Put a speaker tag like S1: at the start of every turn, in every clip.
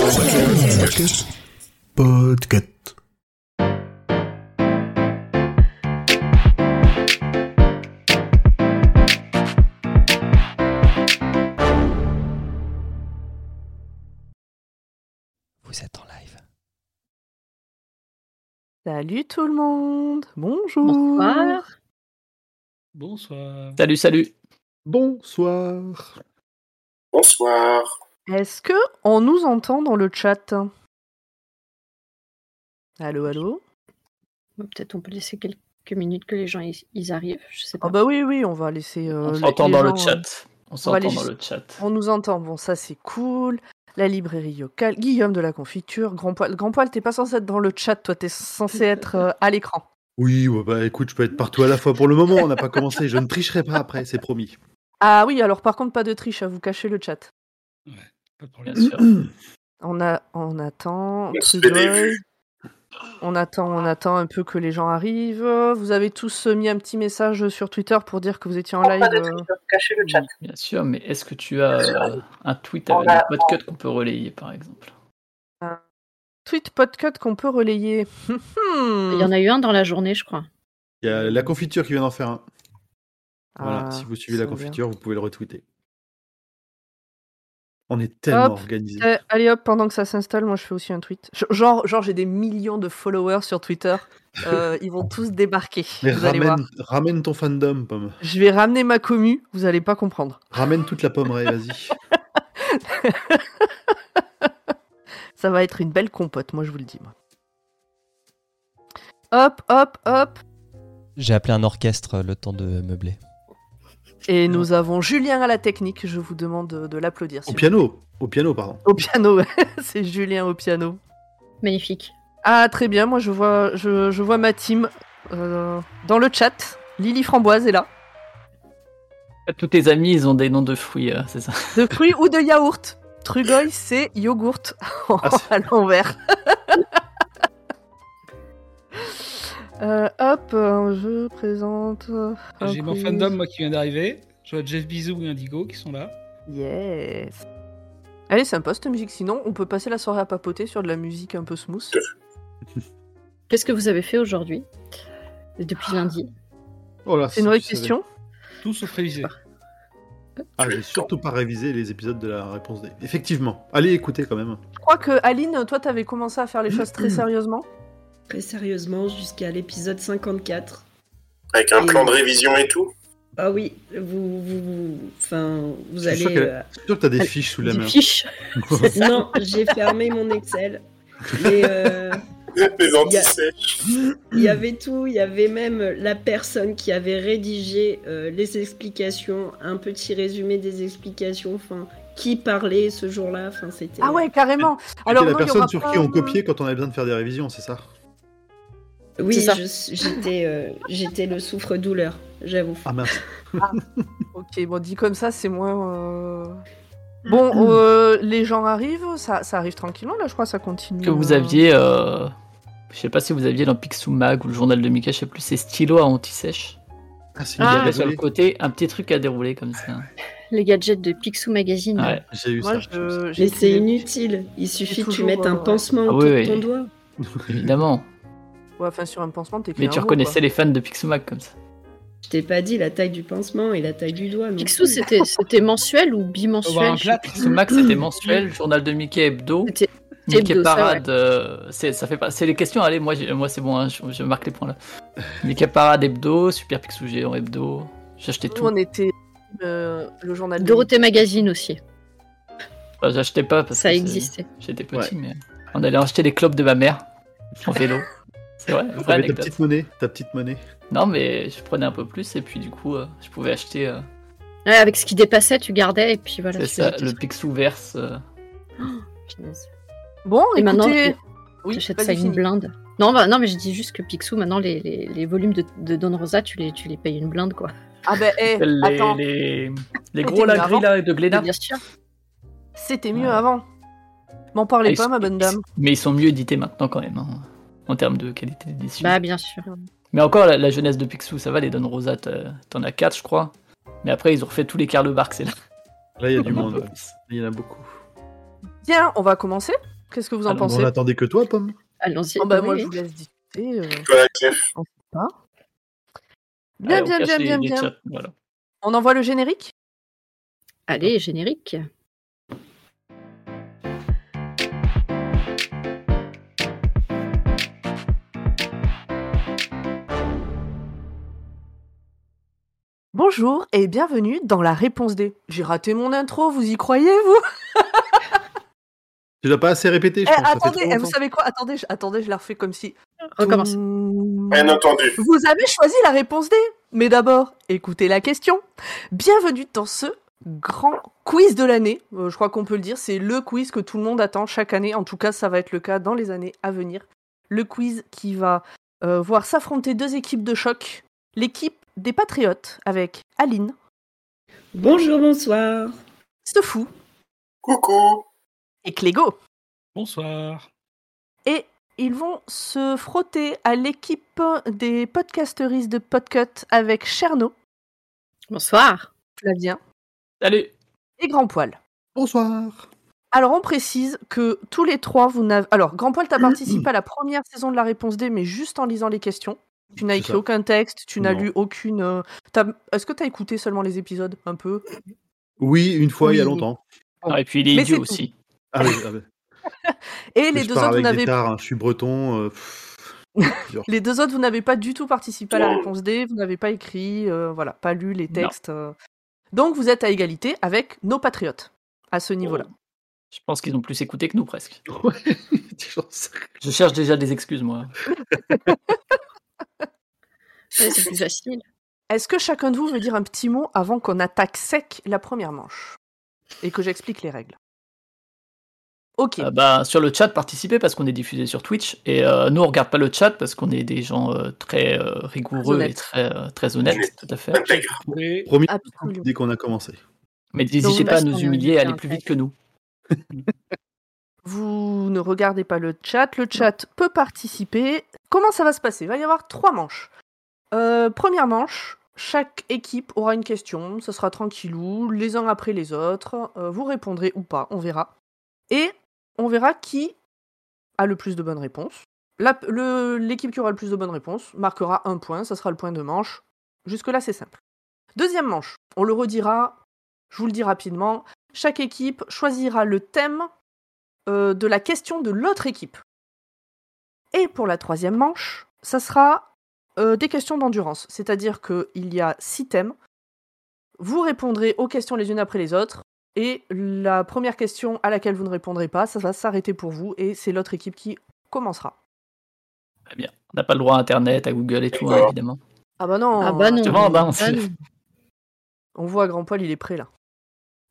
S1: Podcast. Podcast.
S2: Vous êtes en live.
S3: Salut tout le monde, bonjour.
S4: Bonsoir.
S5: Bonsoir.
S6: Salut, salut.
S1: Bonsoir.
S7: Bonsoir.
S3: Est-ce que on nous entend dans le chat Allô, allô.
S4: Bon, Peut-être on peut laisser quelques minutes que les gens ils, ils arrivent. Je sais
S3: Ah
S4: pas.
S3: bah oui, oui, on va laisser. euh,
S6: On
S3: les-
S6: s'entend
S3: les
S6: dans
S3: gens,
S6: le
S3: euh,
S6: chat. On
S3: va
S6: s'entend
S3: aller
S6: dans
S3: juste-
S6: le chat.
S3: on nous entend. Bon, ça c'est cool. La librairie Yocal, Guillaume de la confiture, Grand Poil. Grand Poil, t'es pas censé être dans le chat, toi, t'es censé être euh, à l'écran.
S1: Oui, ouais, bah écoute, je peux être partout à la fois pour le moment, on n'a pas commencé, je ne tricherai pas après, c'est promis.
S3: Ah oui, alors par contre, pas de triche, à vous cacher le chat.
S5: Pas de
S6: Bien
S5: problème.
S6: sûr.
S3: On, a, on attend.
S7: On se
S3: Trudeau.
S7: fait des vues.
S3: On attend, on attend un peu que les gens arrivent. Vous avez tous euh, mis un petit message sur Twitter pour dire que vous étiez en live.
S4: Oh, Pas de
S3: euh,
S4: Twitter, cachez le chat.
S6: Bien sûr, mais est-ce que tu as euh, un tweet
S4: On
S6: avec
S4: a-
S6: un podcut qu'on peut relayer, par exemple
S3: euh, tweet podcast qu'on peut relayer. Hum, hum.
S4: Il y en a eu un dans la journée, je crois.
S1: Il y a la confiture qui vient d'en faire un. Voilà,
S3: Ah,
S1: si vous suivez la
S3: ça va bien.
S1: confiture, vous pouvez le retweeter. On est tellement
S3: Hop.
S1: organisé.
S3: Eh, allez hop, pendant que ça s'installe, moi je fais aussi un tweet. Je- Genre, genre j'ai des millions de followers sur Twitter. Euh, ils vont tous débarquer.
S1: Mais
S3: vous allez voir.
S1: ramène, ramène ton fandom, pomme.
S3: Je vais ramener ma commu, vous allez pas comprendre.
S1: Ramène toute la pommeraie, vas-y.
S3: Ça va être une belle compote, moi je vous le dis. moi. Hop, hop, hop.
S2: J'ai appelé un orchestre le temps de meubler.
S3: Et nous avons Julien à la technique. Je vous demande de, de
S1: Au
S3: l'applaudir. s'il vous
S1: piano, au piano, pardon.
S3: Au piano, ouais. c'est Julien au piano.
S4: Magnifique.
S3: Ah, très bien, moi je vois, je, je vois ma team euh, dans le chat. Lily Framboise est là.
S6: Tous tes amis, ils ont des noms de fruits, euh, c'est ça
S3: De fruits ou de yaourt. Trugoy, c'est yogourt
S1: c'est-
S3: à l'envers. Euh, hop, euh, je présente. euh, un
S5: J'ai mon
S3: quiz.
S5: fandom moi qui vient d'arriver. Je vois Jeff Bizou et Indigo qui sont là.
S3: Yes. Elle est sympa cette musique, sinon on peut passer la soirée à papoter sur de la musique un peu smooth.
S4: Qu'est-ce que vous avez fait aujourd'hui Depuis lundi
S1: Oh là,
S3: Ah, C'est une
S1: si
S3: vraie
S1: tu savais.
S3: question.
S5: Tous sauf révisés.
S1: Ah, j'ai surtout pas révisé les épisodes de la réponse D. Effectivement, allez écouter quand même.
S3: Je crois que Aline, toi t'avais commencé à faire les choses très sérieusement.
S8: Très sérieusement, jusqu'à l'épisode 54.
S7: Avec un plan de révision et tout.
S8: Ah oui, vous, vous, vous- enfin,
S1: Je
S8: vous
S1: suis
S8: allez.
S1: sûr qu'elle-
S8: euh,
S1: je suis sûr que t'as des
S4: Allez,
S1: fiches sous la
S4: des
S1: main.
S4: fiches.
S8: Non, j'ai fermé mon Excel. Mais euh,
S7: Les antisèches.
S8: il y avait tout, il y avait même la personne qui avait rédigé euh, les explications, un petit résumé des explications, enfin, qui parlait ce jour-là, enfin, c'était.
S3: Ah ouais, carrément.
S1: Alors, la
S3: non, il y aura
S1: personne sur qui
S3: pas-
S1: on copiait quand on avait besoin de faire des révisions, c'est ça
S8: Oui,
S4: C'est ça.
S8: je- j'étais, euh, j'étais le souffre-douleur, j'avoue.
S1: Ah mince.
S3: Ok, bon, dit comme ça, c'est moins. euh,
S4: Mm.
S3: Bon, euh, les gens arrivent, ça, ça arrive tranquillement, là, je crois, ça continue.
S6: Que vous
S3: euh.
S6: aviez. euh, Je sais pas si vous aviez dans Picsou Mag ou le journal de Mika, je sais plus, ces stylos à anti-sèche.
S1: Ah, c'est
S6: Il y
S1: une
S6: avait
S1: galère.
S6: sur le côté un petit truc à dérouler comme ça.
S4: Les gadgets de Picsou Magazine.
S6: Ouais.
S1: J'ai eu
S3: Moi,
S1: ça. j'ai eu ça.
S3: je- j'ai
S8: Mais c'est
S3: plus-
S8: inutile, il suffit que tu
S3: toujours,
S8: mettes un
S3: euh,
S8: pansement
S6: Ah
S8: autour
S6: oui,
S8: de
S6: oui.
S8: ton doigt.
S6: Évidemment. euh,
S3: Ouais, enfin, sur un pansement, t'écris.
S6: Mais
S3: un
S6: tu
S3: mot,
S6: reconnaissais les fans de Picsou Mag comme ça.
S8: Je t'ai pas dit la taille du pansement et la taille du doigt. non
S4: Picsou, c'était c'était mensuel ou bimensuel
S5: un plat.
S6: Picsou Mag, c'était mensuel, journal de Mickey Hebdo.
S4: C'était-
S6: Mickey
S4: Hebdo, ça,
S6: Parade, euh, c'est- ça fait pas. C'est les questions, allez, moi, j'ai- moi c'est bon, hein, je, je marque les points là. Mickey Parade Hebdo, Super Picsou Géant Hebdo. J'achetais
S3: quoi.
S6: tout.
S3: Nous, on était euh, le journal. de-
S4: Dorothée Magazine aussi.
S6: Enfin, J'achetais pas parce
S4: Ça
S6: que c'est-
S4: existait.
S6: J'étais petit, mais on allait acheter les clopes de ma mère en vélo. C'est vrai, vraie
S1: T'avais ta
S6: anecdote.
S1: petite monnaie, ta petite monnaie.
S6: Non, mais je prenais un peu plus et puis du coup, euh, je pouvais acheter euh,
S4: Ouais, avec ce qui dépassait, tu gardais et puis voilà.
S6: c'est
S4: tu
S6: ça,
S4: faisais
S6: le
S4: tes
S6: Picsou Verse. euh.
S4: trucs. Punaise.
S3: Bon,
S4: Et
S3: écoutez...
S4: maintenant,
S3: oui,
S4: T'achètes
S3: vas-y,
S4: ça une
S3: finis.
S4: blinde. Non, bah, non, mais je dis juste que Picsou, maintenant, les, les, les volumes de, de Don Rosa, tu les, tu les payes une blinde, quoi.
S3: Ah, ben,
S4: eh,
S3: hé,
S6: les,
S3: attends,
S6: les, les
S3: C'était
S6: gros
S3: mieux
S6: là,
S3: avant.
S6: gris là, de Glénat.
S4: Bien sûr.
S3: c'était mieux
S6: Ouais.
S3: avant. M'en parlez
S6: Ah,
S3: pas,
S6: ils-
S3: ma bonne dame.
S6: Mais ils sont mieux édités maintenant quand même, hein, en termes de qualité d'édition.
S4: Bah, bien sûr.
S6: Mais encore, la, la jeunesse de Picsou, ça va, les Don Rosa, t'as- t'en as 4, je crois. Mais après, ils ont refait tous les Karl Barks, c'est là.
S1: Là, il y a du
S6: Un peu
S1: monde.
S6: plus.
S1: Il y en a beaucoup.
S3: Bien, on va commencer. Qu'est-ce que vous en
S6: Alors,
S1: Ah, On
S3: pensez
S1: n'attendait que toi, Pomme
S4: Allons-y.
S3: Oh, bah,
S4: Oui,
S3: Moi,
S4: oui.
S3: je vous laisse discuter. euh.
S7: Toi, la clef.
S3: Bien,
S4: Ah,
S6: Allez, on
S3: bien,
S6: cache
S3: bien,
S6: les-
S3: bien,
S6: les
S3: bien.
S6: chats, Voilà.
S3: On envoie le générique
S4: Allez, générique.
S3: Bonjour et bienvenue dans la réponse D. J'ai raté mon intro, vous y croyez, vous
S1: Tu l'as pas assez répété, je
S3: Eh,
S1: pense. ça fait
S3: Attendez,
S1: trop
S3: eh, vous
S1: longtemps.
S3: savez quoi Attendez, je, attendez, je la refais comme si...
S4: Recommence.
S7: Bien entendu.
S3: Vous avez choisi la réponse D. Mais d'abord, écoutez la question. Bienvenue dans ce grand quiz de l'année. Euh, je crois qu'on peut le dire, c'est le quiz que tout le monde attend chaque année. En tout cas, ça va être le cas dans les années à venir. Le quiz qui va euh, voir s'affronter deux équipes de choc. L'équipe des Patriotes avec Aline,
S8: Bonjour, bonsoir.
S3: Stefou
S7: Coucou.
S3: et Clégo.
S5: Bonsoir.
S3: Et ils vont se frotter à l'équipe des podcasteristes de Podcut avec Cherno,
S4: Bonsoir.
S3: Flavien
S6: Salut
S3: et Grand Poil.
S1: Bonsoir.
S3: Alors on précise que tous les trois, vous n'avez... Alors Grand Poil, t'as participé à la première saison de la réponse D, mais juste en lisant les questions. Tu n'as
S1: C'est
S3: écrit
S1: ça.
S3: aucun texte, tu n'as
S1: Non.
S3: lu aucune... euh, t'as- Est-ce que t'as écouté seulement les épisodes un peu
S1: Oui, une fois il y a
S4: Oui.
S1: longtemps.
S6: Ah, Et puis il est
S3: Mais
S6: idiot
S3: c'est tout.
S6: aussi.
S1: Ah oui, ah oui.
S3: Et les
S1: je
S3: deux,
S1: pars
S3: autres,
S1: avec
S3: vous n'avez...
S1: des tards, hein, Je suis breton. euh, pff, dur.
S3: les deux autres, vous n'avez pas du tout participé à la
S7: Non.
S3: réponse D, vous n'avez pas écrit, euh, voilà, pas lu les textes. euh. Donc vous êtes à égalité avec nos patriotes à
S4: Oh.
S3: ce niveau-là.
S6: Je pense qu'ils ont plus écouté que nous presque.
S1: Ouais, j'en sais rien.
S6: Je cherche déjà des excuses, moi.
S4: Ouais, c'est plus facile.
S3: Est-ce que chacun de vous veut dire un petit mot avant qu'on attaque sec la première manche Et que j'explique les règles. Ok.
S6: Euh, bah, sur le chat, participez parce qu'on est diffusé sur Twitch. Et euh, nous, on regarde pas le chat parce qu'on est des gens euh, très euh, rigoureux
S3: Honnête.
S6: et très, euh, très honnêtes, tout à fait.
S7: Intègre.
S5: Trouvé.
S1: Promis,
S3: Absolument.
S1: dès qu'on a commencé.
S6: Mais n'hésitez pas à
S4: parce qu'on
S6: nous
S4: est
S6: humilier, à aller
S4: honnête,
S6: plus
S4: en fait.
S6: vite que nous.
S3: Vous ne regardez pas le chat. Le chat peut participer. Comment ça va se passer Il va y avoir trois manches. Euh, première manche, chaque équipe aura une question. Ça sera tranquillou, les uns après les autres. Euh, vous répondrez ou pas, on verra. Et on verra qui a le plus de bonnes réponses. La- le- L'équipe qui aura le plus de bonnes réponses marquera un point. Ça sera le point de manche. Jusque-là, c'est simple. Deuxième manche, on le redira. Je vous le dis rapidement. Chaque équipe choisira le thème euh, de la question de l'autre équipe. Et pour la troisième manche, ça sera euh, des questions d'endurance. C'est-à-dire qu'il y a six thèmes. Vous répondrez aux questions les unes après les autres. Et la première question à laquelle vous ne répondrez pas, ça va s'arrêter pour vous. Et c'est l'autre équipe qui commencera.
S6: On n'a pas le droit à Internet, à Google et tout, hein,
S7: D'accord.
S6: évidemment.
S3: Ah bah non,
S4: Ah bah non.
S6: Tu vois, bah, on
S4: Ah
S6: fait-
S4: non.
S3: on voit à grand poil, il est prêt là.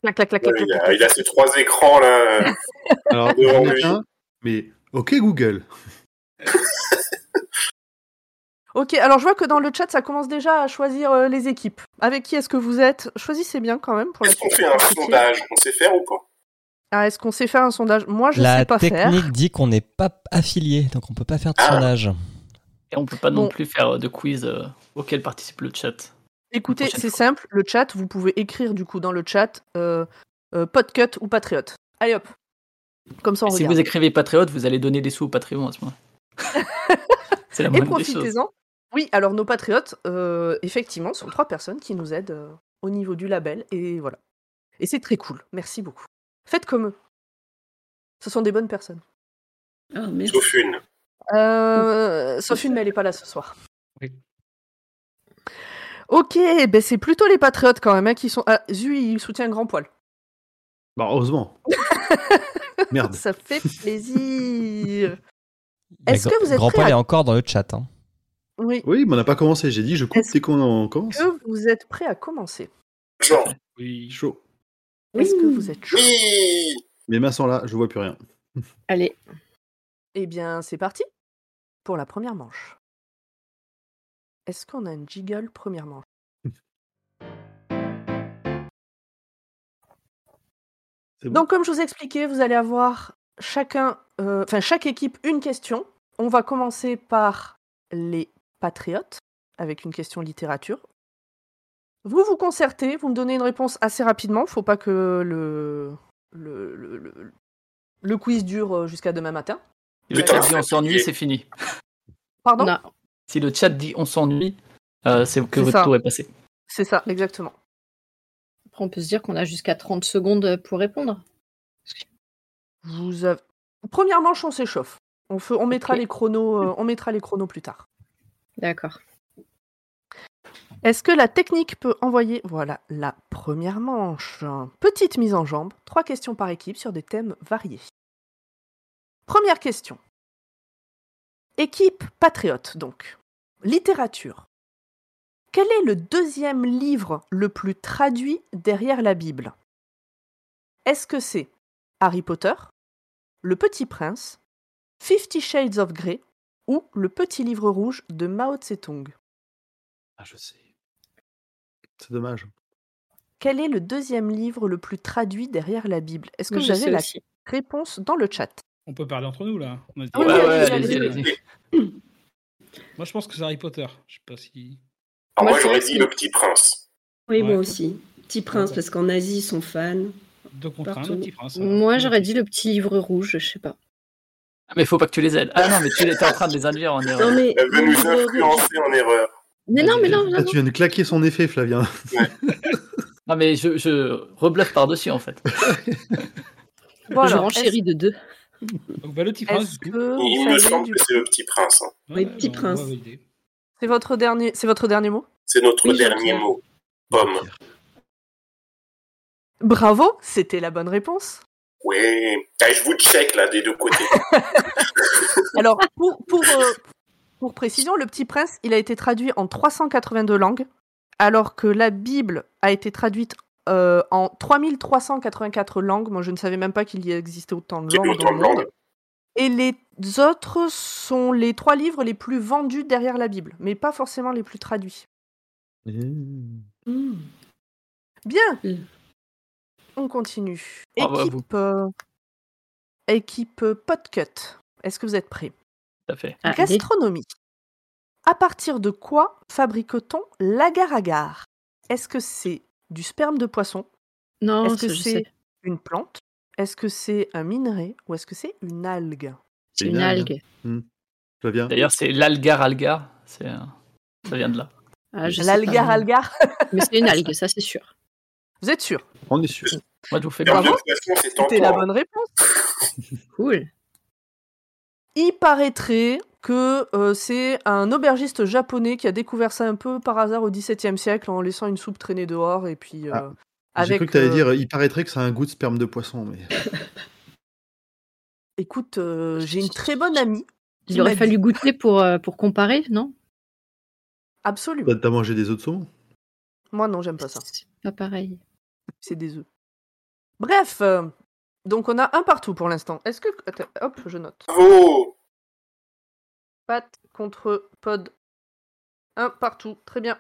S3: Clac, clac, clac, clac,
S7: Il
S3: clac,
S7: a,
S3: clac.
S7: il a ses trois écrans là.
S1: Alors,
S7: Deux
S1: j'en ai
S7: rendez-vous.
S1: un, mais ok Google.
S3: Ok, alors je vois que dans le chat, ça commence déjà à choisir euh, les équipes. Avec qui est-ce que vous êtes Choisissez bien quand même pour la
S7: Est-ce qu'on
S3: suite.
S7: fait un sondage On sait faire ou pas
S3: Ah, est-ce qu'on sait faire un sondage Moi, Ah, je
S2: La
S3: sais pas faire.
S2: technique dit qu'on n'est pas affilié, donc on peut pas faire de
S7: Ah.
S2: sondage.
S6: Et on peut pas non
S3: Bon.
S6: plus faire euh, de quiz euh, auquel participe le chat.
S3: Écoutez,
S6: prochaine
S3: c'est
S6: fois.
S3: simple, le chat, vous pouvez écrire du coup dans le chat euh, euh, Podcut ou Patriote. Allez hop, comme ça on
S6: Et si
S3: regarde.
S6: vous écrivez Patriote, vous allez donner des sous au Patreon à ce moment. C'est la
S3: Et
S6: moindre des choses.
S3: profitez-en. Oui, alors nos Patriotes, euh, effectivement, sont trois personnes qui nous aident euh, au niveau du label et voilà. Et c'est très cool, merci beaucoup. Faites comme eux. Ce sont des bonnes personnes.
S8: Oh, merci.
S7: Sauf une.
S3: Euh, sauf une, mais elle n'est pas là ce soir.
S5: Oui.
S3: Ok, ben c'est plutôt les Patriotes quand même hein, qui sont. Ah, Zui, il soutient Grand Poil.
S1: Bah, heureusement. Merde.
S3: Ça fait plaisir.
S2: La
S3: Est-ce
S2: gr-
S3: que vous êtes
S2: Grand
S3: prêts
S2: Paul
S3: à-
S2: est encore dans le chat. hein.
S3: Oui.
S1: Oui, mais on n'a pas commencé. J'ai dit, je coupe
S3: Est-ce
S1: dès qu'on en commence.
S3: Que vous êtes prêts à commencer
S7: Genre.
S5: Oui.
S1: Chaud.
S3: Est-ce que vous êtes chaud
S7: Oui
S1: Mes mains sont là, je vois plus rien.
S4: Allez,
S3: Eh bien, c'est parti pour la première manche. Est-ce qu'on a une jiggle première manche
S1: C'est bon.
S3: Donc, comme je vous ai expliqué, vous allez avoir chacun, euh, enfin chaque équipe, une question. On va commencer par les patriotes avec une question littérature. Vous vous concertez, vous me donnez une réponse assez rapidement. Faut pas que le le, le- le- Le quiz dure euh, jusqu'à demain matin.
S6: Si le
S7: Putain,
S6: chat dit on s'ennuie,
S7: fatigué.
S6: c'est fini.
S3: Pardon
S4: Non,
S6: Si le chat dit on s'ennuie, euh, c'est que
S3: C'est
S6: votre
S3: ça.
S6: tour est passé.
S3: C'est ça, exactement.
S4: Après, on peut se dire qu'on a jusqu'à 30 secondes pour répondre.
S3: Vous avez... Première manche, on s'échauffe. On, fe- on mettra
S4: Ok. Mm.
S3: les chronos, euh, on mettra les chronos plus tard.
S4: D'accord.
S3: Est-ce que la technique peut envoyer Voilà la première manche. Petite mise en jambe, trois questions par équipe sur des thèmes variés. Première question. Équipe patriote, donc. Littérature. Quel est le deuxième livre le plus traduit derrière la Bible Est-ce que c'est Harry Potter, Le Petit Prince, Fifty Shades of Grey ou Le Petit Livre Rouge de Mao Tse-tung
S1: Ah, je sais. C'est dommage.
S3: Quel est le deuxième livre le plus traduit derrière la Bible Est-ce que
S4: Je
S3: vous avez
S4: sais
S3: la
S4: aussi.
S3: réponse dans le chat
S5: On peut parler entre nous là. On a dit-
S3: Ah oui,
S6: ouais,
S3: oui,
S6: ouais,
S3: oui,
S6: allez-y,
S3: allez-y.
S6: allez-y.
S5: Moi, je pense que c'est Harry Potter. Je sais pas si.
S7: Alors
S4: Moi,
S7: Ah, moi,
S4: c'est
S7: j'aurais
S4: vrai
S7: dit
S4: que-
S7: le petit prince.
S8: Oui,
S5: Ouais.
S8: moi aussi. Petit prince, parce qu'en Asie, ils sont fans.
S5: Deux contre
S8: Partout.
S5: un, un petit prince.
S4: Moi, j'aurais dit le petit livre rouge, je sais pas.
S6: Ah, mais faut pas que tu les aides. Ah non, mais tu étais en train de les induire en
S8: Non,
S6: erreur.
S8: mais.
S7: Elle veut
S8: le
S7: nous
S8: livre rouge-
S7: influencer en erreur.
S4: Mais non, mais non,
S1: Ah,
S4: vraiment.
S1: tu viens de claquer son effet, Flavien.
S6: Non, mais je, je rebluffe par-dessus en fait.
S4: je
S3: Voilà.
S4: renchéris de deux.
S5: Donc, bah, le petit prince.
S3: Est-ce
S5: du coup.
S3: que
S7: Il
S3: vous
S7: me
S3: savez
S7: semble
S3: du-
S7: que c'est le petit prince. hein.
S5: Ouais,
S8: Oui, petit
S5: bah, on
S8: prince.
S5: va valider.
S3: c'est votre dernier c'est votre dernier mot
S7: C'est notre
S4: Oui,
S7: dernier
S4: Jean-Pierre.
S7: mot. Pomme.
S3: Bravo, c'était la bonne réponse.
S7: Ouais. Ah, je vous check là des deux côtés.
S3: Alors pour pour euh, pour précision, le Petit Prince, il a été traduit en 382 langues, alors que la Bible a été traduite euh, en 3384 langues. Moi, je ne savais même pas qu'il y existait autant de
S7: C'est
S3: langues dans
S7: autant
S3: le
S7: de
S3: monde.
S7: langues.
S3: Et les autres sont les trois livres les plus vendus derrière la Bible, mais pas forcément les plus traduits.
S1: Mmh.
S8: Hmm.
S3: Bien
S8: Oui.
S3: On continue.
S6: Bravo à vous.
S3: équipe euh, équipe euh, Podcut. Est-ce que vous êtes prêts
S6: Tout à fait.
S4: Ah, des-
S3: Gastronomie. À partir de quoi fabrique-t-on l'agar-agar Est-ce que c'est du sperme de poisson
S4: Non,
S3: Est-ce que
S4: ça, je sais.
S3: c'est une plante Est-ce que c'est un minerai Ou est-ce que c'est une algue
S4: C'est une
S1: Génial.
S4: algue.
S1: Flavien.
S6: D'ailleurs, c'est l'algar algar. C'est un- ça vient de là.
S4: Ah, je sais pas.
S3: L'algar-algar
S4: Mais c'est une algue, ça c'est sûr.
S3: Vous êtes sûr
S1: On est sûr.
S6: Moi, je vous fais
S7: Et en
S6: bravo.
S7: de toute façon, c'est
S3: C'était la
S7: encore.
S3: bonne réponse.
S4: Cool.
S3: Il paraîtrait que euh, c'est un aubergiste japonais qui a découvert ça un peu par hasard au XVIIe siècle en laissant une soupe traîner dehors et puis euh,
S1: Ah, J'ai
S3: avec.
S1: cru que t'allais
S3: euh,
S1: dire, il paraîtrait que ça a un goût de sperme de poisson, mais
S3: Écoute, euh, j'ai une très bonne amie.
S4: Il
S3: Tu
S4: aurait
S3: m'as
S4: fallu
S3: dit.
S4: goûter pour, euh, pour comparer, non
S3: Absolument.
S1: t'as- t'as mangé des œufs de saumon.
S3: Moi non, j'aime pas ça.
S4: C'est pas pareil.
S3: C'est des œufs. Bref, euh, donc on a un partout pour l'instant. Est-ce que attends, hop, je note.
S7: Bravo.
S3: Pat contre Pod. Un partout. Très bien.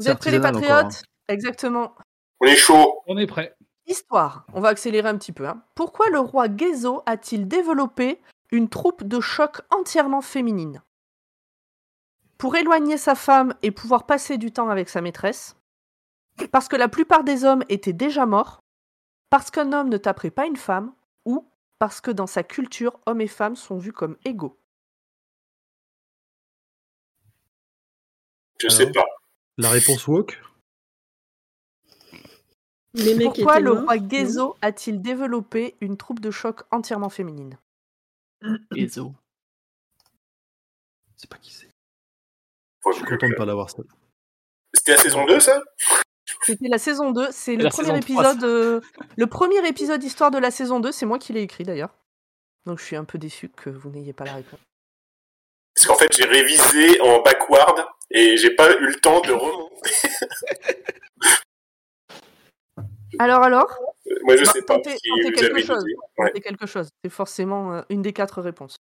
S3: Vous
S1: C'est
S3: êtes prêts les
S1: artisanal
S3: patriotes
S1: encore, hein.
S3: Exactement.
S7: On est chaud.
S5: On est prêt.
S3: Histoire, on va accélérer un petit peu. hein. Pourquoi le roi Gezo a-t-il développé une troupe de choc entièrement féminine Pour éloigner sa femme et pouvoir passer du temps avec sa maîtresse Parce que la plupart des hommes étaient déjà morts Parce qu'un homme ne taperait pas une femme Ou parce que dans sa culture, hommes et femmes sont vus comme égaux
S7: Je
S1: Alors
S7: sais pas.
S1: La réponse woke
S8: Les mecs
S3: Pourquoi
S8: étaient
S3: le
S8: morts,
S3: roi
S8: non
S3: Gezo a-t-il développé une troupe de choc entièrement féminine
S6: Les os.
S1: Je sais pas qui c'est.
S7: Faut
S1: Je suis
S7: que-
S1: content de pas l'avoir ça.
S7: C'était la saison 2, ça
S3: C'était la saison 2, c'est le
S6: la
S3: premier
S6: saison trois,
S3: épisode euh, le premier épisode histoire de la saison 2, c'est moi qui l'ai écrit d'ailleurs. Donc je suis un peu déçu que vous n'ayez pas la réponse.
S7: Parce qu'en fait, j'ai révisé en backward et j'ai pas eu le temps de remonter.
S3: Alors alors,
S7: Moi, je
S3: Bah,
S7: sais pas
S3: tentez-
S7: si
S3: tentez
S7: vous
S3: quelque
S7: avez
S3: chose.
S7: dit.
S3: c'est quelque chose, c'est forcément euh, une des quatre réponses.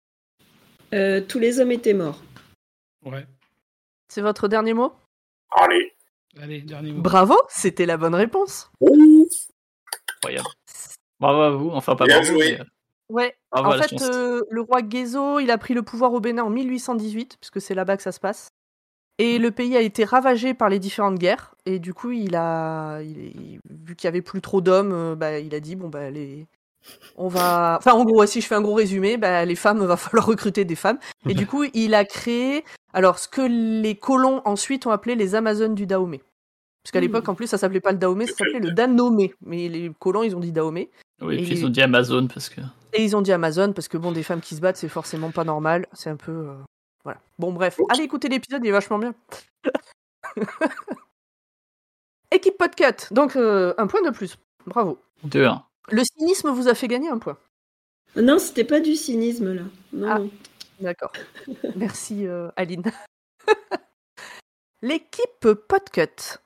S8: Euh, tous les hommes étaient morts.
S5: Ouais.
S3: C'est votre dernier mot
S7: Allez.
S5: Allez, dernier mot.
S3: Bravo, c'était la bonne réponse.
S7: Ouh.
S6: Incroyable. Bravo à vous. Enfin, pas
S7: Bien
S6: bravo.
S7: joué.
S6: mais, euh,
S3: Ouais,
S6: Bravo à
S3: en
S6: la
S3: fait,
S6: chance.
S3: euh, le roi Gezo, il a pris le pouvoir au Bénin en 1818, puisque c'est là-bas que ça se passe.
S6: Mmh.
S3: Et le pays a été ravagé par les différentes guerres. Et du coup, il a, il- il- vu qu'il y avait plus trop d'hommes, euh, bah, il a dit bon bah les, On va. Enfin, en gros, si je fais un gros résumé, bah, les femmes, va falloir recruter des femmes. Et du coup, il a créé. Alors, ce que les colons ensuite ont appelé les Amazones du Dahomey. Parce qu'à
S8: Hmm.
S6: Mmh.
S3: l'époque, en plus, ça s'appelait pas le Dahomey, ça s'appelait le Danomé. Mais les colons, ils ont dit Dahomey.
S6: Oui,
S3: Et-
S6: puis ils ont dit Amazon parce que.
S3: Et ils ont dit Amazon, parce que bon, des femmes qui se battent, c'est forcément pas normal. C'est un peu. euh, Voilà. Bon, bref. Allez écouter l'épisode, il est vachement bien. Équipe Podcut. Donc, euh, un point de plus. Bravo.
S6: 2-1.
S3: Le cynisme vous a fait gagner un point.
S8: Non, c'était pas du cynisme là. Non,
S3: Ah.
S8: non.
S3: D'accord. Merci euh, Aline. L'équipe Podcut.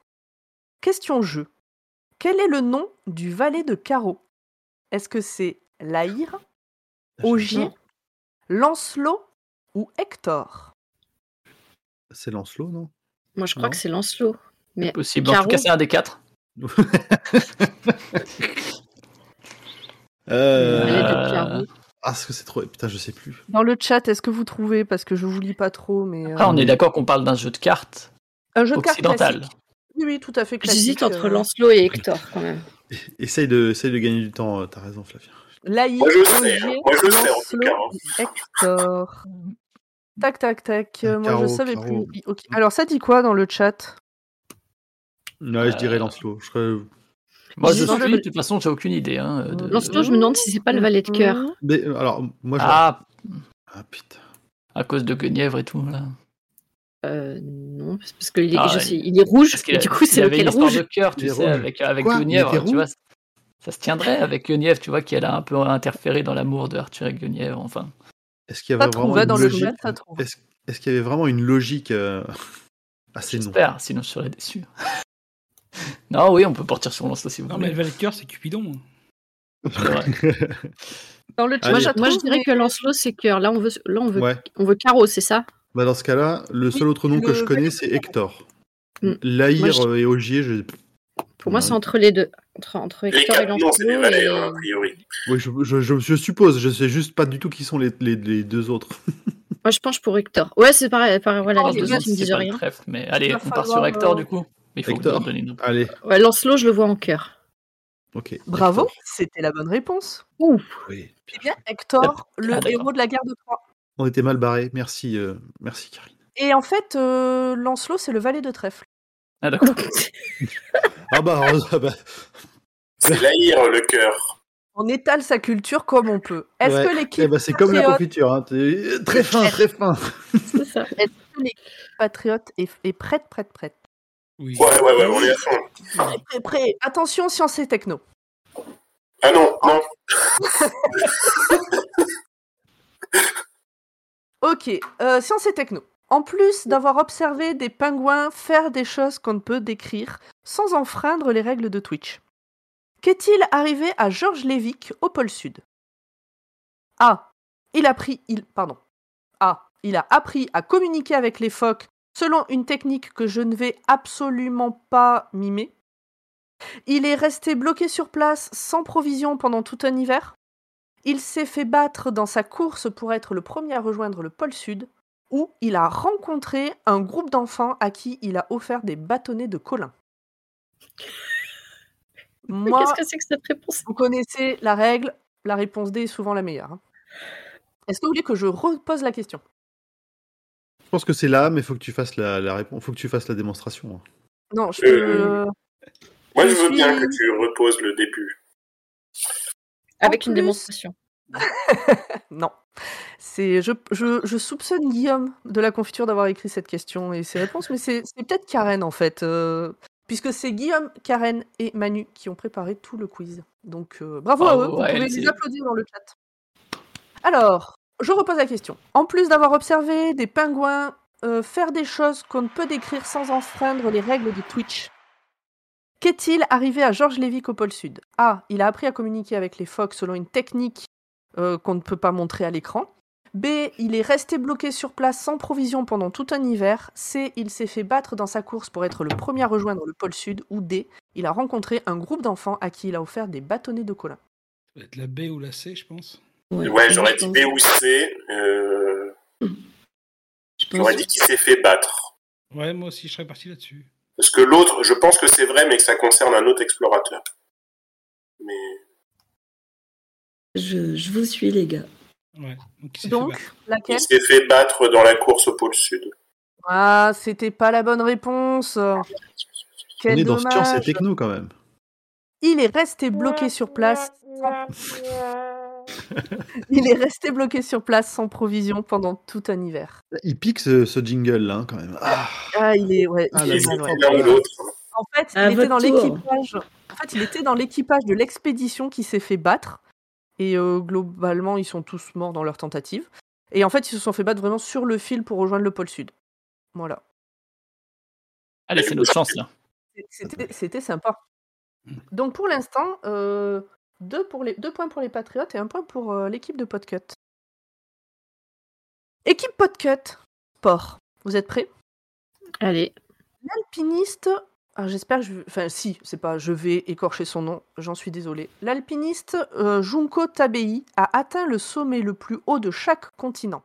S3: Question jeu. Quel est le nom du valet de carreau Est-ce que c'est Laïr, Ogier,
S8: Non.
S3: Lancelot ou Hector
S1: C'est Lancelot, non
S4: Moi, je crois
S1: Non.
S4: que c'est Lancelot.
S6: Possible. En
S4: Caro.
S6: tout cas, c'est un des quatre.
S4: Elle est
S1: euh...
S6: Euh,
S4: de Pierrot.
S1: Ah, ce que c'est trop. Putain, je sais plus.
S3: Dans le chat, est-ce que vous trouvez Parce que je vous lis pas trop, mais. euh,
S6: Ah, on est d'accord qu'on parle d'un jeu de cartes
S3: un jeu de cartes
S6: occidental.
S3: classique. Oui, oui, tout à fait classique.
S4: J'hésite entre
S3: euh,
S4: Lancelot et Hector quand même.
S1: Essaye de, essaye de gagner du temps, euh, t'as raison, Flavien.
S3: Laïr,
S7: Moi, je sais, hein.
S3: Ogier,
S7: Moi, je sais, en tout cas, hein.
S3: Lancelot, Hector. Tac, tac, tac. euh, Moi, je
S1: Caro,
S3: savais
S1: Caro.
S3: plus. Ok. Alors, ça dit quoi dans le chat
S1: Non, je dirais
S6: Euh,
S1: Lancelot. Je serais...
S6: Moi, je
S3: Dans le-
S6: suis, de toute façon, j'ai aucune idée. hein, de-
S4: Lancelot, je me demande si c'est pas le valet de cœur.
S1: Mais, euh, alors, moi, je. Ah,
S6: Ah,
S1: putain.
S6: à cause de Guenièvre et tout. Là.
S4: Euh, non, c'est parce qu'il est,
S6: Ah,
S4: je
S6: ouais.
S4: sais, il est rouge,
S6: Parce qu'il
S4: et
S6: a-
S4: du coup,
S6: il
S4: c'est
S6: avait une
S4: lequel
S6: histoire
S4: rouge
S6: de cœur,
S1: Il
S6: tu
S1: est
S6: sais,
S1: rouge.
S6: avec, euh, avec
S1: Quoi Il
S6: Guenièvre,
S1: était
S6: tu vois.
S1: rouge
S6: Ça se tiendrait avec Guenièvre, tu vois, qu'elle a un peu interféré dans l'amour de Arthur et Guenièvre, enfin.
S1: Est-ce qu'il y
S3: Ça
S1: avait
S3: trouve
S1: vraiment
S3: va
S1: une
S3: dans le
S1: logique
S3: chat, ça trouve.
S1: Est-ce est-ce qu'il y avait vraiment une logique euh, à ces noms
S6: J'espère, sinon je serais déçu. non, oui, on peut partir sur Lancelot si vous
S5: Non, mais
S6: voulez.
S5: le valet de cœur, c'est Cupidon. hein.
S4: Ah,
S3: Dans le chat,
S1: Allez.
S4: Moi, je- moi, je
S3: trouve,
S4: dirais
S3: mais
S4: que Lancelot, c'est cœur. Là, on veut, là, on veut,
S1: Ouais.
S4: on veut carreau, c'est ça
S1: Bah, dans ce cas-là, le seul autre nom
S3: le
S1: que je
S3: valet
S1: connais,
S3: de
S1: c'est
S3: cœur.
S1: Hector.
S4: Mm. Moi,
S1: Laïr
S4: je-
S1: euh, et Ogier, je...
S4: Pour moi,
S1: Ouais.
S4: c'est entre les deux. Entre, entre
S7: Les
S4: Hector et
S7: quatre noms, c'est des
S4: Lancelot.
S7: valets,
S4: et-
S7: hein, a priori.
S1: Oui, je, je- je- je suppose, je sais juste pas du tout qui sont les, les- les deux autres.
S4: Moi, je penche pour Hector. Ouais, c'est pareil. pareil, voilà,
S6: Ah,
S4: les
S6: je me
S4: deux
S6: demande
S4: autres, ils
S6: si
S4: me
S6: c'est
S4: disent
S6: pas le
S4: rien.
S6: trèfle, mais allez,
S3: va
S6: on part sur
S3: falloir,
S6: Hector
S3: euh,
S6: du coup. Il faut
S1: Hector. Ah,
S6: nous donner une-
S1: Allez,
S4: Ouais, Lancelot, je le vois en cœur.
S1: ok.
S3: Bravo,
S1: Hector.
S3: c'était la bonne réponse.
S1: Oui.
S3: Eh bien,
S1: Ah,
S3: Hector, le
S6: d'accord.
S3: héros de la guerre de Troie.
S1: On était mal barrés, merci, euh, merci Karine.
S3: Et en fait, euh, Lancelot, c'est le valet de trèfle.
S6: Ah, d'accord.
S1: Ah bah, ah bah,
S7: C'est l'Aïr, le cœur.
S3: On étale sa culture comme on peut. Est-ce
S1: Ouais.
S3: que
S1: eh
S3: l'équipe
S1: bah, c'est comme la
S3: Patriote-
S1: confiture, hein, t'es- très fin, très fin.
S4: C'est ça.
S3: patriote est, est prête, prête, prête
S5: Oui.
S7: Ouais, ouais, ouais, on est à fond.
S3: Prêt, prêt, prêt. Attention, science et techno.
S7: Ah non, non.
S3: Ok, euh, science et techno. En plus d'avoir observé des pingouins faire des choses qu'on ne peut décrire sans enfreindre les règles de Twitch, qu'est-il arrivé à Georges Lévic au pôle Sud A. Il a pris. Il, pardon. A. Il a appris à communiquer avec les phoques selon une technique que je ne vais absolument pas mimer. Il est resté bloqué sur place sans provision pendant tout un hiver. Il s'est fait battre dans sa course pour être le premier à rejoindre le pôle Sud, où il a rencontré un groupe d'enfants à qui il a offert des bâtonnets de Colin.
S4: Mais
S3: Moi,
S4: Qu'est-ce que c'est que cette réponse
S3: vous connaissez la règle, la réponse D est souvent la meilleure. hein. Est-ce que vous voulez que je repose la question
S1: Je pense que c'est là, mais faut que tu fasses la, la réponse, faut que tu fasses la démonstration. hein.
S3: Non, je peux.
S7: Euh,
S3: euh,
S7: Moi,
S3: Je
S7: je veux bien
S3: suis-
S7: que tu reposes le début.
S4: Avec
S3: En
S4: une
S3: plus-
S4: démonstration.
S3: Non. C'est, je, je, je soupçonne Guillaume de la confiture d'avoir écrit cette question et ses réponses, mais c'est, c'est peut-être Karen en fait. euh, puisque c'est Guillaume, Karen et Manu qui ont préparé tout le quiz. Donc euh, bravo à
S6: Bravo,
S3: eux, vous
S6: ouais,
S3: pouvez
S6: c'est-
S3: les applaudir dans le chat. Alors, je repose la question. En plus d'avoir observé des pingouins euh, faire des choses qu'on ne peut décrire sans enfreindre les règles de Twitch, qu'est-il arrivé à Georges Lévic au pôle Sud A. Il a appris à communiquer avec les phoques selon une technique euh, qu'on ne peut pas montrer à l'écran. B. Il est resté bloqué sur place sans provision pendant tout un hiver. C. Il s'est fait battre dans sa course pour être le premier à rejoindre le pôle Sud. Ou D. Il a rencontré un groupe d'enfants à qui il a offert des bâtonnets de Colin.
S5: Ça doit être la B ou la C, je pense.
S7: Ouais, j'aurais dit
S8: je
S7: B ou C. euh,
S8: pense-
S7: J'aurais dit qu'il s'est fait battre.
S5: Ouais, moi aussi, je serais parti là-dessus.
S7: Parce que l'autre, je pense que c'est vrai, mais que ça concerne un autre explorateur. Mais
S8: Je, je vous suis, les gars.
S5: Ouais. Donc, il s'est fait battre.
S3: Donc, laquelle
S7: Il s'est fait battre dans la course au pôle sud.
S3: Ah, c'était pas la bonne réponse.
S1: On
S3: Quel
S1: est dans
S3: dommage.
S1: science et techno quand même.
S3: Il est resté bloqué sur place. sans- Il est resté bloqué sur place sans provision pendant tout un hiver.
S1: Il pique ce, ce jingle là quand même. Ah,
S3: Ah, il est ouais.
S1: Ah,
S3: il
S1: la
S3: est
S7: Et
S1: bonne
S3: mal,
S7: c'était
S3: ouais.
S1: réponse.
S7: l'un ou l'autre.
S3: En fait,
S8: À
S3: il était
S8: votre
S3: dans
S8: tour.
S3: l'équipage. En fait, il était dans l'équipage de l'expédition qui s'est fait battre. Et euh, globalement, ils sont tous morts dans leur tentative. Et en fait, ils se sont fait battre vraiment sur le fil pour rejoindre le pôle sud. Voilà.
S6: Allez, c'est notre chance là.
S3: C'était c'était sympa. Donc pour l'instant, euh, deux, pour les- deux points pour les Patriotes et un point pour euh, l'équipe de Podcut. Équipe Podcut, sport. Vous êtes prêts
S4: Allez,
S3: L'alpiniste. ah, J'espère que je. Enfin, si, c'est pas. Je vais écorcher son nom, j'en suis désolée. L'alpiniste euh, Junko Tabei a atteint le sommet le plus haut de chaque continent.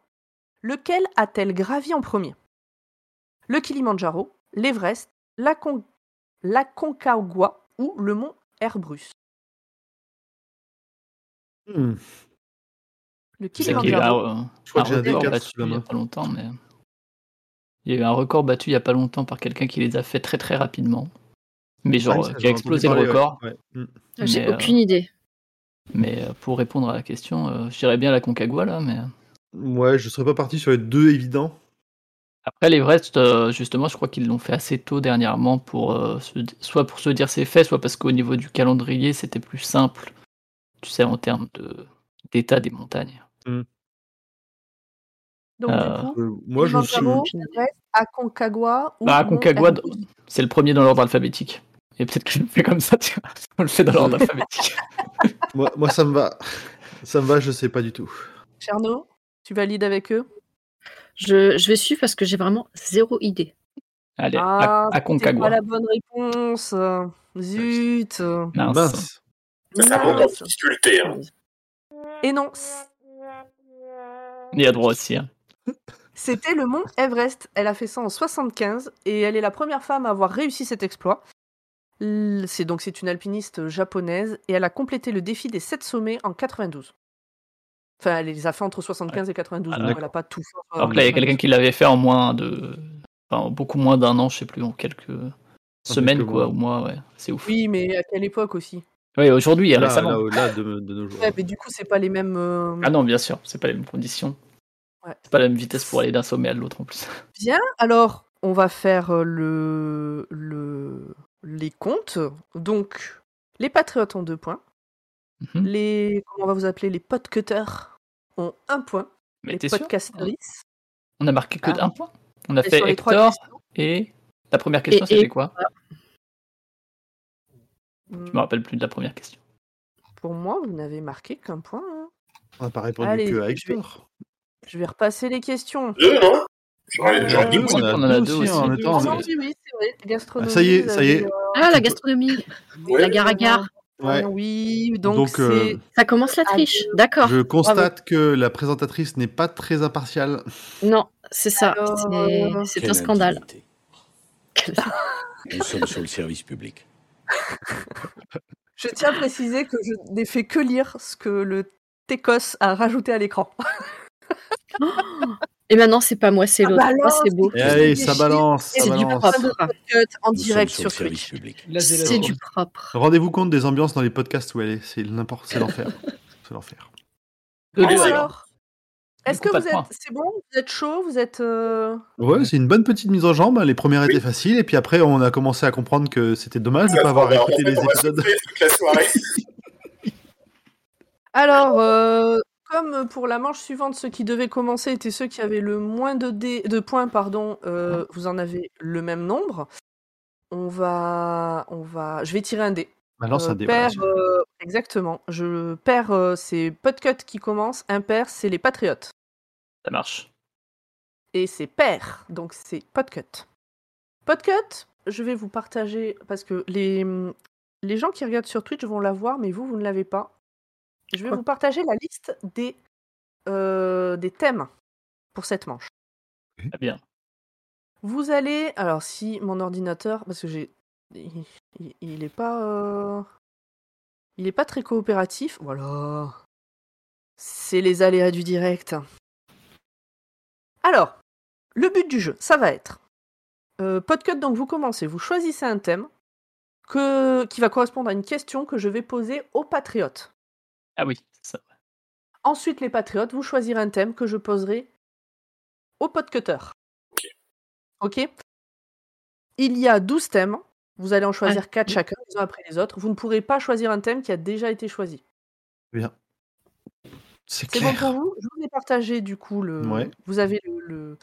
S3: Lequel a-t-elle gravi en premier Le Kilimanjaro, l'Everest, la, Con... la Concagua ou le mont Herbrus
S1: Hmm.
S3: Le
S6: C'est qu'il y a eu
S3: Kilimanjaro.
S6: un,
S1: Je crois
S6: un
S1: que j'ai un
S6: record
S1: D4
S6: battu
S1: sous la
S6: il n'y a
S1: main.
S6: pas longtemps, mais il y a eu un record battu il n'y a pas longtemps par quelqu'un qui les a fait très très rapidement, mais
S1: Ouais,
S6: genre
S1: Ah, ça,
S6: euh, qui
S1: j'en ai entendu
S6: a explosé le
S1: parler, ouais.
S6: record.
S1: Ouais. Hmm.
S4: Ah, j'ai
S6: Mais, euh,
S4: aucune idée.
S6: Mais euh, pour répondre à la question, euh, je dirais bien la Concagua là, mais euh.
S1: Ouais, je serais pas parti sur les deux évidents.
S6: après l'Everest, euh, justement, je crois qu'ils l'ont fait assez tôt dernièrement pour euh, se di- soit pour se dire c'est fait, soit parce qu'au niveau du calendrier c'était plus simple, tu sais, en termes de d'état des montagnes.
S3: Donc,
S6: Euh,
S3: du coup,
S1: Hmm. Euh, moi, je me suis.
S3: Kilimanjaro, l'Everest, Aconcagua ou
S6: Bah,
S3: mont
S6: Aconcagua,
S3: Herbrus
S6: C'est le premier dans l'ordre alphabétique. Et peut-être que je le fais comme ça, tu vois. On le fait dans l'ordre alphabétique.
S1: Moi, moi, ça me va. Ça me va, je sais pas du tout.
S3: Cherno, tu valides avec eux
S4: Je, je vais suivre parce que j'ai vraiment zéro idée.
S6: Allez,
S3: Ah,
S6: à
S3: c'était
S6: Concagua.
S3: pas la bonne réponse. Zut.
S6: Mince.
S1: Mince.
S7: Ça monte en
S3: Mince.
S7: difficulté. hein.
S3: Et non, c-
S6: Et à droite aussi. hein.
S3: c'était le mont Everest. Elle a fait ça en 75 et elle est la première femme à avoir réussi cet exploit. L- C'est donc c'est une alpiniste japonaise et elle a complété le défi des 7 sommets en 92. Enfin, elle les a fait entre 75 et 92.
S6: Ah,
S3: donc
S6: d'accord.
S3: elle a pas tout fait. euh, en
S6: Alors que là, il y a
S3: 92.
S6: quelqu'un qui l'avait fait en moins de. Enfin, en beaucoup moins d'un an, je sais plus, en quelques
S1: Ah,
S6: semaines,
S1: quelques
S6: quoi, ou mois, ouais. C'est ouf. Oui,
S3: Oui, mais à quelle époque aussi
S6: aujourd'hui,
S1: Là,
S6: récemment.
S1: là, là, de, de nos jours. hein.
S3: Ouais, mais du coup, c'est pas les mêmes. euh,
S6: Ah non, bien sûr, c'est pas les mêmes conditions.
S3: Ouais.
S6: C'est pas la même vitesse pour aller d'un sommet à l'autre en plus.
S3: Bien, alors on va faire euh, le, le- les comptes. Donc, les patriotes ont deux points.
S6: Mhm.
S3: Les comment on va vous appeler les podcutters ont un point.
S6: Mais
S3: les
S6: t'es sûr
S3: podcasteristes.
S6: On a marqué que
S3: Ah.
S6: d'un point. On a
S3: Et
S6: fait
S3: sur les trois
S6: Hector
S3: questions,
S6: et. La première question,
S4: Et-
S6: c'était
S4: et-
S6: quoi
S3: hmm,
S6: Je me rappelle plus de la première question.
S3: pour moi, vous n'avez marqué qu'un point. hein.
S1: Ah, On n'a pas répondu
S3: Allez,
S1: que à
S3: je vais-
S1: Hector. hein.
S3: Je vais repasser les questions.
S7: Deux, non J'aurais j'aurais dit
S1: deux,
S7: oui.
S1: on a
S6: On en a
S1: deux
S6: deux
S1: aussi, hein,
S6: aussi.
S1: en même temps,
S3: Ah
S1: mais-
S3: non, oui, oui, c'est vrai, gastronomie,
S1: Ah, ça y est,
S3: vous
S1: ça y est.
S3: avez, euh,
S4: Ah, la gastronomie
S7: Ouais.
S4: La gare à gare
S1: Ouais.
S3: Ah Oui, donc,
S1: Donc, euh,
S3: c'est-
S4: Ça commence la
S3: Ah,
S4: triche, d'accord.
S1: Je constate que la présentatrice n'est pas très impartiale.
S4: Non, c'est ça,
S3: Alors,
S4: c'est-
S3: euh,
S4: c'est
S9: Quelle
S4: un scandale.
S9: indignité. Nous sommes sur le service public.
S3: je tiens à préciser que je n'ai fait que lire ce que le Técos a rajouté à l'écran.
S4: Et maintenant, c'est pas moi, c'est
S3: Ah,
S4: l'autre.
S3: bah
S4: Ah, c'est
S3: alors,
S4: beau.
S1: Et allez,
S3: c'est
S1: Eh ça
S3: du
S1: balance, ça
S4: C'est du
S1: balance.
S4: propre.
S3: Cut en
S9: Nous
S3: direct
S9: sommes
S3: sur
S9: sur le service
S3: Twitch.
S9: public.
S5: Là, c'est la
S4: C'est
S5: zone.
S4: du propre.
S1: Rendez-vous compte des ambiances dans les podcasts où elle est. C'est n'importe, c'est l'enfer. C'est l'enfer.
S6: Deux, deux,
S3: Alors,
S6: alors. Du
S3: est-ce que
S6: coup, pas
S3: vous
S6: de
S3: êtes.
S6: points.
S3: C'est bon Vous êtes chaud Vous êtes. euh,
S1: Ouais, c'est une bonne petite mise en jambe. hein. Les premières
S7: Oui.
S1: étaient faciles, et puis après, on a commencé à comprendre que c'était dommage de
S7: Ça,
S1: Ah, pas avoir
S7: Ah, on va-
S1: écouté
S7: en fait,
S1: les
S7: on va
S1: épisodes.
S7: souffler toute la soirée.
S3: Alors, euh, comme pour la manche suivante, ceux qui devaient commencer étaient ceux qui avaient le moins de, dés- de points, pardon, euh, vous en avez le même nombre. On va. On va... Je vais tirer un dé.
S1: Maintenant, ça
S3: Euh,
S1: dé-
S3: pair,
S1: voilà.
S3: euh, exactement. Je euh, perds, c'est Podcut qui commence. Impair, c'est les Patriotes.
S6: Ça marche.
S3: et c'est pair, donc c'est podcut. Podcut, je vais vous partager parce que les, les gens qui regardent sur Twitch vont la voir, mais vous, vous ne l'avez pas. Je vais
S4: Quoi
S3: vous partager la liste des, euh, des thèmes pour cette manche.
S6: Très Eh bien.
S3: Vous allez. Alors, si mon ordinateur. Parce que j'ai. Il, il- il est pas. euh, Il est pas très coopératif. Voilà. C'est les aléas du direct. Alors, le but du jeu, ça va être. Euh, Podcut, donc vous commencez, vous choisissez un thème que- qui va correspondre à une question que je vais poser aux patriotes.
S6: Ah oui, c'est ça.
S3: Ensuite, les patriotes, vous choisirez un thème que je poserai au podcutter. Ok. Il y a 12 thèmes. Vous allez en choisir 4 chacun, les uns après les autres. Vous ne pourrez pas choisir un thème qui a déjà été choisi.
S1: Bien. C'est
S3: C'est
S1: clair.
S3: bon pour vous Je vous ai partagé du coup le.
S1: Ouais.
S3: Vous avez le. le-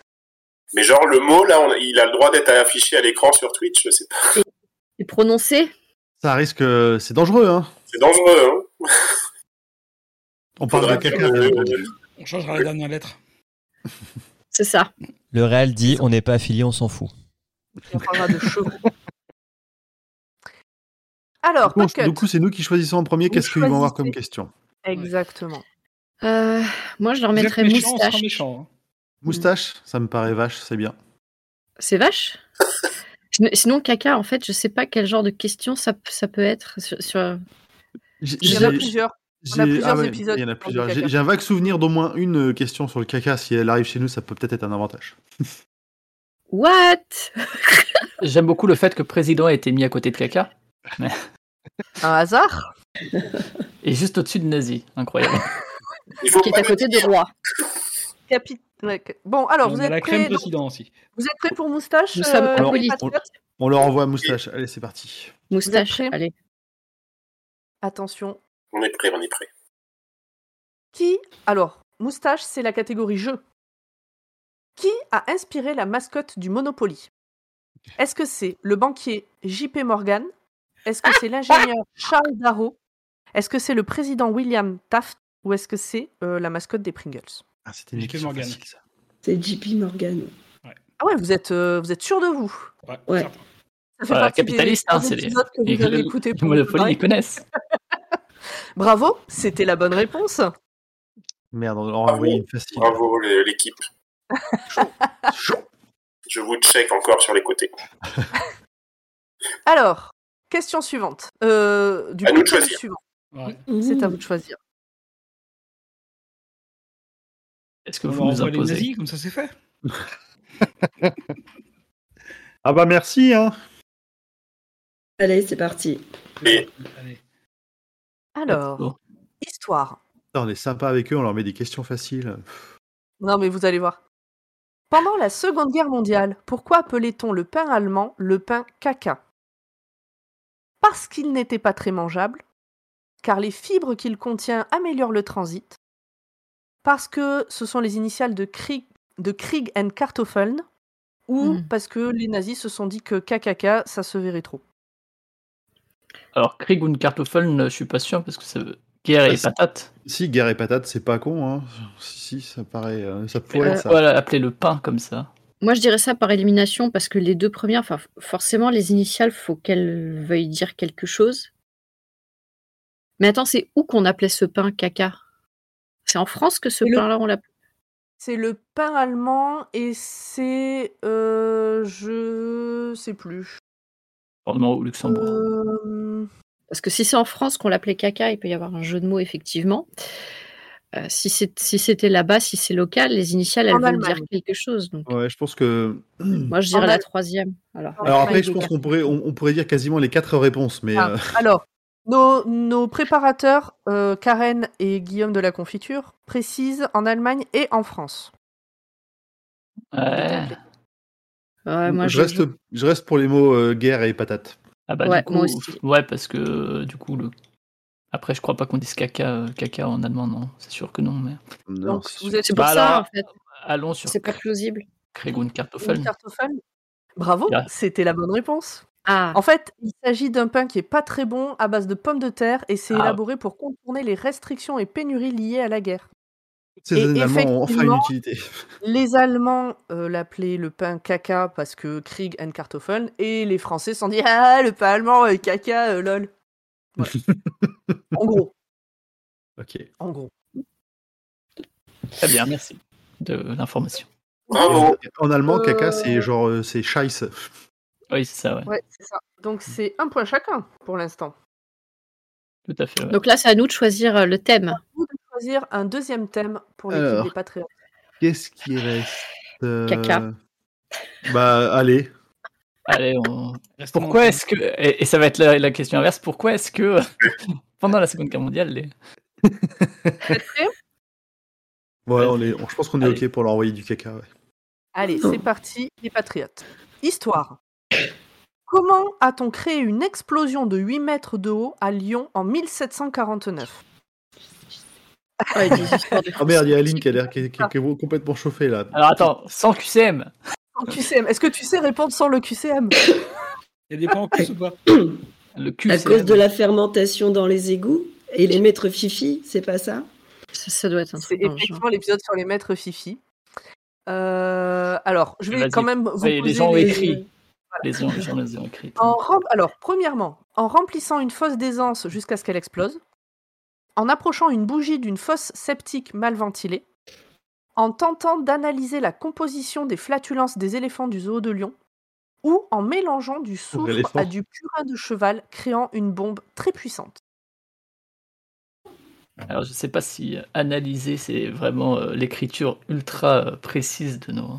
S7: Mais genre, le mot, là, on- il a le droit d'être affiché à l'écran sur Twitch. C'est
S4: Et prononcer
S1: Ça risque. euh, C'est dangereux, hein.
S7: c'est dangereux, hein
S1: On parle de
S7: Faudra
S1: quelqu'un. euh,
S7: que-
S1: qui a entendu.
S5: On changera la dernière lettre.
S4: C'est ça.
S2: Le réel dit on n'est pas affilié, on s'en fout.
S3: On parlera de chevaux. Alors,
S1: Du coup, on-
S3: Podcut.
S1: Du coup, c'est nous qui choisissons en premier.
S3: Vous
S1: Qu'est-ce qu'ils vont avoir comme
S3: choisissez.
S1: question
S3: Exactement.
S4: Euh, moi, je leur
S5: Vous êtes
S4: mettrais
S5: méchants, on sera
S4: moustache.
S5: méchants, hein.
S1: Moustache Ça me paraît vache, c'est bien.
S4: C'est vache. Sinon- Sinon, caca, en fait, je sais pas quel genre de question ça, ça peut être. Sur, sur-
S1: J'ai-
S3: Il y en a
S1: j'ai-
S3: plusieurs.
S1: j'ai-
S3: on a plusieurs
S1: ah ouais,
S3: épisodes
S1: Il y en a
S3: qui parlent
S1: plusieurs.
S3: du
S1: J'ai
S3: caca.
S1: j'ai un vague souvenir d'au moins une euh, question sur le caca. Si elle arrive chez nous, ça peut peut-être être un avantage.
S4: What
S6: J'aime beaucoup le fait que président a été mis à côté de caca
S3: Un hasard
S6: et juste au-dessus de nazi. Incroyable.
S7: Il faut
S4: Qui est
S7: pas
S4: à côté
S7: le dire.
S4: de roi.
S3: Capi- ouais, que- Bon, alors,
S5: Et
S3: vous
S5: on a la
S3: êtes,
S5: crème
S3: prêts...
S5: président aussi.
S3: vous êtes prêts pour moustache euh,
S4: Nous sommes
S3: les
S4: impolis.
S3: patriotes
S1: On leur envoie moustache. Allez, c'est parti.
S4: Moustache.
S3: prêts
S4: Allez.
S3: Attention.
S7: On est prêt, on est prêt.
S3: Qui Alors, moustache, c'est la catégorie jeu. Qui a inspiré la mascotte du Monopoly Est-ce que c'est le banquier JP Morgan Est-ce que c'est l'ingénieur Charles Darrow Est-ce que c'est le président William Taft Ou est-ce que c'est euh, la mascotte des Pringles
S1: Ah, c'était une
S5: JP
S1: question
S5: Morgan.
S1: facile, ça.
S8: C'est JP Morgan.
S3: Ah ouais, vous êtes, euh, vous êtes sûr de vous
S5: Ouais,
S8: Ouais.
S5: certain.
S3: Ça fait
S6: Voilà,
S3: partie des-
S6: capitaliste, hein,
S3: des
S6: c'est les-
S3: épisodes que
S6: les-
S3: vous avez écoutés
S6: Les
S3: pour
S6: monopolies,
S3: préparer.
S6: ils connaissent.
S3: Bravo, c'était la bonne réponse.
S1: Merde, on leur a envoyé une facile.
S7: Bravo, le- l'équipe.
S1: Chaud.
S7: Je vous check encore sur les côtés.
S3: Alors, question suivante. Euh, du
S7: À
S3: coup,
S7: nous de
S3: thème
S7: choisir.
S3: suivant.
S5: Ouais.
S3: C'est à vous de choisir.
S6: Est-ce que
S5: On
S6: vous
S5: leur
S6: nous
S5: envoie les
S6: imposez
S5: nazis, comme ça c'est fait.
S1: Ah bah merci, hein.
S8: Allez, c'est parti.
S7: Et-
S5: Allez.
S3: Alors,
S6: Oh.
S3: histoire.
S1: Putain, On est sympa avec eux, on leur met des questions faciles.
S3: Non, mais vous allez voir. Pendant la Seconde Guerre mondiale, pourquoi appelait-on le pain allemand le pain caca Parce qu'il n'était pas très mangeable, car les fibres qu'il contient améliorent le transit, parce que ce sont les initiales de Krieg, de Krieg and Kartoffeln, ou
S4: Hmm.
S3: parce que les nazis se sont dit que KKK, ça se verrait trop.
S6: Alors, Krieg und Kartoffeln, je suis pas sûr parce que ça veut guerre
S1: Ah,
S6: et
S1: c'est-
S6: patate.
S1: Si, guerre et patate, c'est pas con, hein. Si, si, ça paraît. euh, ça pourrait être ça.
S6: Pourquoi appeler le pain comme ça
S4: Moi, je dirais ça par élimination parce que les deux premières, enfin, f- forcément, les initiales, faut qu'elles veuillent dire quelque chose. Mais attends, c'est où qu'on appelait ce pain caca C'est en France que ce
S3: Et le-
S4: pain-là, on l'appelait.
S3: C'est le pain allemand et c'est. euh, je sais plus.
S6: Probablement au Luxembourg.
S3: Euh,
S4: Parce que si c'est en France qu'on l'appelait caca, il peut y avoir un jeu de mots, effectivement. Euh, si c'est- si c'était là-bas, si c'est local, les initiales, elles
S3: En
S4: veulent
S3: Allemagne.
S4: dire quelque chose. Donc,
S1: Ouais, je pense que.
S4: moi, je dirais
S3: En
S4: la
S3: Al-
S4: troisième. Alors,
S3: En
S1: Alors
S3: Allemagne,
S1: après, je
S3: les
S1: pense
S3: cartes.
S1: qu'on pourrait, on, on pourrait dire quasiment les quatre réponses, mais
S3: Ah.
S1: euh,
S3: Alors, nos, nos préparateurs, euh, Karen et Guillaume de la confiture, précisent en Allemagne et en France.
S6: Ouais.
S4: ouais, moi,
S1: je, reste, je reste pour les mots euh, guerre et patate.
S6: Ah bah,
S4: Ouais,
S6: du coup,
S4: moi aussi.
S6: Ouais, parce que euh, du coup, le... après, je crois pas qu'on dise caca, euh, caca en allemand, non. C'est sûr que non, mais.
S1: Non,
S3: Donc,
S1: c'est
S3: vous
S1: sûr.
S3: êtes
S4: C'est pour
S6: Bah
S4: ça,
S6: alors,
S4: en fait.
S6: Allons sur
S4: C'est pas plausible.
S6: Krieg und
S3: sur
S6: Kartoffeln.
S3: une Kartoffeln. Bravo,
S6: Yeah.
S3: c'était la bonne réponse.
S4: Ah,
S3: En fait, il s'agit d'un pain qui est pas très bon à base de pommes de terre et c'est
S6: Ah.
S3: élaboré pour contourner les restrictions et pénuries liées à la guerre.
S1: Ces
S3: et
S1: années d'allemand ont enfin une
S3: effectivement-
S1: utilité.
S3: Les Allemands euh, l'appelaient le pain caca parce que Krieg and Kartoffeln et les Français s'en dit ah le pain allemand euh, caca euh, lol. Voilà. en gros,
S1: Ok.
S3: en gros.
S6: Très bien, merci de l'information.
S7: Bravo.
S1: En allemand,
S3: Euh,
S1: caca, c'est genre, euh, c'est scheiße.
S6: Oui, c'est ça, Ah ouais.
S3: Ouais, c'est ça. Donc c'est un point chacun pour l'instant.
S6: Tout à fait. ouais.
S4: donc là, c'est à nous de choisir euh, le thème.
S3: choisir un deuxième thème pour l'équipe
S1: Alors.
S3: des Patriotes.
S1: Qu'est-ce qui reste Euh,
S4: Caca.
S1: Bah, allez.
S6: Allez, on-
S5: Restons
S6: pourquoi
S5: ensemble.
S6: est-ce que. Et, et ça va être la, la question inverse. Pourquoi est-ce que pendant la Seconde Guerre mondiale, les.
S3: Vous êtes prêts
S1: Ouais, on est, on- je pense qu'on est
S6: Allez.
S1: OK pour leur envoyer du caca. ouais.
S3: Allez, c'est parti, les Patriotes. Histoire. Comment a-t-on créé une explosion de 8 mètres de haut à Lyon en 1749
S4: Ouais, des histoires de
S1: Ah merde, il y a Aline qui a l'air qui, qui- qui est complètement chauffée là.
S6: Alors Ah, attends, sans QCM
S3: En QCM. Est-ce que tu sais répondre sans le QCM
S5: Il y a des pans en course ou pas
S6: Le
S8: À
S6: QCM.
S8: cause de la fermentation dans les égouts et les maîtres fifi, c'est pas ça
S4: Ça, ça doit être un
S3: C'est
S4: truc. dans le genre.
S3: effectivement l'épisode sur les maîtres Fifi. Euh, alors, je vais
S6: Eh, Vas-y.
S3: quand même vous
S6: Oui,
S3: poser
S6: les gens ont
S3: les-
S6: écrit. Les gens, les gens les ont écrites.
S3: En rem- Alors, premièrement, en remplissant une fosse d'aisance jusqu'à ce qu'elle explose, en approchant une bougie d'une fosse septique mal ventilée, en tentant d'analyser la composition des flatulences des éléphants du zoo de Lyon, ou en mélangeant du soufre
S1: l'éléphant.
S3: à du purin de cheval, créant une bombe très puissante.
S6: Alors, je ne sais pas si euh, analyser, c'est vraiment euh, l'écriture ultra euh, précise de nos...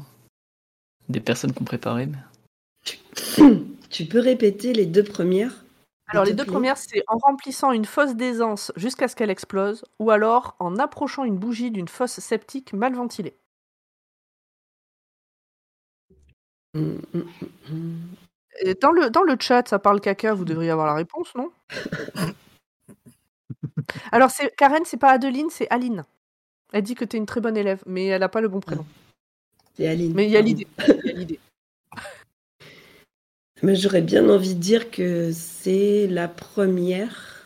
S6: des personnes qu'on préparait. mais-
S8: Tu peux répéter les deux premières
S3: Alors,
S8: S'il
S3: les
S8: te
S3: deux
S8: plaît.
S3: premières, c'est en remplissant une fosse d'aisance jusqu'à ce qu'elle explose, ou alors en approchant une bougie d'une fosse septique mal ventilée.
S8: Mm, mm, mm, mm.
S3: Et dans, le, dans le chat, ça parle caca, vous devriez avoir la réponse, non Alors, c'est Karen, c'est pas Adeline, c'est Aline. Elle dit que t'es une très bonne élève, mais elle n'a pas le bon prénom.
S8: Ah. C'est Aline.
S3: Mais il y a l'idée. il y a l'idée.
S8: Mais j'aurais bien envie de dire que c'est la première.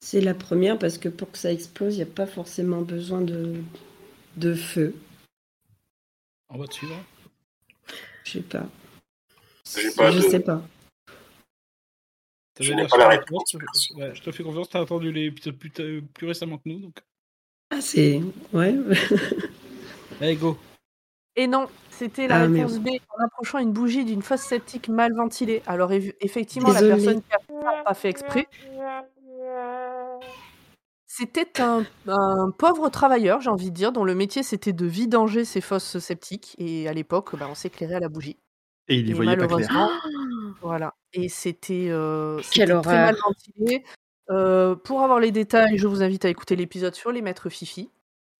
S8: C'est la première parce que pour que ça explose, il n'y a pas forcément besoin de, de feu.
S5: On va te suivre.
S8: Je sais pas.
S7: J'ai pas
S8: je
S7: de-
S8: sais pas.
S5: T'as
S7: Je
S5: donné
S7: n'ai pas la
S5: super
S7: réponse,
S5: réponse. Ouais, je te fais confiance, t'as entendu les épisodes plus, t- euh, plus récemment que nous. Donc...
S8: Ah, c'est. Ouais.
S5: Allez, go.
S3: Et non, c'était la
S8: Ah,
S3: réponse B, en approchant une bougie d'une fosse septique mal ventilée. Alors, eff- effectivement, la
S8: Désolée.
S3: personne qui a fait ça n'a pas fait exprès. C'était un, un pauvre travailleur, j'ai envie de dire, dont le métier c'était de vidanger ses fosses septiques. Et à l'époque, bah, on s'éclairait à la bougie.
S1: Et il y
S3: Et
S1: voyait pas clair.
S6: Ah
S3: malheureusement, voilà. Et c'était euh, c'était
S4: Quelle
S3: très mal
S4: horreur.
S3: ventilé. Euh, pour avoir les détails, je vous invite à écouter l'épisode sur les maîtres Fifi.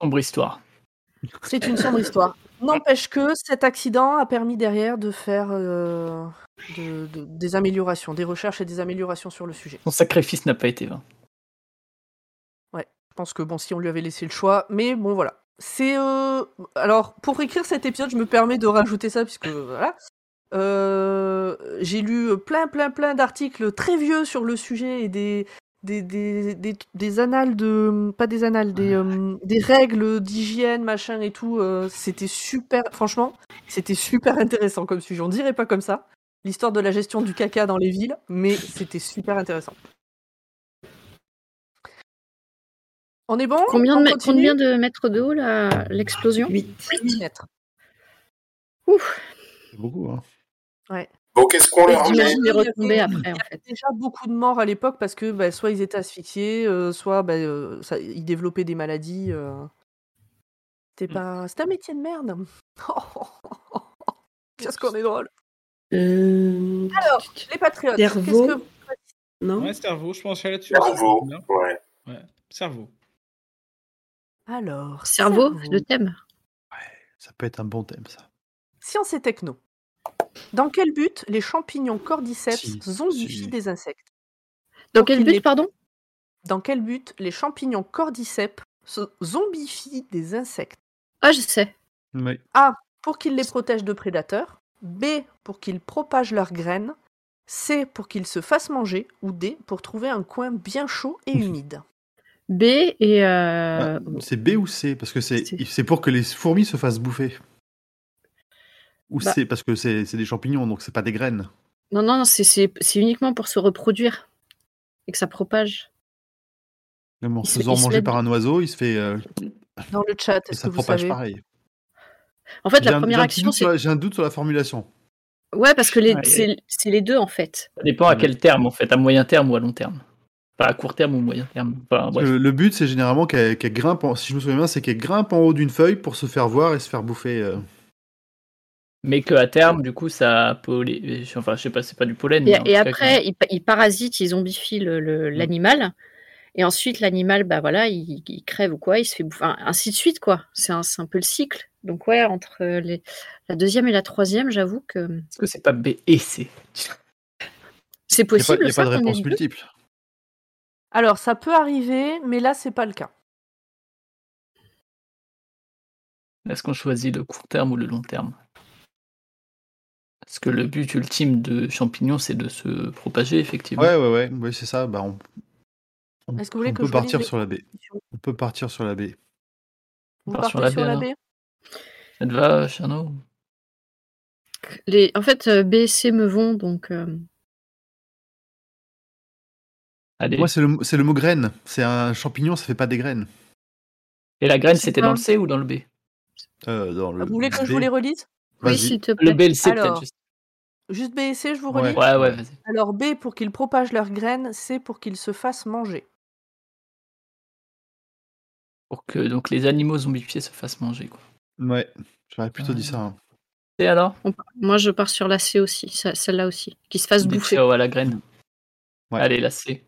S6: Sombre histoire.
S3: C'est une sombre histoire. N'empêche que cet accident a permis derrière de faire euh, de- de- des améliorations, des recherches et des améliorations sur le sujet.
S6: Son sacrifice n'a pas été vain.
S3: Je pense que bon, si on lui avait laissé le choix, mais bon voilà. C'est euh, alors pour écrire cet épisode, je me permets de rajouter ça puisque voilà. Euh, j'ai lu euh, plein plein plein d'articles très vieux sur le sujet et des des, des, des, des annales de pas des annales des, euh, des règles d'hygiène machin et tout euh, c'était super franchement c'était super intéressant comme sujet on dirait pas comme ça l'histoire de la gestion du caca dans les villes mais c'était super intéressant on est bon
S4: Combien,
S3: On
S4: de, ma-
S3: continue
S4: combien de mètres de haut la- l'explosion
S8: 8.
S3: Huit mètres.
S4: Ouf,
S1: C'est beaucoup. Hein.
S7: Bon, qu'est-ce qu'on leur met
S4: j'imagine les retombées après en fait.
S3: déjà beaucoup de morts à l'époque parce que bah, soit ils étaient asphyxiés, euh, soit bah, euh, ça- ils développaient des maladies. euh. C'était
S6: Mm.
S3: pas... C'était Ah, un métier de merde. Qu'est-ce qu'on est drôle.
S8: Euh,
S3: Alors, les patriotes. qu'est-ce
S8: Cerveau.
S3: que-
S8: Non
S5: Ouais, cerveau, je pensais là-dessus.
S7: Cerveau.
S5: Non,
S7: Ouais.
S5: Cerveau.
S3: Alors,
S4: Cerveau, le thème.
S1: Ça peut être un bon thème, ça.
S3: Science et techno. Dans quel but les champignons cordyceps
S1: Si,
S3: zombifient
S1: si.
S3: des insectes
S4: Dans
S3: Faut
S4: quel
S3: qu'il ait-
S4: but, pardon
S3: Dans quel but les champignons cordyceps se zombifient des insectes
S4: Ah, je sais.
S1: Oui.
S3: pour qu'ils les protègent de prédateurs, B pour qu'ils propagent leurs graines, C pour qu'ils se fassent manger, ou D pour trouver un coin bien chaud et humide.
S4: B et. euh,
S1: c'est B ou C Parce que c'est
S4: c'est-
S1: c'est pour que les fourmis se fassent bouffer. Ou
S4: Bah.
S1: c'est parce que c'est c'est des champignons, donc c'est pas des graines.
S4: Non, non, c'est- c'est c'est uniquement pour se reproduire et que ça propage.
S1: Même en
S4: Ils
S1: se
S4: se-
S1: faisant
S4: ils se
S1: manger
S4: mettent-
S1: par un oiseau, il se fait euh,
S3: Dans le chat,
S1: et
S3: est-ce que
S1: ça
S3: vous
S1: propage
S3: savez
S1: pareil.
S4: En fait,
S1: J'ai
S4: la
S1: un-
S4: première
S1: j'ai un petit
S4: action,
S1: doute
S4: c'est.
S1: sur la- J'ai un doute sur la formulation.
S6: Ah,
S4: Ouais, parce que les-
S6: Ouais,
S4: c'est c'est les deux en fait.
S6: Ça dépend à quel terme, en fait, à moyen terme ou à long terme. Enfin, à court terme ou moyen terme. Enfin, bref.
S1: Le, le but, c'est généralement qu'elle qu'elle grimpe, en, si je me souviens bien, c'est qu'elle grimpe en haut d'une feuille pour se faire voir et se faire bouffer. euh.
S6: Mais qu'à terme, du coup, ça pollue. Enfin, je sais pas, c'est pas du pollen.
S4: Et,
S6: mais hein, en
S4: et
S6: tout cas,
S4: après, ils, pa- ils parasitent, ils zombifient le- le- l'animal. Et ensuite, l'animal, bah voilà, il, il crève ou quoi, il se fait bouffer, ainsi de suite, quoi. C'est un, c'est un peu le cycle. Donc, ouais, entre euh, les, la deuxième et la troisième, j'avoue que
S6: Est-ce que c'est pas B et C
S4: c'est
S1: Il n'y a pas,
S4: possible.
S1: il y a pas
S4: ça,
S1: de
S4: qu'on ait
S1: réponse
S4: les deux
S1: multiple.
S3: Alors, ça peut arriver, mais là, c'est pas le cas.
S6: Est-ce qu'on choisit le court terme ou le long terme Parce que le but ultime de champignons, c'est de se propager, effectivement.
S1: Ouais, ouais, ouais, ouais, c'est ça. Bah, on, on-
S3: Est-ce que vous voulez
S1: on
S3: que
S1: peut
S3: je relise
S1: partir
S3: les
S1: sur la baie. On peut partir sur la baie.
S3: Vous
S6: part
S3: partez
S6: sur
S3: sur
S6: la hein. baie, alors.
S3: la, baie
S6: Ça te va, Chano
S4: Les- En fait, euh, B et C me vont, donc. euh,
S6: Allez.
S1: Moi, c'est le, c'est le mot graine. C'est un champignon, ça fait pas des graines.
S6: Et la graine,
S4: c'est
S6: c'était
S4: pas-
S6: dans le C ou dans le B
S1: Euh, dans le
S3: Ah, Vous voulez que je
S1: baie.
S3: vous les relise
S4: Oui,
S1: Vas-y.
S4: s'il te
S6: Le
S4: plaît.
S6: B et le C,
S3: Alors.
S6: peut-être. juste.
S3: Juste B et C, je vous
S1: Ouais.
S3: relis.
S6: Ouais, ouais, vas-y.
S3: Alors B pour qu'ils propagent leurs graines, C pour qu'ils se fassent manger.
S6: Pour que donc, les animaux zombifiés se fassent manger. Quoi.
S1: Ouais, j'aurais plutôt dit ça. hein.
S6: Et alors
S4: On- Moi, je pars sur la C aussi, ça- celle-là aussi, qui se fasse
S6: Des
S4: bouffer.
S6: ciao à la graine.
S1: Ouais.
S6: Allez, la C.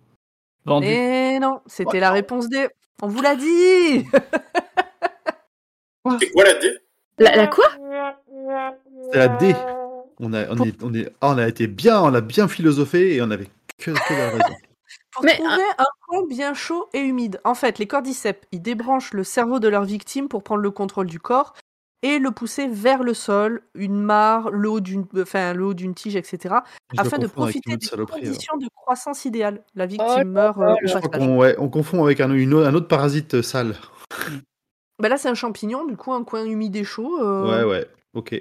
S6: Vendu.
S3: Et Eh non, c'était la réponse D. On vous l'a dit
S7: C'est quoi la D
S4: La, la quoi
S1: C'est la D. On a, on est, on est, ah, on a été bien, on a bien philosophé et on avait que, que la raison.
S3: Pour
S4: Mais,
S3: trouver un coin bien chaud et humide. En fait, les cordyceps, ils débranchent le cerveau de leur victime pour prendre le contrôle du corps et le pousser vers le sol, une mare, le haut d'une enfin, le haut d'une tige, etc.,
S1: Je dois
S3: afin de
S1: confondre avec une
S3: profiter
S1: autre
S3: des
S1: saloperie, alors.
S3: conditions de croissance idéale. La victime
S4: Oh
S8: là
S3: meurt euh,
S8: là.
S3: au
S1: Je crois
S3: passage.
S1: qu'on ouais, on confond avec un, une autre- un autre parasite euh, sale.
S3: Bah là, c'est un champignon, du coup, un coin humide et chaud. euh,
S1: Ouais, ouais, ok.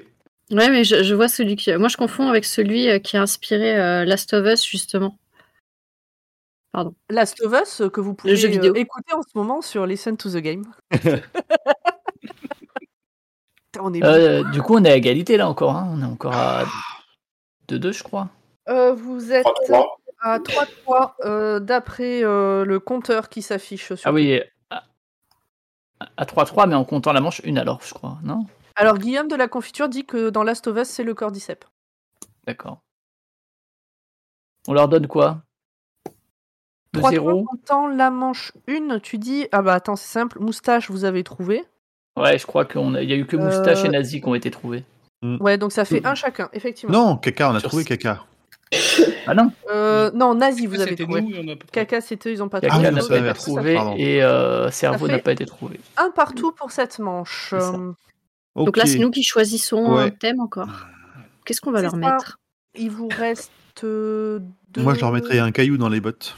S4: Ouais, mais je, je vois celui qui. Moi, je confonds avec celui euh, qui a inspiré euh, Last of Us, justement.
S3: Last of Us euh, que vous pouvez
S4: jeu vidéo.
S3: euh, écouter en ce moment sur Listen to the Game. Putain, on est
S6: Euh, du coup, on est à égalité là encore. hein. On est encore à 2-2, je crois.
S3: Euh, vous êtes
S7: 3-3.
S3: à 3-3 euh, d'après euh, le compteur qui s'affiche sur.
S6: Ah oui, à à 3-3, mais en comptant la manche, une alors, je crois. Non
S3: Alors Guillaume de la confiture dit que dans Last of Us c'est le cordyceps.
S6: D'accord. On leur donne quoi
S3: 3-3
S6: 2-0
S3: comptant la manche 1, tu dis ah bah attends c'est simple, moustache vous avez trouvé.
S6: Ouais, je crois qu'il n'y a eu que Moustache
S3: Euh,
S6: et Nazi qui ont été trouvés.
S3: Ouais donc ça
S6: Mm.
S3: fait un chacun effectivement.
S1: Mm. Non, caca, on a
S6: Sur
S1: trouvé
S6: ce-
S1: caca.
S6: Ah non
S3: Euh, non nazi vous
S5: Ça,
S3: avez
S5: c'était
S3: trouvé.
S5: nous, et on a pas trouvé.
S3: Caca c'était eux ils ont pas
S6: Caca
S1: oui,
S3: trouvé.
S1: non,
S6: n'a
S1: c'est
S6: pas été
S1: l'inverse.
S6: trouvé
S1: Pardon.
S6: et euh, Cerveau n'a
S3: fait-
S6: pas été trouvé.
S4: Euh.
S3: Un partout pour cette manche.
S6: C'est ça.
S3: Euh,
S1: Ok.
S4: Donc là, c'est nous qui choisissons un
S1: Ouais.
S4: thème encore. Qu'est-ce qu'on va
S3: C'est
S4: leur
S3: ça.
S4: mettre
S3: il vous reste euh, deux.
S1: Moi, je leur mettrais un caillou dans les bottes.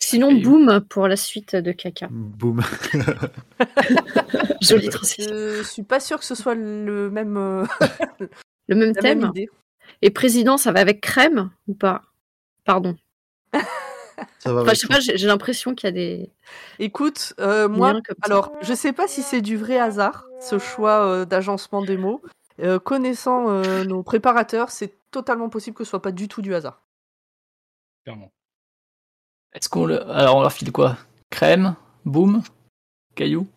S4: Sinon,
S6: Et-
S4: boum pour la suite de Caca.
S1: Boum.
S4: Jolie transition.
S3: Je suis pas sûr que ce soit le même euh,
S4: Le même
S3: la
S4: thème.
S3: même idée.
S4: Et président, ça va avec crème ou pas Pardon.
S1: Ça va.
S4: Enfin,
S1: avec
S4: je sais
S1: tout.
S4: pas, j'ai j'ai l'impression qu'il y a des.
S3: Écoute, euh, moi,
S4: liens comme ça.
S3: alors, je sais pas si c'est du vrai hasard, ce choix euh, d'agencement des mots. Euh, connaissant euh, nos préparateurs, c'est totalement possible que ce soit pas du tout du hasard.
S5: Clairement.
S6: Est-ce qu'on le... Alors, on leur file quoi Crème Boum Caillou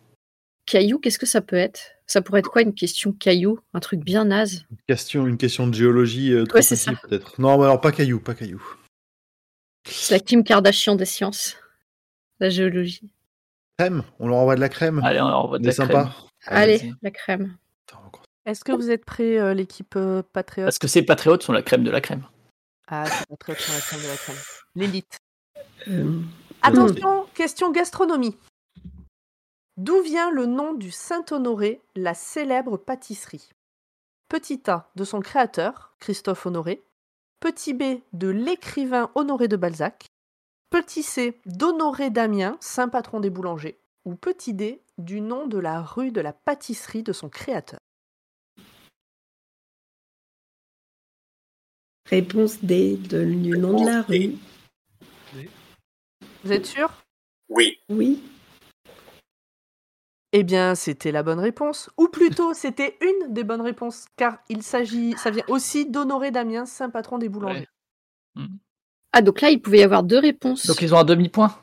S4: Caillou, qu'est-ce que ça peut être Ça pourrait être quoi une question caillou Un truc bien naze
S1: Une question, une question de géologie. euh, trop
S4: Ouais, c'est
S1: facile, Peut-être. Non, mais alors pas caillou, pas caillou.
S4: C'est la Kim Kardashian des sciences. La géologie.
S1: Crème. On leur envoie de la crème.
S6: Allez, on leur envoie de
S1: Des
S6: la crème.
S1: sympas.
S4: Allez,
S6: vas-y.
S4: la crème.
S1: Putain, encore-
S3: Est-ce que vous êtes prêts, euh, l'équipe euh, patriote
S6: Parce que ces patriotes sont la crème de la crème.
S3: Ah, c'est patriote sur la crème de la crème. L'élite.
S8: Euh,
S3: Attention, question gastronomie. D'où vient le nom du Saint-Honoré, la célèbre pâtisserie Petit A de son créateur, Christophe Honoré. Petit B de l'écrivain Honoré de Balzac. Petit C d'Honoré d'Amiens, saint patron des boulangers. Ou petit D du nom de la rue de la pâtisserie de son créateur.
S8: réponse D de- du nom de la rue.
S3: Vous êtes sûr
S7: Oui.
S8: Oui.
S3: Eh bien, c'était la bonne réponse. Ou plutôt, c'était une des bonnes réponses, car il s'agit, ça vient aussi d'honorer Damien, saint patron des boulangers.
S6: Ouais. Mm.
S4: Ah, donc là, il pouvait y avoir deux réponses.
S6: Donc ils ont un demi-point.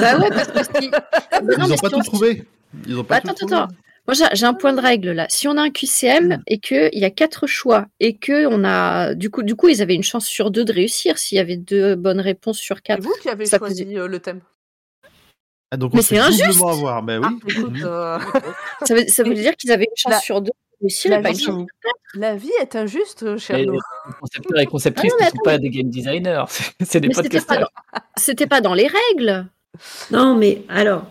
S4: Bah ouais, parce que si- Mais non,
S1: Ils
S4: mais
S1: n'ont
S4: si
S1: pas
S4: on-
S1: tout trouvé. Ils ont pas
S4: Attends,
S1: tout Mmh.
S4: attends, attends. Moi, j'ai- j'ai un point de règle là. Si on a un QCM et qu'il y a quatre choix et que on a. Du coup, du coup, ils avaient une chance sur deux de réussir s'il y avait deux bonnes réponses sur
S3: C'est
S4: quatre.
S3: vous qui avez
S4: Ça
S3: choisi euh, le thème.
S1: Ah, donc
S4: Mais
S1: on se fait
S4: c'est injuste.
S1: doublement avoir. Ben oui.
S3: Ah, écoute, euh,
S4: Ça veut, ça veut dire qu'ils avaient une chance
S3: La-
S4: sur deux de réussir
S3: la
S4: et pas une
S3: vie-
S4: chance.
S3: la vie est injuste, euh, cher
S6: Mais-
S3: Arnaud.
S6: Les concepteurs et conceptrices
S4: mais
S6: ne sont pas des game designers. C'est des
S4: Mais c'était pas,
S6: podcasters.
S4: dans- c'était pas dans les règles.
S8: Non, mais alors,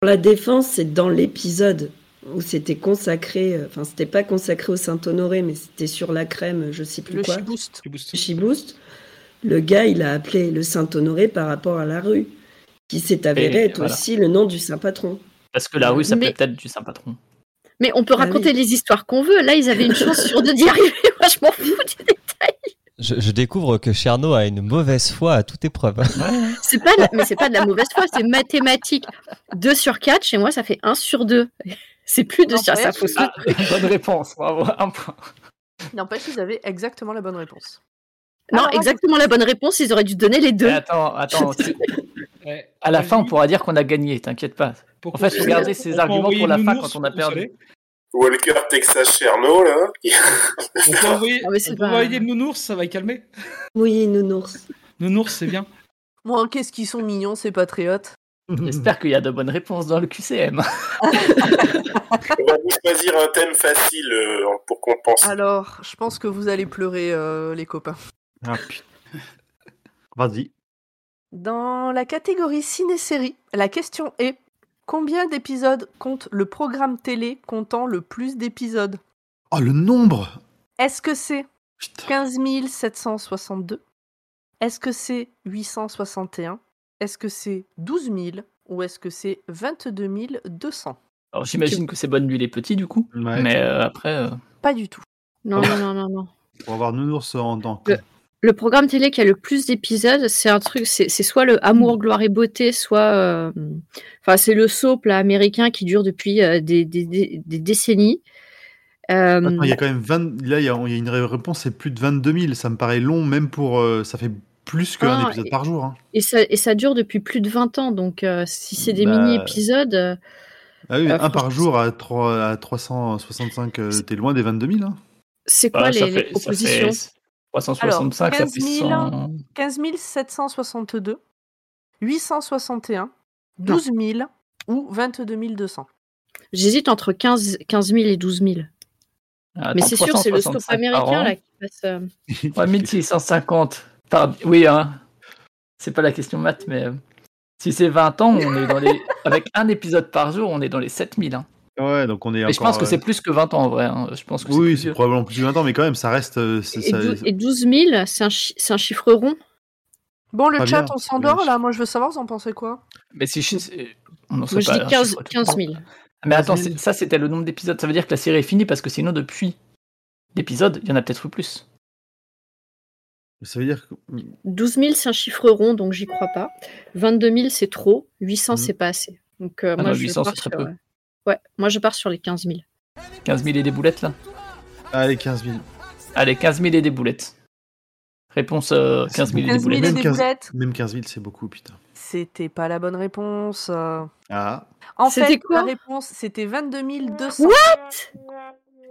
S8: pour la défense, c'est dans l'épisode où c'était consacré, euh, enfin, c'était pas consacré au Saint-Honoré, mais c'était sur la crème, euh, je sais plus
S3: Le
S8: quoi,
S3: chibouste.
S5: Tu boostes.
S8: le Chibouste. Le gars, il a appelé le Saint-Honoré par rapport à la rue, qui s'est avéré
S6: Et
S8: être
S6: voilà.
S8: aussi le nom du saint patron.
S6: Parce que la rue, ça
S4: Mais-
S6: peut être du saint patron.
S4: Mais on peut
S8: Ah oui.
S4: raconter les histoires qu'on veut. Là, ils avaient une chance sur deux d'y arriver. Moi, je m'en fous. du dé-
S2: Je, je découvre que Cherno a une mauvaise foi à toute épreuve.
S4: C'est pas, de la- mais c'est pas de la mauvaise foi, c'est mathématique. 2 sur 4, chez moi, ça fait 1 sur 2. C'est plus 2 sur ça.
S3: N'empêche-
S4: Faut se-
S6: Ah, bonne réponse.
S1: hein.
S6: Bravo, un point.
S3: N'empêche, ils avaient exactement la bonne réponse.
S4: Non,
S3: Alors,
S4: exactement la bonne réponse, ils auraient dû donner
S6: Mais
S4: les
S1: Ah.
S4: deux.
S6: attends, attends. si-
S5: Ouais.
S6: À la
S5: Vas-y,
S6: fin, on pourra dire qu'on a gagné, t'inquiète pas.
S5: pour
S6: En fait,
S5: continuer,
S6: regardez ces
S5: on peut
S6: arguments
S5: envoyer
S6: pour la fin
S5: Nounours
S6: quand on a
S5: pour
S6: perdu.
S5: consoler.
S7: Walker, Texas, Cherno, là.
S5: On peut envoyer,
S4: Ah, mais c'est
S5: on peut
S4: pas-
S5: envoyer le nounours, ça va calmer.
S8: Oui, nounours.
S5: Nounours, c'est bien.
S3: Bon, qu'est-ce qu'ils sont mignons, ces patriotes.
S6: J'espère qu'il y a de bonnes réponses dans le QCM.
S7: On va vous choisir un thème facile euh, pour qu'on pense.
S3: Alors, je pense que vous allez pleurer, euh, les copains.
S1: Ah, putain. Vas-y.
S3: Dans la catégorie ciné-série, la question est combien d'épisodes compte le programme télé comptant le plus d'épisodes
S1: Oh, le nombre
S3: Est-ce que c'est
S1: Putain.
S3: 15 762 Est-ce que c'est 861 Est-ce que c'est 12 000 Ou est-ce que c'est 22 200
S6: Alors j'imagine que c'est bonne nuit les petits du coup.
S1: Ouais,
S6: Mais euh, après, euh,
S3: Pas du tout.
S4: Non, non, non, non, non.
S1: Pour avoir Nounours en dents.
S4: Le- Le programme télé qui a le plus d'épisodes, c'est un truc, c'est c'est soit le Amour, Gloire et Beauté, soit. euh, Enfin, c'est le soap là, américain qui dure depuis euh, des, des- des- des décennies. Euh,
S1: Attends, il y a quand même 20... Là, il y, a il y a une réponse, c'est plus de 22 000. Ça me paraît long, même pour... euh, ça fait plus qu'un
S4: Ah,
S1: épisode
S4: et-
S1: par jour. hein.
S4: et, ça, et ça dure depuis plus de 20 ans, donc euh, si c'est des
S1: Bah,
S4: mini-épisodes. euh,
S1: Ah oui,
S4: Euh,
S1: un par
S4: franchement,
S1: jour à, trois- à 365, euh,
S4: C'est-
S1: t'es loin des 22 000. Hein.
S4: C'est quoi
S6: bah,
S4: les,
S6: ça
S4: les
S6: fait- ça
S4: propositions
S6: fait 365,
S3: Alors,
S6: ça fait
S3: 15 000.
S6: 100.
S3: 15 762 861 12 000 ou 22 200
S4: J'hésite entre 15, 15 000 et 12 000.
S6: Attends,
S4: Mais c'est sûr, c'est le stop
S6: 365 par
S4: américain
S6: an.
S4: là qui passe. euh,
S6: Ouais, 1650. Par- Oui, hein. c'est pas la question maths, mais euh, si c'est 20 ans, on est dans les... avec un épisode par jour, on est dans les 7000. Hein.
S1: Ouais, donc on est
S6: Mais je pense que
S1: euh,
S6: c'est plus que 20 ans en vrai. hein. Je pense que c'est
S1: Oui,
S6: plus
S1: c'est
S6: vieux.
S1: probablement plus de 20 ans, mais quand même, ça reste... euh, c'est-
S4: Et,
S1: ça-
S4: dou- et 12 000, c'est un, chi- c'est un chiffre rond.
S3: Bon, le
S6: Ah,
S1: Pas
S3: chat,
S1: bien,
S3: on
S1: parce que
S3: s'endort
S1: je-
S3: là. Moi, je veux savoir, vous en pensez quoi
S6: Mais si je... on en
S4: Moi,
S6: sait
S4: je
S6: pas,
S4: dis
S6: hein,
S4: 15,
S6: je sais pas.
S4: 15 000.
S6: Mais attends,
S1: 15 000.
S6: c'est- ça c'était le nombre d'épisodes. Ça veut dire que la série est finie parce que sinon, depuis l'épisode, il y en a peut-être eu plus.
S1: ça veut dire que...
S4: 12 000, c'est un chiffre rond, donc j'y crois pas. 22 000, c'est trop. 800,
S1: Mhm.
S4: c'est pas assez. Donc
S6: Mm.
S4: euh,
S6: Ah
S4: moi,
S6: non,
S4: je
S6: 800,
S4: pars
S6: c'est très
S4: sur,
S6: peu.
S4: euh, Ouais, moi, je pars sur les 15 000.
S6: 15 000 et des boulettes là
S1: Allez, 15 000.
S6: Allez, 15 000 et des boulettes. Réponse euh, 15 000 et des
S3: 15 000 et
S6: boulettes.
S3: des
S1: 15
S3: boulettes
S1: Même 15 000, c'est beaucoup, putain.
S3: C'était pas la bonne réponse. euh.
S1: Ah,
S3: En
S4: C'était
S3: fait,
S4: quoi
S3: la réponse, c'était 22 200.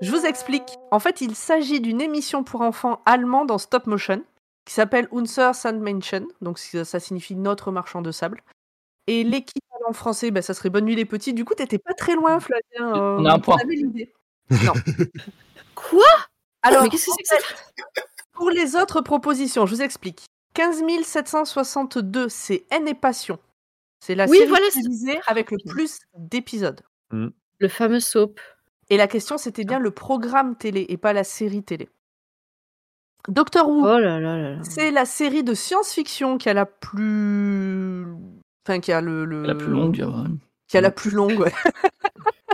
S3: Je vous explique. En fait, il s'agit d'une émission pour enfants allemande en stop motion qui s'appelle Unser Sandmännchen, donc ça ça signifie notre marchand de sable. Et
S4: Mmh.
S3: l'équivalent français, bah, ça serait Bonne Nuit les Petits. Du coup, t'étais pas très
S4: Mmh.
S3: loin, Flavien. euh,
S6: On a un point.
S3: t'avais l'idée. Non.
S4: Quoi
S3: Alors,
S4: Mais qu'est-ce que c'est que ça
S3: pour les autres propositions, je vous explique. 15 762, c'est Haine et Passion. C'est la
S4: Oui,
S3: série
S4: voilà, c'est- Mmh.
S3: télévisée avec le plus d'épisodes.
S1: Mm.
S4: Le fameux soap. Ah.
S3: Et la question, c'était bien le programme télé et pas la série télé. Doctor
S4: Oh
S3: Who,
S4: là là là là.
S3: c'est la série de science-fiction qui a la plus... Enfin, qui a le... le-
S6: La plus longue. euh,
S3: Qui a la plus longue, ouais.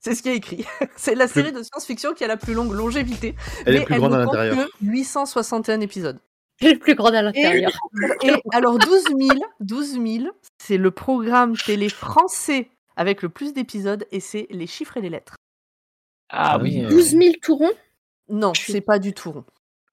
S3: C'est ce qui est écrit. C'est la série de science-fiction qui a la plus longue longévité.
S1: elle
S3: mais
S1: est plus grande
S3: ne
S1: à
S3: compte
S1: l'intérieur.
S3: que 861 épisodes.
S4: C'est le plus grand à l'intérieur.
S3: Et alors 12 000, 12 000, c'est le programme télé français avec le plus d'épisodes et c'est les chiffres et les lettres.
S6: Ah
S1: Ah
S6: oui.
S1: oui.
S6: euh,
S4: 12 000 tout rond
S3: Non,
S4: Je suis-
S3: c'est pas du tout rond.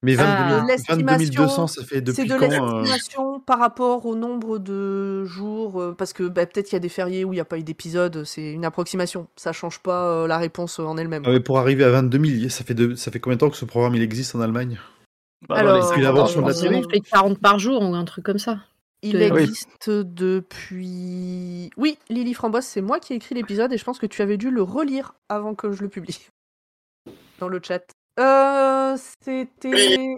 S1: Mais 22,
S3: Ah.
S1: 22 200,
S3: L'estimation,
S1: ça fait
S3: C'est
S1: depuis
S3: de
S1: quand euh,
S3: l'estimation par rapport au nombre de jours, euh, parce que bah, peut-être il y a des fériés où il n'y a pas eu d'épisode, c'est une approximation. Ça change pas euh, la réponse en elle-même.
S1: Ah ouais, Pour arriver à 22 000, ça fait, de- ça fait combien de temps que ce programme il existe en Allemagne
S6: Bah,
S3: Alors,
S6: dans les
S1: Depuis l'invention de la
S4: On en
S1: télé
S4: fait 40 par jour ou un truc comme ça.
S3: Il
S4: Ah
S6: oui.
S3: existe depuis. Oui, Lily Framboise, c'est moi qui ai écrit l'épisode et je pense que tu avais dû le relire avant que je le publie. Dans le chat. Euh, c'était.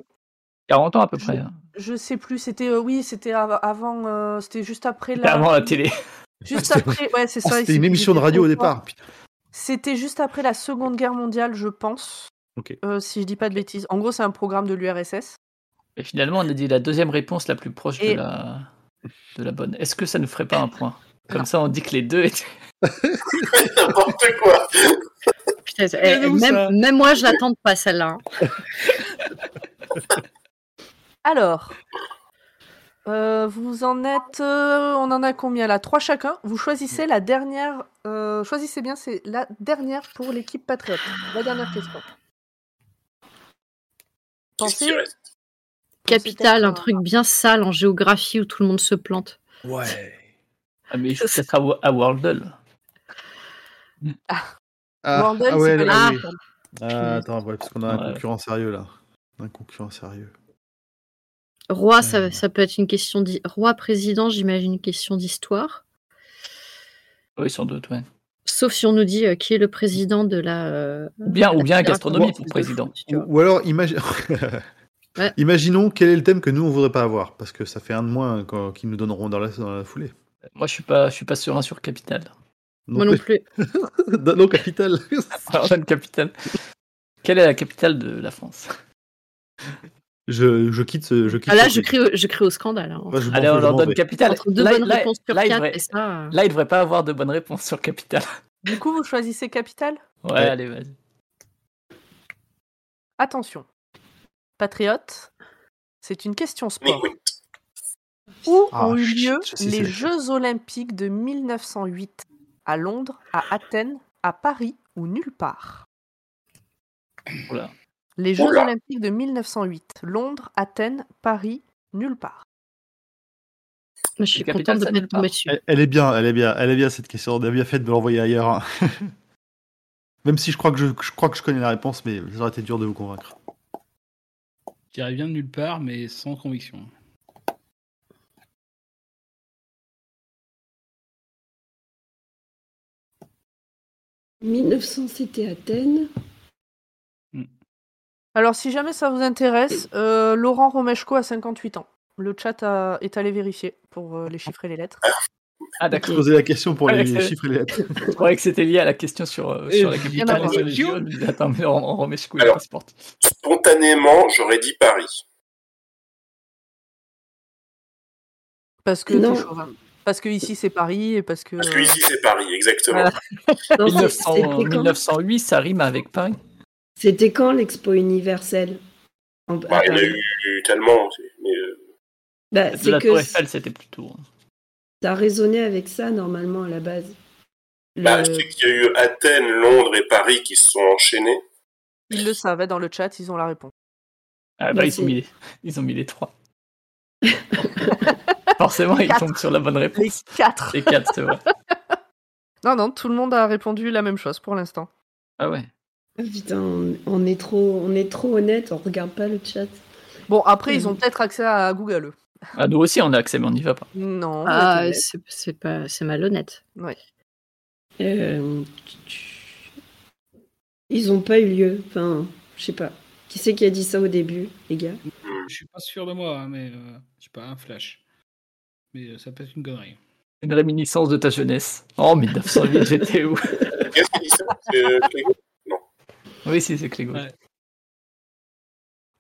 S6: 40 ans à peu près. hein.
S3: Je sais plus, c'était. euh, oui, c'était av- avant. euh, c'était juste après la.
S6: Avant la télé.
S3: Juste
S1: C'était-
S3: après. Ouais, c'est
S1: Ah,
S3: ça.
S1: C'était une émission de radio au départ. putain.
S3: C'était juste après la Seconde Guerre mondiale, je pense.
S1: Ok.
S3: Euh, si je dis pas de bêtises. En gros, c'est un programme de l'URSS.
S6: Et finalement, on a dit la deuxième réponse la plus proche
S3: Et-
S6: de, la... de la bonne. Est-ce que ça ne ferait pas un point Comme ça, on dit que les deux étaient.
S7: N'importe quoi.
S4: Putain,
S5: Mais
S4: eh,
S5: nous, ça.
S4: même, même moi, je l'attends pas celle-là. hein.
S3: Alors, euh, vous en êtes, euh, on en a combien là Trois chacun. Vous choisissez la dernière. euh, choisissez bien, c'est la dernière pour l'équipe patriote. La dernière question.
S7: Qu'est-ce
S3: Pensez,
S7: qui reste
S4: Capital, un truc bien sale en géographie où tout le monde se plante.
S6: Ah, mais je peut-être à, Wo- à Worldle.
S1: Ah,
S3: Wordle,
S1: ah ouais,
S3: c'est pas
S1: là,
S3: les-
S1: oui. Ah, attends, ouais, parce qu'on a un
S6: Ouais.
S1: concurrent sérieux là. Un concurrent sérieux.
S4: Roi, ça,
S1: Euh.
S4: ça peut être une question d'hi- Roi président, j'imagine une question d'histoire.
S6: Oui, sans doute, ouais.
S4: Sauf si on nous dit euh, qui est le président de la. euh,
S6: Ou bien, ou
S4: la
S6: bien
S4: Fédération
S6: gastronomie
S4: française
S6: pour
S4: de
S6: président.
S4: foot, tu
S1: Ou,
S4: vois.
S1: ou alors, imagi-
S4: Ouais.
S1: imaginons quel est le thème que nous on voudrait pas avoir, parce que ça fait un de moins hein, quand- qu'ils nous donneront dans la, dans la foulée.
S6: Moi, je suis pas, je suis pas serein sur Capital.
S4: Moi non plus.
S1: Donnons capital.
S6: Alors, on a une capitale. Quelle est la capitale de la France
S1: je, je quitte ce. Je quitte
S4: Ah là,
S1: ce-
S4: je crie, au- je crie au scandale. hein.
S1: Ouais, je m'en
S6: Allez,
S1: fous,
S6: on
S1: je
S6: leur
S1: m'en
S6: donne
S1: vais.
S6: capitale.
S4: Entre deux
S6: Là,
S4: bonnes
S6: là-
S4: réponses sur
S6: là, il
S4: quatre,
S6: devrait-
S4: et ça. euh,
S6: Là, il devrait pas avoir de bonnes réponses sur Capital.
S3: Du coup, vous choisissez capital.
S6: Ouais,
S1: Ouais.
S6: allez, vas-y.
S3: Attention, patriote. C'est une question
S7: Mais
S3: sport.
S7: oui.
S3: Où
S1: Ah,
S3: ont eu
S1: shit,
S3: lieu
S1: je sais, c'est
S3: les
S1: laquelle.
S3: Jeux Olympiques de 1908 À Londres, à Athènes, à Paris ou nulle part
S6: Oula.
S3: Les Jeux
S7: Oula.
S3: Olympiques de 1908, Londres, Athènes, Paris, nulle part.
S4: moi, je suis
S6: Le capital,
S4: contente de
S6: ça
S4: ne
S6: n'est
S4: pas
S6: pas.
S4: tomber dessus.
S1: Elle, elle est bien, elle est bien, elle est bien cette question. On a bien fait de me l'envoyer ailleurs. hein. Même si je crois que je, je crois que je connais la réponse, mais ça aurait été dur de vous convaincre.
S5: Je dirais bien de nulle part, mais sans conviction.
S8: En 1900, c'était Athènes.
S3: Alors, si jamais ça vous intéresse, euh, Laurent Romeshko a 58 ans. Le chat a- est allé vérifier pour euh, les chiffres et les lettres.
S6: Ah,
S1: Je
S6: d'accord.
S1: posais la question pour les,
S6: Ouais, c'est-
S1: chiffres et les lettres.
S6: Je croyais que c'était lié à la question sur, euh,
S5: Eh,
S6: sur la
S5: vous
S3: en a
S6: capitale.
S3: pas.
S6: et sur les JO. Je me disais, Attends, mais on, on remet ce coup, il est
S7: Alors.
S6: pas sportif.
S7: Spontanément, j'aurais dit Paris.
S3: Parce que,
S8: Non.
S3: t'es chauvin. parce que ici c'est Paris et parce que.
S7: Parce
S3: euh,
S7: que ici, c'est Paris, exactement.
S3: Voilà.
S8: Non, c'est-
S6: 1900,
S8: c'était quand
S6: 1908, ça rime avec Paris.
S8: C'était quand l'expo universelle En-
S7: Bah, il y en a
S8: Attends.
S7: eu tellement. c'est- Mais, euh,
S8: Bah,
S6: De
S8: c'est
S6: la
S8: que
S6: Tour Eiffel, c'était hein. plutôt.
S8: ça résonnait avec ça normalement à la base. Le-
S7: bah, je sais qu'il y a eu Athènes, Londres et Paris qui se sont enchaînés.
S3: Ils le savaient dans le chat, ils ont la réponse.
S6: Ah, bah,
S8: Mais
S6: ils, ont
S8: c'est-
S6: mis les... ils ont mis les trois. Forcément, ils
S3: Quatre.
S6: tombent sur la bonne
S3: Les
S6: réponse.
S3: quatre
S6: Les quatre, c'est vrai.
S3: Non, non, tout le monde a répondu la même chose pour l'instant.
S6: Ah ouais.
S8: Ah, putain, on, on est trop, on est trop honnête, on regarde pas le chat.
S3: Bon, après, ils ont
S8: Mhm.
S3: peut-être accès à Google. eux.
S6: Ah, nous aussi, on a accès, mais on n'y va pas.
S3: Non.
S4: Ah,
S3: vous êtes
S4: c'est c'est pas, c'est malhonnête.
S8: Euh, tu- tu- Ils ont pas eu lieu. Enfin, je sais pas. Qui c'est qui a dit ça au début, les gars
S7: Hmm.
S5: Je suis pas sûr de moi, hein, mais euh, je sais pas, un flash. Mais euh, ça peut être une connerie.
S6: Une réminiscence de ta jeunesse. Oh, 1908, j'étais où
S7: Qu'est-ce qu'ils disent euh, Clégo
S6: Oui, si, c'est Clégo.
S5: Ouais.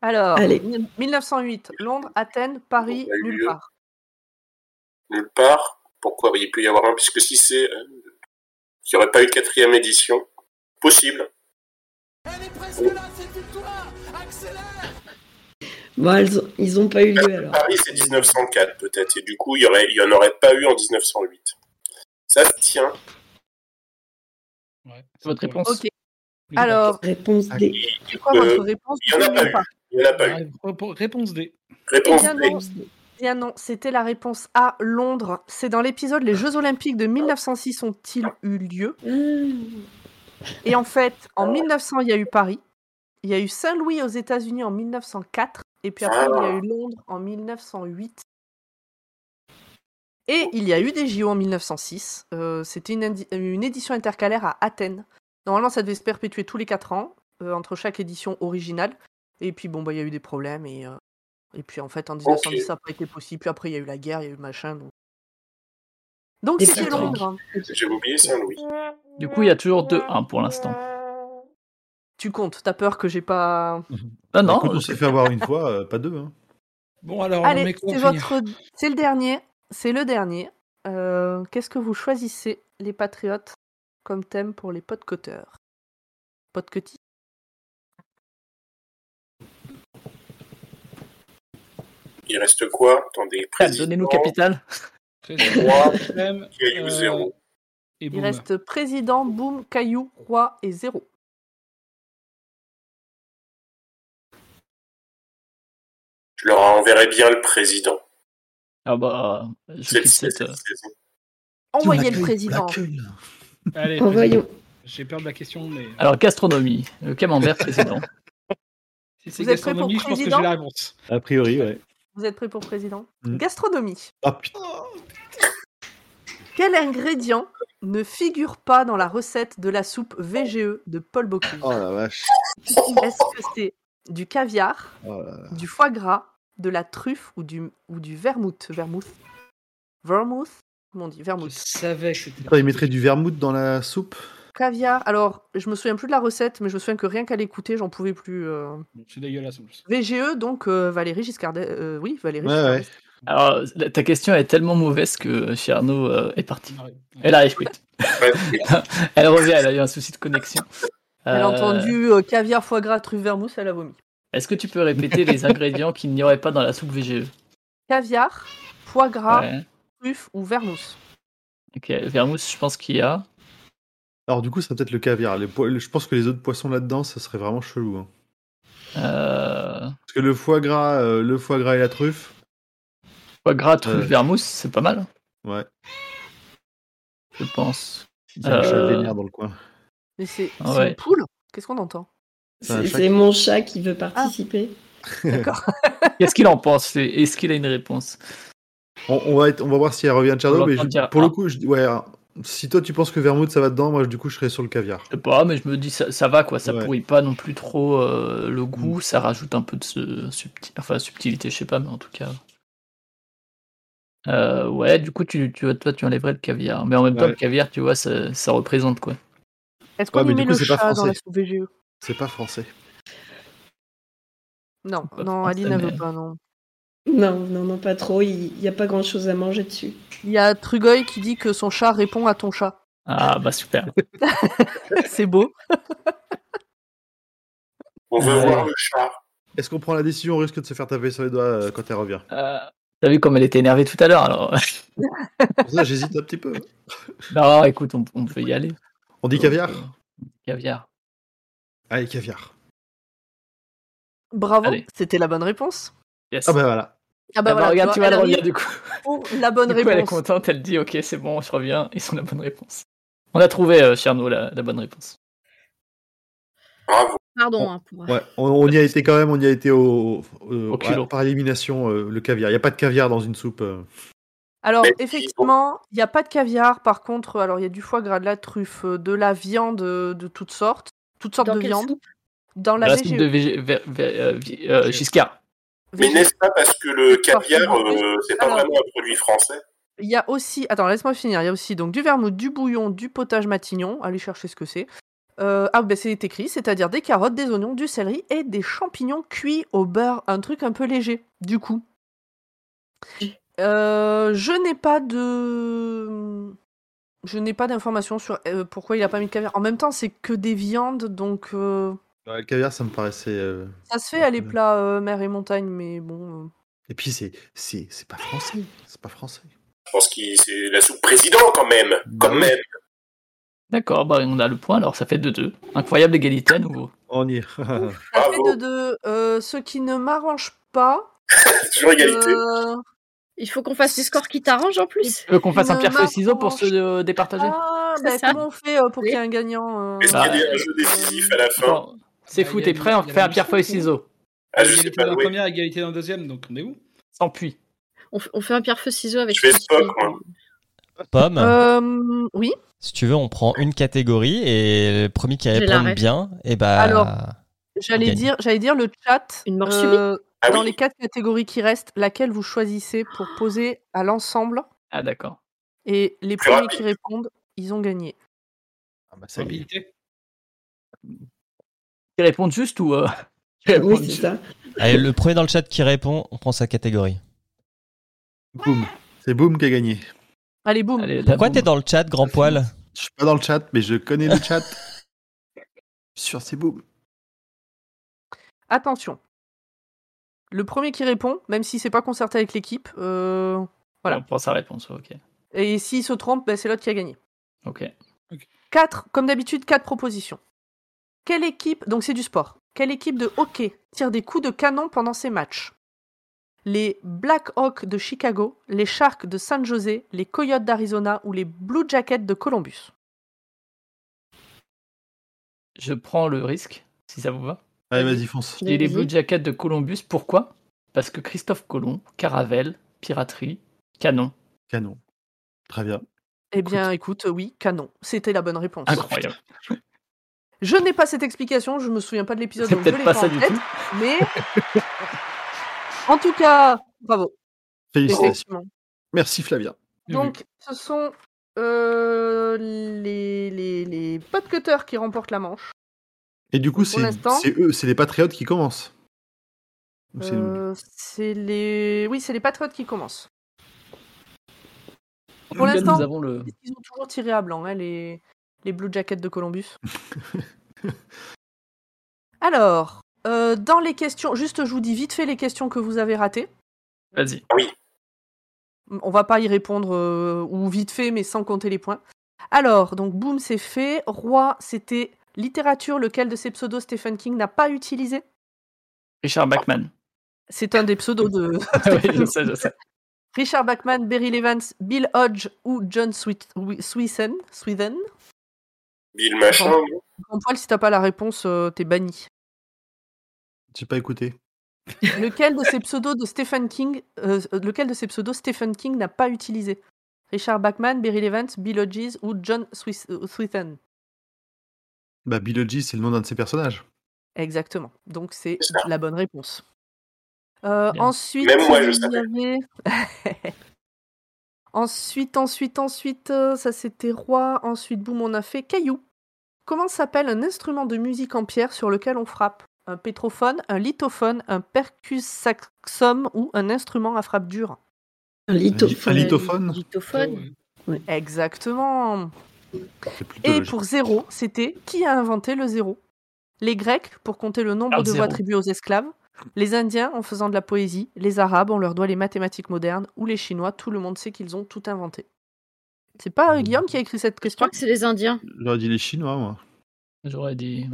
S3: Alors,
S8: Allez.
S3: 1908, Londres, Athènes, Paris,
S7: On a eu
S3: nulle
S7: lieu.
S3: part.
S7: Nulle part. Pourquoi il peut y avoir un Puisque si c'est. euh, qu'il n'y aurait pas eu de quatrième édition. Possible.
S8: Bon, elles ont- ils ont pas eu lieu alors.
S7: Paris, c'est 1904, peut-être. Et du coup, il n'y aurait... il y en aurait pas eu en 1908. Ça se tient.
S5: Ouais, ça
S6: Votre
S5: pourrait-
S6: réponse
S3: Ok.
S5: Oui,
S3: Alors,
S8: Réponse D.
S3: c'est quoi
S7: Euh,
S3: votre réponse
S7: il y en a
S3: Nulle
S7: pas eu.
S3: part.
S7: Il Il n'y en a pas eu.
S5: Rép- Réponse D.
S7: Réponse
S3: Eh bien,
S7: D.
S3: non. Bien non, c'était la réponse A, Londres. C'est dans l'épisode Les Jeux Olympiques de 1906 ont-ils eu lieu Et en fait, en 1900, il y a eu Paris. Il y a eu Saint-Louis aux États-Unis en 1904. Et puis après, il y a eu Londres en 1908. Et il y a eu des JO en 1906. Euh, C'était une, indi- une édition intercalaire à Athènes. Normalement, ça devait se perpétuer tous les 4 ans, euh, entre chaque édition originale. Et puis, bon, bah, il y a eu des problèmes. Et, euh, et puis, en fait, en 1910,
S7: Ok.
S3: ça n'a pas été possible. Puis après, il y a eu la guerre, il y a eu le machin. Donc, donc
S4: Des
S3: c'est
S4: petits trucs.
S3: Londres.
S7: J'avais oublié Saint-Louis.
S6: Du coup, il y a toujours 2-1 pour l'instant.
S3: Tu comptes, t'as peur que j'ai pas.
S6: Ah non,
S1: Écoute, on s'est fait avoir une fois, euh, pas deux. Hein.
S5: Bon, alors, on met
S3: Allez,
S5: quoi
S3: c'est
S5: pour
S3: votre, c'est le dernier, c'est le dernier. Euh, Qu'est-ce que vous choisissez, les patriotes, comme thème pour les podcoteurs Podcotis
S7: Il reste quoi dans des
S6: Capitale,
S7: présidents
S6: donnez-nous Capital.
S5: finir
S7: Trois.
S5: Crème,
S7: qui a eu
S5: euh,
S7: zéro.
S5: Et
S3: Il
S5: boum.
S3: reste président, boum, caillou, roi et zéro.
S7: Je leur enverrai bien le président.
S6: Ah bah, euh, je
S7: C'est
S6: quitte cette. euh,
S3: Envoyez le président.
S5: Allez,
S4: Oh,
S5: vas-y.
S4: voyons.
S5: J'ai peur de la question, mais.
S6: Alors, gastronomie, le camembert président.
S5: Si c'est
S3: Vous êtes prêts pour
S5: gastronomie, je pense que j'ai
S3: président
S5: la réponse.
S1: A priori, ouais.
S3: Vous êtes prêts pour président
S1: Mm.
S3: Gastronomie.
S1: Ah putain,
S3: Quel ingrédient ne figure pas dans la recette de la soupe VGE de Paul Bocuse
S1: oh la vache.
S3: Est-ce que c'est du caviar,
S1: Oh là là.
S3: du foie gras, de la truffe ou du, ou du vermouth Vermouth Vermouth Comment on dit
S5: Je
S3: Vermouth.
S5: savais que c'était.
S1: Attends, il mettrait du vermouth dans la soupe
S3: Caviar. Alors, je me souviens plus de la recette, mais je me souviens que rien qu'à l'écouter, j'en pouvais plus. euh.
S5: C'est dégueulasse en plus.
S3: VGE, donc euh, Valérie Giscard d'A- euh, oui, Valérie
S1: Ouais,
S3: Giscard
S1: ouais.
S3: d'Estaing.
S6: Alors, la- ta question est tellement mauvaise que chez Arnaud euh, est parti.
S5: Ouais.
S6: Elle arrive plus.
S7: Ouais.
S6: Elle revient, elle a eu un souci de connexion.
S3: Elle a
S6: Euh,
S3: entendu euh, caviar, foie gras, truffe, vermouth, elle a vomi.
S6: Est-ce que tu peux répéter les ingrédients qu'il n'y aurait pas dans la soupe E VGE
S3: Caviar, foie gras,
S6: Ouais.
S3: truffe ou vermouth.
S6: Ok, vermouth, je pense qu'il y a.
S1: Alors du coup, ça peut-être le caviar. Les po- Je pense que les autres poissons là-dedans, ça serait vraiment chelou. hein.
S6: Euh...
S1: Parce que le foie gras, euh, le foie gras et la truffe. Euh,
S6: Foie gras, truffe,
S1: Ouais.
S6: vermouth, c'est pas mal,
S1: Ouais.
S6: je pense.
S1: Il y a un
S6: Euh,
S1: chat vénère dans le coin.
S3: Mais c'est c'est
S6: Ouais.
S3: une poule Qu'est-ce qu'on entend Ah.
S1: C'est un
S8: C'est
S1: chat
S8: c'est mon chat qui veut participer.
S3: D'accord.
S6: Qu'est-ce qu'il en pense lui Est-ce qu'il a une réponse
S1: On, on va être- on va voir si elle revient de Chardo,
S6: On
S1: mais
S6: l'entend
S1: je-
S6: dire,
S1: pour
S6: ah.
S1: le coup, je, ouais, alors, si toi tu penses que vermouth ça va dedans, moi du coup je serais sur le caviar.
S6: Je sais pas, mais je me dis ça, ça va quoi, ça
S1: Ouais. Mm.
S6: pourrit pas non plus trop euh, le goût, ça rajoute un peu de ce subtil, enfin subtilité, je sais pas, mais en tout cas. Euh, ouais, du coup tu, tu toi tu enlèverais le caviar, mais en même temps
S1: Ouais.
S6: le caviar tu vois ça, ça représente quoi.
S3: Est-ce
S1: Ouais,
S3: qu'on
S1: mais
S3: y
S1: du
S3: met
S1: coup,
S3: le
S1: c'est pas
S3: chat dans la
S1: français.
S3: soupe VGE
S1: C'est pas français.
S3: Non,
S6: Pas
S3: non,
S6: français,
S3: Aline ne veut
S6: mais-
S3: pas, non.
S8: Non, non, non, pas trop. Il n'y a pas grand chose à manger dessus.
S3: Il y a Trugoy qui dit que son chat répond à ton chat.
S6: Ah bah super.
S3: C'est beau.
S7: On veut
S6: Ouais.
S7: voir le char.
S1: Est-ce qu'on prend la décision au risque de se faire taper sur les doigts euh, quand elle revient
S6: Euh, T'as vu comme elle était énervée tout à l'heure alors.
S1: Pour ça, j'hésite un petit peu.
S6: non Bah, écoute on, on peut y aller.
S1: On dit caviar
S6: Caviar.
S1: Allez, caviar.
S3: Bravo,
S6: Allez.
S3: c'était la bonne réponse.
S6: Yes.
S1: Ah bah voilà.
S3: Ah
S6: Ah bah, regarde tu vois
S3: elle
S6: elle revient
S3: arrive
S6: du coup.
S3: pour la bonne
S6: Du coup, elle est
S3: réponse.
S6: contente, elle dit ok c'est bon je reviens et c'est la bonne réponse. On a trouvé euh, Cherno la, la bonne réponse.
S7: Bravo.
S4: Pardon hein, pour.
S1: Ouais, on, on y a été quand même, on y a été au, euh,
S6: Au culot.
S1: ouais, par élimination euh, le caviar. Il y a pas de caviar dans une soupe. euh.
S3: alors,
S7: Mais-
S3: effectivement, il n'y a pas de caviar. Par contre, alors il y a du foie gras, de la truffe, euh, de la viande euh, de toutes sortes. Toutes sortes
S4: Dans
S3: de
S4: quelle
S3: viandes.
S4: soupe
S3: Dans la,
S6: la
S3: VGE.
S6: soupe de VG, ver- ver- euh, vi- euh, Giscard.
S7: Mais
S3: VGE.
S7: n'est-ce pas parce que le caviar, euh, c'est pas
S3: Alors.
S7: vraiment un produit français
S3: Il y a aussi, attends, laisse-moi finir. Il y a aussi donc du vermouth, du bouillon, du potage matignon. Allez chercher ce que c'est. Euh, ah, ben c'est écrit, c'est-à-dire des carottes, des oignons, du céleri et des champignons cuits au beurre, un truc un peu léger, du coup. Euh, je n'ai pas de, je n'ai pas d'informations sur euh, pourquoi il a pas mis de caviar. En même temps, c'est que des viandes, donc euh,
S1: Ouais, le caviar, ça me paraissait. euh,
S3: ça se fait à les plats euh, mer et montagne, mais bon. euh,
S1: Et puis c'est c'est c'est pas français. C'est pas français.
S7: Je pense que c'est la soupe président quand même. Quand
S1: oui.
S7: même.
S6: D'accord, bah, on a le point alors, ça fait 2-2. Incroyable égalité à nouveau.
S1: On y est.
S3: Ça fait
S7: Bravo.
S3: de deux. Euh, ce qui ne m'arrange pas.
S7: Toujours égalité.
S3: euh,
S4: Il faut qu'on fasse des scores qui t'arrangent en plus.
S6: Tu veux qu'on fasse un
S3: Ne
S6: pierre feuille ciseaux pour se
S3: m'arrange
S6: euh, départager
S3: ah,
S4: C'est
S3: bah,
S4: ça.
S3: comment on fait euh, pour
S4: Oui.
S3: qu'il y ait un gagnant euh,
S7: Est-ce
S6: Ah,
S7: qu'il y a des- un jeu décisif à la fin
S6: Bon, C'est
S5: Bah,
S6: fou,
S5: y a
S6: t'es
S5: le-
S6: prêt On
S5: y a le
S6: fait un
S5: même
S6: pierre feuille
S5: score,
S6: ciseaux.
S7: Ah, je sais
S5: Égalité
S7: pas,
S5: dans la
S7: oui.
S5: première, égalité dans la deuxième, donc on est où
S6: Sans puits.
S4: On, f- on fait un pierre-feu-ciseau avec.
S7: Je fais
S4: celui qui-
S7: Spock, moi.
S2: Pomme,
S3: Euh, Oui.
S2: si tu veux, on prend une catégorie et le premier qui
S4: Je
S2: répond
S4: l'arrête.
S2: bien, et bah.
S3: Alors, J'allais
S2: Gagne.
S3: dire, j'allais dire le chat.
S4: Une mort
S3: euh,
S7: Ah
S3: dans
S7: oui.
S3: les quatre catégories qui restent, laquelle vous choisissez pour poser à l'ensemble
S6: Ah, d'accord.
S3: et les
S7: Plus
S3: premiers
S7: rapide.
S3: qui répondent, ils ont gagné.
S1: Ah bah, ça y est.
S5: Rapidité.
S6: Ils répondent juste ou. euh, ils
S8: Oui,
S6: répondent
S8: c'est
S6: juste
S8: ça.
S2: Allez, le premier dans le chat qui répond, on prend sa catégorie.
S1: Boum. C'est Boom qui a gagné.
S3: Allez, boum.
S6: Allez, la
S2: Pourquoi
S6: bombe.
S2: t'es dans le chat, grand poil
S1: Je suis pas dans le chat, mais je connais le chat. Je suis sûr, c'est Boom.
S3: Attention. Le premier qui répond, même si c'est pas concerté avec l'équipe, euh, voilà.
S6: On prend sa réponse, ok.
S3: et s'il se trompe, ben, c'est l'autre qui a gagné.
S6: Ok.
S3: Quatre, comme d'habitude, quatre propositions. Quelle équipe, donc c'est du sport, quelle équipe de hockey tire des coups de canon pendant ses matchs Les Black Hawks de Chicago, les Sharks de San José, les Coyotes d'Arizona ou les Blue Jackets de Columbus
S6: Je prends le risque, si ça vous va.
S1: Allez, vas-y, fonce.
S6: Et les
S4: Vas-y.
S6: Blue Jackets de Columbus, pourquoi Parce que Christophe Colomb, Caravelle, piraterie, canon.
S1: Canon. Très bien.
S3: Eh bien, écoute, oui, canon. C'était la bonne réponse.
S6: Incroyable.
S3: Je n'ai pas cette explication, je me souviens pas de l'épisode,
S6: C'est
S3: donc je l'ai
S6: peut-être pas
S3: pas en
S6: ça du
S3: tête,
S6: tout.
S3: mais... en tout cas, bravo.
S1: Félicitations.
S3: Effectivement.
S1: Merci Flavia.
S5: Bien vu.
S3: Donc, ce sont euh, les, les, les podcutters qui remportent la manche.
S1: Et du coup, c'est
S3: l'instant-
S1: c'est eux, c'est les patriotes qui commencent. Ou c'est nous
S3: Euh, C'est les... Oui, c'est les patriotes qui commencent. Pour
S6: Là,
S3: l'instant,
S6: nous avons le.
S3: ils ont toujours tiré à blanc, hein, les, les Blue Jackets de Columbus. Alors, euh, dans les questions, juste je vous dis vite fait les questions que vous avez ratées.
S6: Vas-y.
S7: Ah
S3: On va pas y répondre euh, ou vite fait, mais sans compter les points. Alors, donc boum, c'est fait. Roi, c'était littérature, lequel de ses pseudos Stephen King n'a pas utilisé
S6: Richard Bachman.
S3: C'est un des pseudos de
S6: oui, je sais, je sais.
S3: Richard Bachman, Berry Levance, Bill Hodge ou John Sweet- Wi- Swithen. Swithen.
S7: Bill Machin.
S3: Bon.
S7: non
S3: En poil, si t'as pas la réponse, euh, t'es banni.
S1: J'ai pas écouté.
S3: Lequel de ces pseudos de Stephen King, euh, lequel de ces pseudos Stephen King n'a pas utilisé Richard Bachman, Berry Levance, Bill Hodges ou John Swis- euh, Swithen.
S1: Bah, Biology, c'est le nom d'un de ses personnages.
S3: Exactement. Donc c'est
S7: C'est ça.
S3: la bonne réponse. Euh,
S6: Bien.
S3: ensuite,
S7: Même moi, je
S3: il y
S7: savais.
S3: avait- ensuite, ensuite, ensuite, euh, ça c'était roi. Ensuite, boum, on a fait caillou. Comment s'appelle un instrument de musique en pierre sur lequel on frappe Un pétrophone, un lithophone, un percussaxum ou un instrument à frappe dure
S8: Un lithophone.
S1: Un lithophone
S4: Lithophone.
S3: Exactement.
S1: C'est plutôt
S3: Et
S1: logique.
S3: pour zéro, c'était qui a inventé le zéro Les Grecs, pour compter le nombre
S6: Ah,
S3: de voix
S6: zéro.
S3: attribuées aux esclaves, les Indiens, en faisant de la poésie, les Arabes, on leur doit les mathématiques modernes, ou les Chinois, tout le monde sait qu'ils ont tout inventé. C'est pas euh, Guillaume qui a écrit cette
S4: Je
S3: question
S4: crois que c'est les Indiens.
S1: J'aurais dit les Chinois, moi.
S6: J'aurais dit.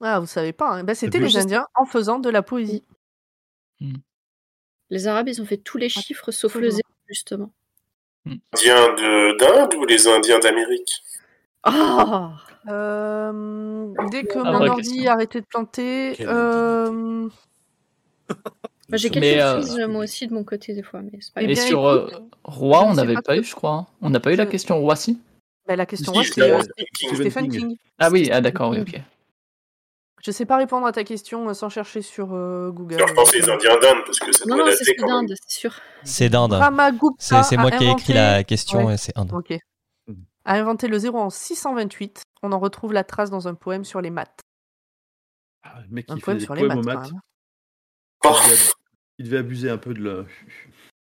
S3: Ah, vous savez pas, hein. Ben, c'était
S1: plus
S3: les
S1: juste-
S3: Indiens en faisant de la poésie.
S4: Hmm. Les Arabes, ils ont fait tous les chiffres sauf le
S3: Absolument.
S4: zéro, justement.
S7: Indiens de- d'Inde ou les Indiens d'Amérique
S4: Oh
S3: Ah Euh, dès que
S6: Ah,
S3: mon
S6: vraie
S3: ordi
S6: question.
S3: a arrêté de planter,
S9: Quelle
S3: euh,
S4: Moi, J'ai
S6: Mais,
S4: quelques
S6: euh,
S4: frises, euh, moi aussi, de mon côté, des fois. Mais c'est pas
S3: Eh
S6: Et
S4: grave.
S3: bien,
S6: sur euh, Roi,
S3: je
S6: on
S3: ne sais
S6: n'avait
S3: pas
S6: pas,
S3: ce
S6: eu,
S3: que-
S6: je crois. hein. On n'a pas eu la
S3: Je-
S6: question Roi, si
S3: ben, la question,
S1: Si,
S3: ouais,
S1: si,
S3: c'est euh,
S1: Stephen King.
S3: Stephen King.
S6: Ah oui, ah d'accord, oui, ok.
S3: Je sais pas répondre à ta question euh, sans chercher sur euh, Google.
S7: Je pense les Indiens d'Inde, parce que ça
S4: Non,
S7: doit
S4: non, c'est
S7: dater
S4: ceux
S7: quand même.
S4: d'Inde, c'est sûr.
S2: C'est dinde.
S3: Brahmagupta
S2: C'est c'est moi
S3: a
S2: qui ai écrit
S3: inventé-
S2: la question
S3: Ouais.
S2: et c'est inde.
S3: Ok. A inventé le zéro en 628. On en retrouve la trace dans un poème sur les maths.
S1: Ah, le mec,
S3: Un
S1: il fait
S3: poème
S1: des
S3: sur les
S1: poèmes
S3: maths,
S1: aux
S3: quand
S1: maths.
S7: Bon.
S3: même.
S1: Il devait- Il devait abuser un peu de la.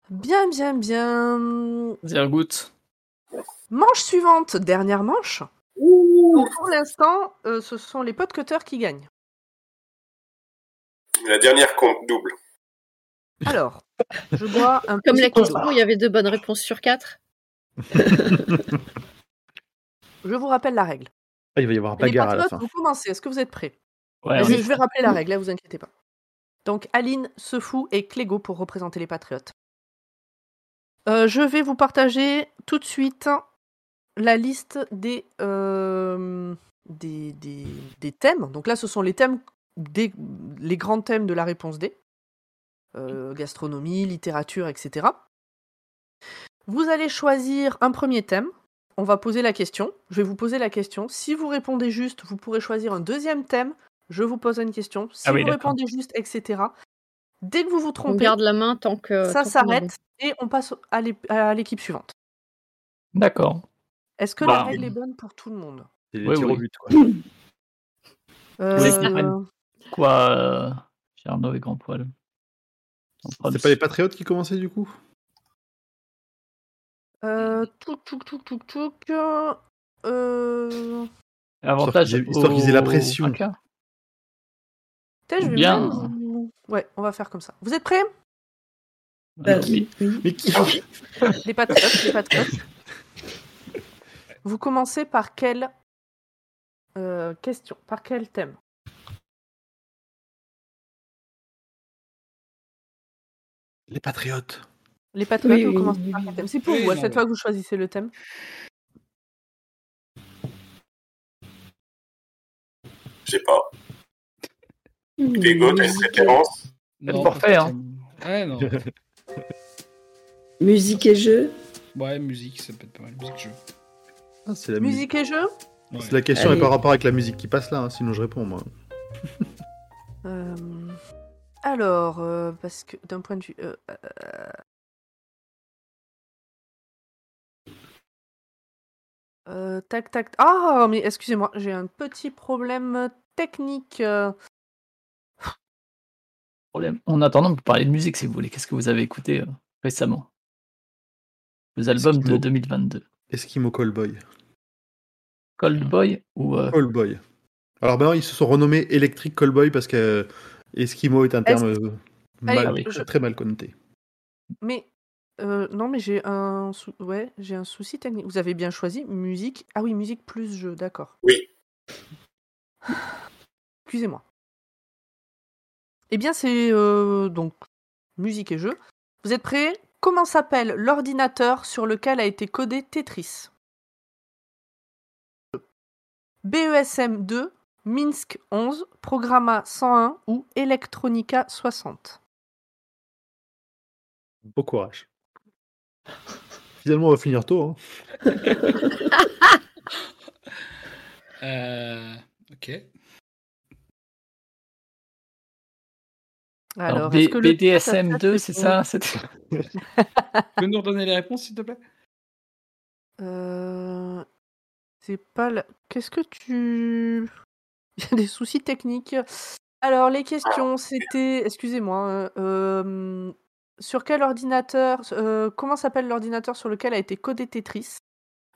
S3: Bien, bien, bien.
S6: Zergout.
S3: Manche suivante, dernière manche. Donc, pour l'instant, euh, ce sont les podcutters qui gagnent.
S7: La dernière compte double.
S3: Alors, je bois un
S4: Comme
S3: petit
S4: la
S3: coup
S4: question, il y avait deux bonnes réponses sur quatre.
S3: Je vous rappelle la règle.
S1: Ah, il va y avoir
S3: Les
S1: bagarre à la
S3: patriotes,
S1: fin.
S3: vous commencez. Est-ce que vous êtes prêts
S6: Ouais, on
S3: je,
S6: est-
S3: je vais rappeler la règle, là, vous inquiétez pas. Donc Aline, Sefou et Clégo pour représenter les Patriotes. Euh, je vais vous partager tout de suite la liste des, euh, des, des, des thèmes. Donc là, ce sont les thèmes des, les grands thèmes de la réponse D. Euh, gastronomie, littérature, etc. Vous allez choisir un premier thème. On va poser la question. Je vais vous poser la question. Si vous répondez juste, vous pourrez choisir un deuxième thème. Je vous pose une question. Si
S6: Ah oui,
S3: vous
S6: d'accord.
S3: répondez juste, etc. Dès que vous vous
S4: On
S3: trompez,
S4: garde la main tant que.
S3: ça
S4: tant qu'on avance.
S3: s'arrête et on passe à l'é- à l'équipe suivante.
S6: D'accord.
S3: Est-ce que la
S6: Bah,
S3: règle
S6: oui.
S3: est bonne pour tout le monde
S1: C'est les
S6: Oui,
S1: tirs au
S6: oui.
S1: but, quoi.
S6: c'est
S3: Euh,
S6: Carmen. Quoi, euh... Arnaud et Grand Poil On parle-
S1: C'est pas les Patriotes qui commençaient du coup
S5: Mmh.
S3: euh, touc, touc, touc, touc, touc, euh, euh,
S1: Histoire
S6: Avantage
S1: qu'ils aient- histoire qu'ils aient la pression.
S6: vainqueur.
S3: putain, je vais
S6: Bien.
S3: même vous- Ouais, on va faire comme ça. Vous êtes prêts
S8: Bah
S6: Alors,
S8: oui.
S1: Mais qui
S7: Ah
S3: Les patriotes, les patriotes. Vous commencez par quelle euh, question Par quel thème
S1: Les Patriotes.
S3: Les patriotes,
S8: Oui,
S3: vous
S8: oui,
S3: commencez
S8: oui,
S3: par
S8: oui.
S3: quel thème C'est pour
S5: Oui,
S3: vous, à
S5: non,
S3: chaque
S5: mais-
S3: fois que vous choisissez le thème.
S7: Je sais pas. Lego, t'as une préférence
S6: Peut-être forfait,
S5: parce que ça- Ah Ouais, non.
S8: Musique et jeu.
S5: Ouais, musique, ça peut être pas mal. Musique, jeu.
S1: Ah, c'est la musique.
S3: Musique et jeu
S5: Ouais.
S1: C'est La question est
S8: Allez.
S1: par rapport avec la musique qui passe là, hein, sinon je réponds moi.
S3: Euh, Alors, euh, parce que d'un point de vue. euh, euh, euh, tac, tac. Ah, mais excusez-moi, j'ai un petit problème technique. euh.
S6: problème. En attendant, on peut parler de musique si vous voulez. Qu'est-ce que vous avez écouté euh, récemment Les albums de
S1: Eskimo.
S6: 2022.
S1: Eskimo Callboy.
S6: Cold Boy ou euh,
S1: Callboy. Alors maintenant ils se sont renommés Electric Callboy parce que euh, Eskimo est un terme euh, mal-
S6: Allez,
S3: je-
S1: très mal connoté.
S3: Mais. euh, non, mais j'ai un, sou- ouais, j'ai un souci technique. Vous avez bien choisi musique. Ah oui, musique plus jeu, d'accord.
S7: Oui.
S3: Excusez-moi. Eh bien, c'est euh, donc musique et jeu. Vous êtes prêts Comment s'appelle l'ordinateur sur lequel a été codé Tetris E BESM 2, Minsk 11, Programma 101 ou Electronica 60
S1: Bon courage. Finalement on va finir tôt. hein.
S5: Euh, ok.
S6: alors,
S3: est-ce
S6: B-
S3: que le
S6: BDSM
S3: chat a
S6: 2,
S3: fait
S6: c'est
S3: son-
S6: ça c'était-
S5: Tu peux nous redonner les réponses, s'il te plaît
S3: Euh, C'est pas la- Qu'est-ce que tu. Il y a des soucis techniques. Alors, les
S8: Ah.
S3: questions, c'était. Excusez-moi. hein, euh, Sur quel ordinateur. euh, Comment s'appelle l'ordinateur sur lequel a été codé Tetris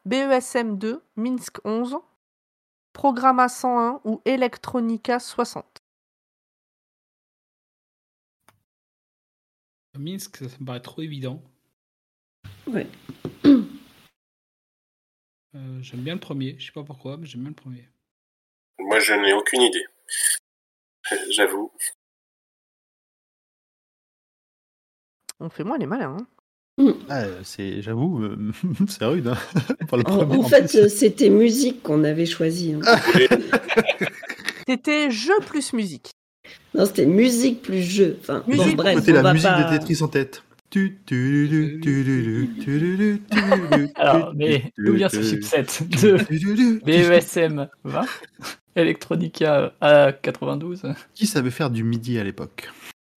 S3: E BESM 2, Minsk 11, Programma 101 ou Electronica 60
S5: Minsk, ça, ça me paraît trop évident.
S8: Ouais.
S5: Euh, j'aime bien le premier. Je sais pas pourquoi, mais j'aime bien le premier.
S7: Moi, je n'ai aucune idée. J'avoue.
S3: On fait moins les malins. hein.
S1: Ah, euh, c'est j'avoue euh, c'est rude. hein. Pour le
S8: En,
S1: premier,
S8: en
S1: en
S8: fait,
S1: plus.
S8: euh, c'était musique qu'on avait choisi. hein.
S3: C'était jeu plus musique.
S8: Non, c'était musique plus jeu. Enfin, bon,
S3: Musique,
S8: bref,
S1: Écoutez
S8: on
S1: la
S8: va
S1: musique
S8: pas-
S1: de Tetris en tête. Tu, tu, tu, tu, tu, tu, tu, tu, tu, tu,
S6: Alors,
S1: tu,
S6: mais
S1: tu,
S6: d'où vient
S1: tu,
S6: ce
S1: tu,
S6: chipset de E
S1: tu, tu, tu, tu.
S6: BESM 20 Electronica euh, A92
S1: Qui savait faire du midi à l'époque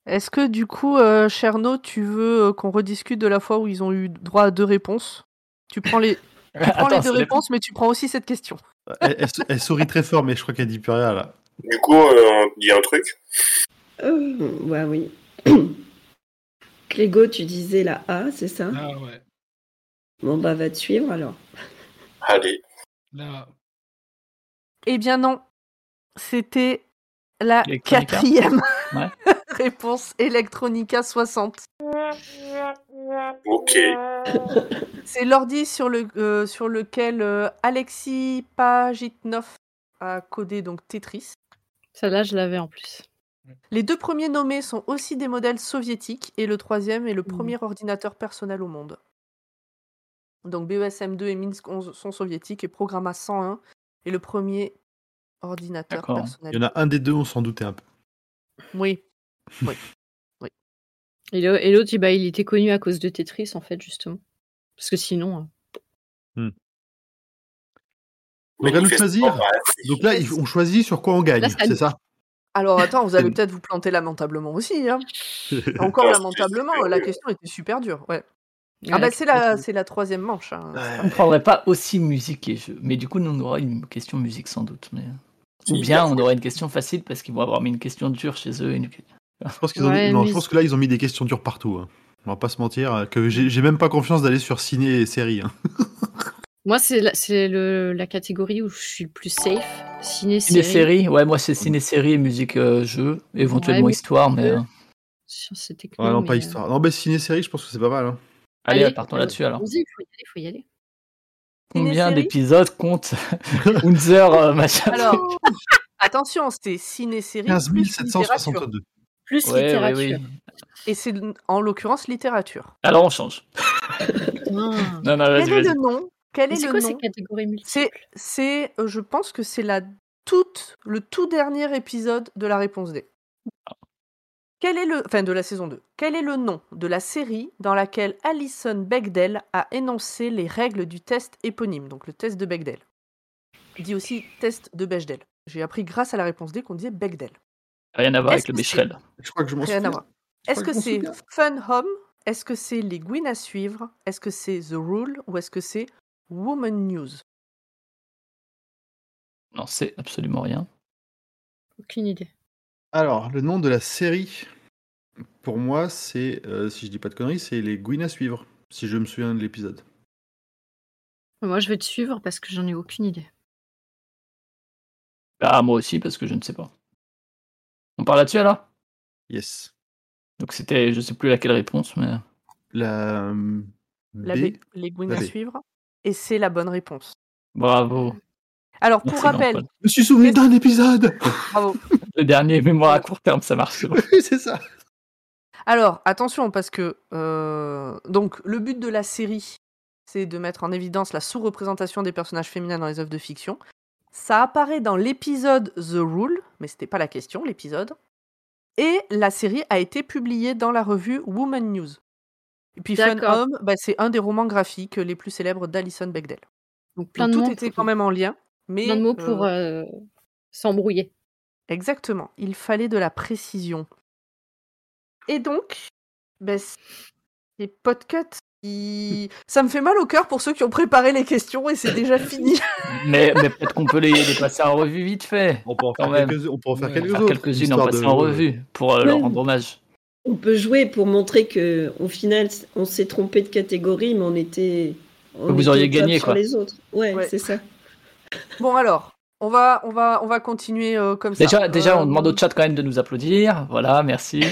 S3: Est-ce que du coup, euh, Cherno, tu veux euh, qu'on rediscute de la fois où ils ont eu droit à deux réponses Tu prends les, tu prends les
S6: Attends,
S3: deux
S6: c'est la-
S3: réponses, mais tu prends aussi cette question.
S1: elle, elle sou- elle sourit très fort, mais je crois qu'elle dit plus rien là.
S7: Du coup, euh, on dit un truc.
S8: Euh, ouais, oui. Clégo, tu disais la A, c'est ça
S5: Ah ouais.
S8: Bon, bah, va te suivre alors.
S7: Allez.
S5: Là,
S3: Eh bien non, c'était la
S6: Electronica.
S3: quatrième
S6: Ouais.
S3: Réponse Electronica 60.
S7: Ok.
S3: C'est l'ordi sur, le, euh, sur lequel euh, Alexis Pagitnov a codé donc Tetris.
S4: Celle-là, je l'avais en plus.
S3: Les deux premiers nommés sont aussi des modèles soviétiques et le troisième est le
S4: Mmh.
S3: premier ordinateur personnel au monde. Donc BESM2 et Minsk 11 sont soviétiques et Programma 101 est le premier ordinateur
S6: D'accord.
S3: personnel.
S1: Il y en a un des deux, on s'en doutait un peu.
S3: Oui.
S4: Et le- et l'autre, bah, il était connu à cause de Tetris, en fait, justement. Parce que sinon. euh,
S1: Donc, à nous de choisir.
S7: Manifestement, bah,
S1: Donc là, il- on choisit sur quoi on gagne,
S4: Là, ça-
S1: c'est ça
S3: Alors attends, vous allez peut-être vous planter lamentablement aussi. hein. Encore
S7: Non,
S3: lamentablement,
S7: c'est-
S3: la question était super dure. Ouais. Ah
S4: ouais,
S3: bah c'est la, c'est la troisième manche. hein.
S1: Ouais.
S6: On ne prendrait pas aussi musique et jeu. Mais du coup, nous, on aura une question musique sans doute. Mais... Ou
S7: Si,
S6: bien,
S7: bien
S6: on aura une question facile parce qu'ils vont avoir mis une question dure chez eux. et une-
S1: Je pense, qu'ils ont-
S4: Ouais,
S1: non,
S4: mais-
S1: je pense que là, ils ont mis des questions dures partout. hein. On va pas se mentir, euh, que j'ai j'ai même pas confiance d'aller sur ciné et série. hein.
S4: Moi, c'est la, c'est le- la catégorie où je suis le plus safe. Ciné, série,
S6: Ciné-série Ouais, moi, c'est ciné-série et musique-jeu. éventuellement
S4: Ouais,
S6: histoire, mais.
S4: musique-jeu.
S6: euh,
S4: sciences et techno.
S1: Ouais, non, pas
S4: mais, euh,
S1: histoire. Non, mais ciné-série, je pense que c'est pas mal. hein.
S6: Allez, partons là-dessus alors.
S4: Vas-y, il faut y aller, faut y aller.
S6: Combien
S3: Ciné-série
S6: d'épisodes compte Unzer, euh, machin
S3: Alors, attention, c'était ciné-série.
S1: 15
S3: plus littérature.
S1: 762.
S4: Plus
S6: Ouais, ouais,
S4: littérature.
S6: oui.
S3: Et c'est en l'occurrence littérature.
S6: Alors, on change.
S4: Putain.
S6: Non, non, Ah, vas-y,
S3: Quel est
S6: vas-y.
S3: le nom Quel
S4: Mais
S3: est
S4: C'est
S3: le
S4: quoi ces
S3: nom
S4: catégories multiples
S3: C'est, c'est, euh, je pense que c'est la toute, le tout dernier épisode de la réponse D. Quel est le, enfin de la saison 2. Quel est le nom de la série dans laquelle Alison Bechdel a énoncé les règles du test éponyme, donc le test de Bechdel. Il dit aussi test de Bechdel. J'ai appris grâce à la réponse D qu'on disait Bechdel.
S6: Rien à voir
S3: Est-ce
S6: avec le
S3: que c'est-
S6: Becherel.
S1: Je crois que je m'en
S3: Rien à
S1: souviens.
S3: voir. Est-ce que
S1: crois que je
S3: c'est
S1: m'en
S3: Fun Home Est-ce que c'est Les Gwyn à suivre Est-ce que c'est The Rule Ou est-ce que c'est Woman News
S6: Non, c'est absolument rien.
S4: Aucune idée.
S1: Alors, le nom de la série, pour moi, c'est, euh, si je dis pas de conneries, c'est Les Gwyn à suivre, si je me souviens de l'épisode.
S4: Moi, je vais te suivre parce que j'en ai aucune idée.
S6: Ah, moi aussi, parce que je ne sais pas. On parle là-dessus alors
S1: Yes.
S6: Donc, c'était, je sais plus laquelle réponse, mais.
S1: La. euh,
S3: La
S1: B.
S3: B, Les Gwyn
S1: La
S3: à
S1: B.
S3: suivre Et c'est la bonne réponse.
S6: Bravo.
S3: Alors, pour
S6: Merci,
S3: rappel,
S6: Antoine.
S1: Je me suis souvenu d'un épisode
S3: bravo.
S6: Le dernier mémoire à court terme, ça marche. c'est bon.
S1: Oui, c'est ça
S3: Alors, attention, parce que euh, donc le but de la série, c'est de mettre en évidence la sous-représentation des personnages féminins dans les œuvres de fiction. Ça apparaît dans l'épisode The Rule, mais c'était pas la question, l'épisode. Et la série a été publiée dans la revue Woman News. Et puis Fun
S4: D'accord.
S3: Home, bah, c'est un des romans graphiques les plus célèbres d'Alison Bechdel.
S4: Donc plein
S3: Donc,
S4: de
S3: tout
S4: mots.
S3: était
S4: pour-
S3: quand même en lien. Mais,
S4: plein de mots
S3: euh,
S4: pour euh, s'embrouiller.
S3: Exactement, il fallait de la précision. Et donc, ben, c- les podcasts, ils- ça me fait mal au cœur pour ceux qui ont préparé les questions et c'est déjà fini.
S6: mais, mais peut-être qu'on peut les, les passer en revue vite fait.
S1: On peut en
S6: Quand
S1: faire
S6: même.
S1: quelques, on peut en faire
S5: Ouais.
S1: quelques
S6: Faire
S1: autres.
S6: quelques-unes en
S1: histoire
S6: passer
S1: de-
S6: en revue pour euh, leur
S8: Ouais.
S6: rendre hommage.
S8: On peut jouer pour montrer que, au final, on s'est trompé de catégorie, mais on était. on
S6: Vous
S8: était
S6: auriez
S8: au top
S6: gagné,
S8: sur
S6: quoi.
S8: les autres. Ouais,
S3: Ouais.
S8: c'est ça.
S3: bon alors, on va, on va, on va continuer euh, comme ça.
S6: Déjà, déjà
S3: Euh,
S6: on demande au chat quand même de nous applaudir. Voilà, merci.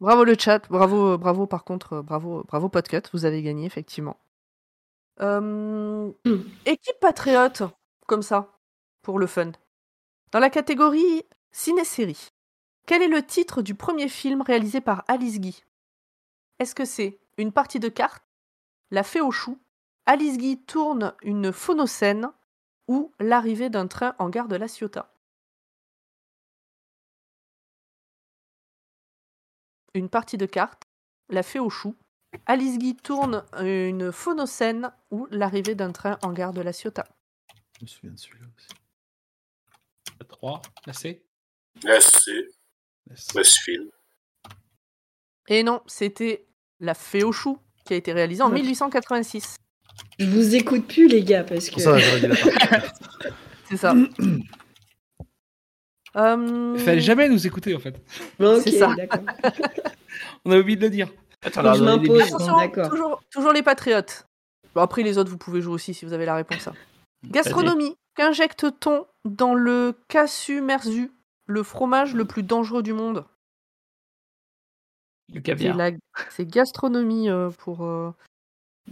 S3: Bravo le chat, bravo, euh, bravo par contre, euh, bravo, bravo podcast, vous avez gagné effectivement. Euh, Équipe patriote, comme ça, pour le fun. Dans la catégorie ciné-série, quel est le titre du premier film réalisé par Alice Guy Est-ce que c'est une partie de cartes, la fée au chou, Alice Guy tourne une phonocène ou l'arrivée d'un train en gare de la Ciotat Une partie de cartes, la fée au chou, Alice Guy tourne une phonocène ou l'arrivée d'un train en gare de la Ciotat.
S1: Je me souviens de celui-là aussi.
S5: La 3, la C.
S7: Là, c'est là, ce film.
S3: Et non, c'était La Fée au Chou qui a été réalisée en
S8: Ouais.
S3: 1886.
S8: Je vous écoute plus, les gars, parce que.
S1: Ça, j'aurais dit la partie.
S3: C'est ça. Euh,
S5: Fallait jamais nous écouter en fait.
S8: Ok,
S3: c'est ça.
S8: d'accord.
S5: On a oublié de le dire.
S6: Attends,
S8: je
S6: leur donner des
S8: m'impose.
S6: bisous.
S3: Attention,
S8: D'accord.
S3: toujours, toujours les patriotes. Bon, après, les autres, vous pouvez jouer aussi si vous avez la réponse. hein. Gastronomie. Qu'injecte-t-on dans le cassu merzu, le fromage le plus dangereux du monde
S6: Du
S3: C'est
S6: caviar.
S3: la- c'est gastronomie euh, pour euh,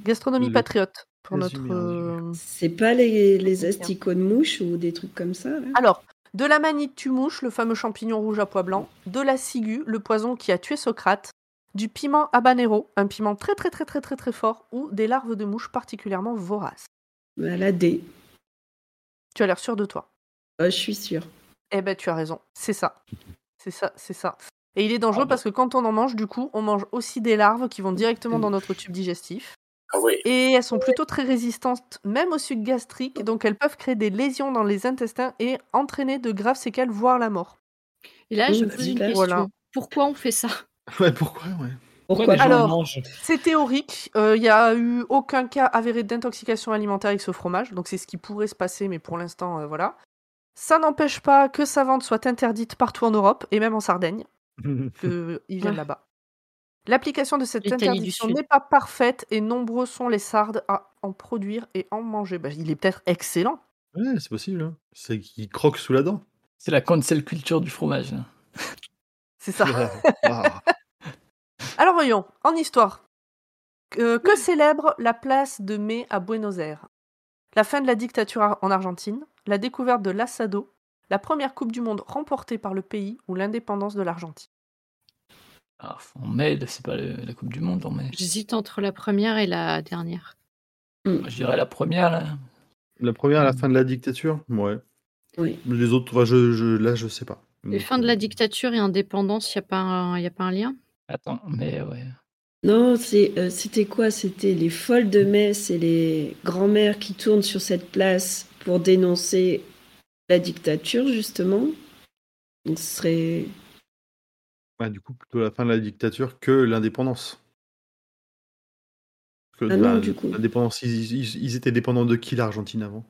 S3: gastronomie
S1: Le-
S3: patriote pour notre.
S1: Résumé, résumé.
S3: euh,
S8: C'est pas les, les asticots de mouche ou des trucs comme ça là
S3: Alors, de la manite tumouche, le fameux champignon rouge à pois blanc, de la ciguë, le poison qui a tué Socrate, du piment habanero, un piment très très très très très très fort, ou des larves de mouches particulièrement voraces.
S8: Bah, La D.
S3: Tu as l'air sûr de toi.
S8: Oh, je suis sûre.
S3: Eh ben, tu as raison. C'est ça. C'est ça, c'est ça. Et il est dangereux parce que quand on en mange, du coup, on mange aussi des larves qui vont directement dans notre tube digestif.
S7: Ah oui.
S3: Et elles sont plutôt très résistantes, même au suc gastrique, donc elles peuvent créer des lésions dans les intestins et entraîner de graves séquelles, voire la mort.
S4: Et là, je
S8: Mmh,
S4: me pose une
S8: voilà.
S4: question. Pourquoi on fait ça
S1: Ouais, pourquoi ouais.
S5: Pourquoi les gens
S3: Alors-
S5: mangent
S3: C'est théorique. Il n'y a eu aucun cas avéré d'intoxication alimentaire avec ce fromage, donc c'est ce qui pourrait se passer, mais pour l'instant, euh, voilà. Ça n'empêche pas que sa vente soit interdite partout en Europe et même en Sardaigne, que ils viennent
S4: Ouais.
S3: là-bas. L'application de cette
S4: L'Italie du
S3: interdiction
S4: Sud.
S3: n'est pas parfaite et nombreux sont les Sardes à en produire et en manger. Bah, il est peut-être excellent.
S1: Ouais, c'est possible. hein. C'est qu'il croque sous la dent.
S6: C'est la cancel culture du fromage. là.
S3: C'est ça.
S1: Ah.
S3: Alors voyons, en histoire. Euh, que célèbre la place de mai à Buenos Aires La fin de la dictature ar- en Argentine, la découverte de l'Assado, la première Coupe du Monde remportée par le pays ou l'indépendance de l'Argentine.
S6: Ah, en mai, c'est pas le- la Coupe du Monde en mai.
S4: J'hésite entre la première et la dernière.
S6: Je dirais la première là.
S1: La première à la fin de la dictature Ouais.
S8: Oui.
S1: Mais Les autres, enfin, je, je- là, je sais pas. Mm.
S4: Les
S1: Donc,
S4: fins de la dictature et indépendance, il n'y a, pas un- y a pas un lien
S6: Attends, mais ouais.
S8: Non, c'est, euh, c'était quoi? C'était les folles de mai, c'est les grands-mères qui tournent sur cette place pour dénoncer la dictature, justement. Donc, ce serait.
S1: Ouais, Bah, du coup, plutôt la fin de la dictature que l'indépendance. Parce que
S8: Ah
S1: de la-
S8: non, du coup.
S1: l'indépendance, ils, ils- ils étaient dépendants de qui l'Argentine avant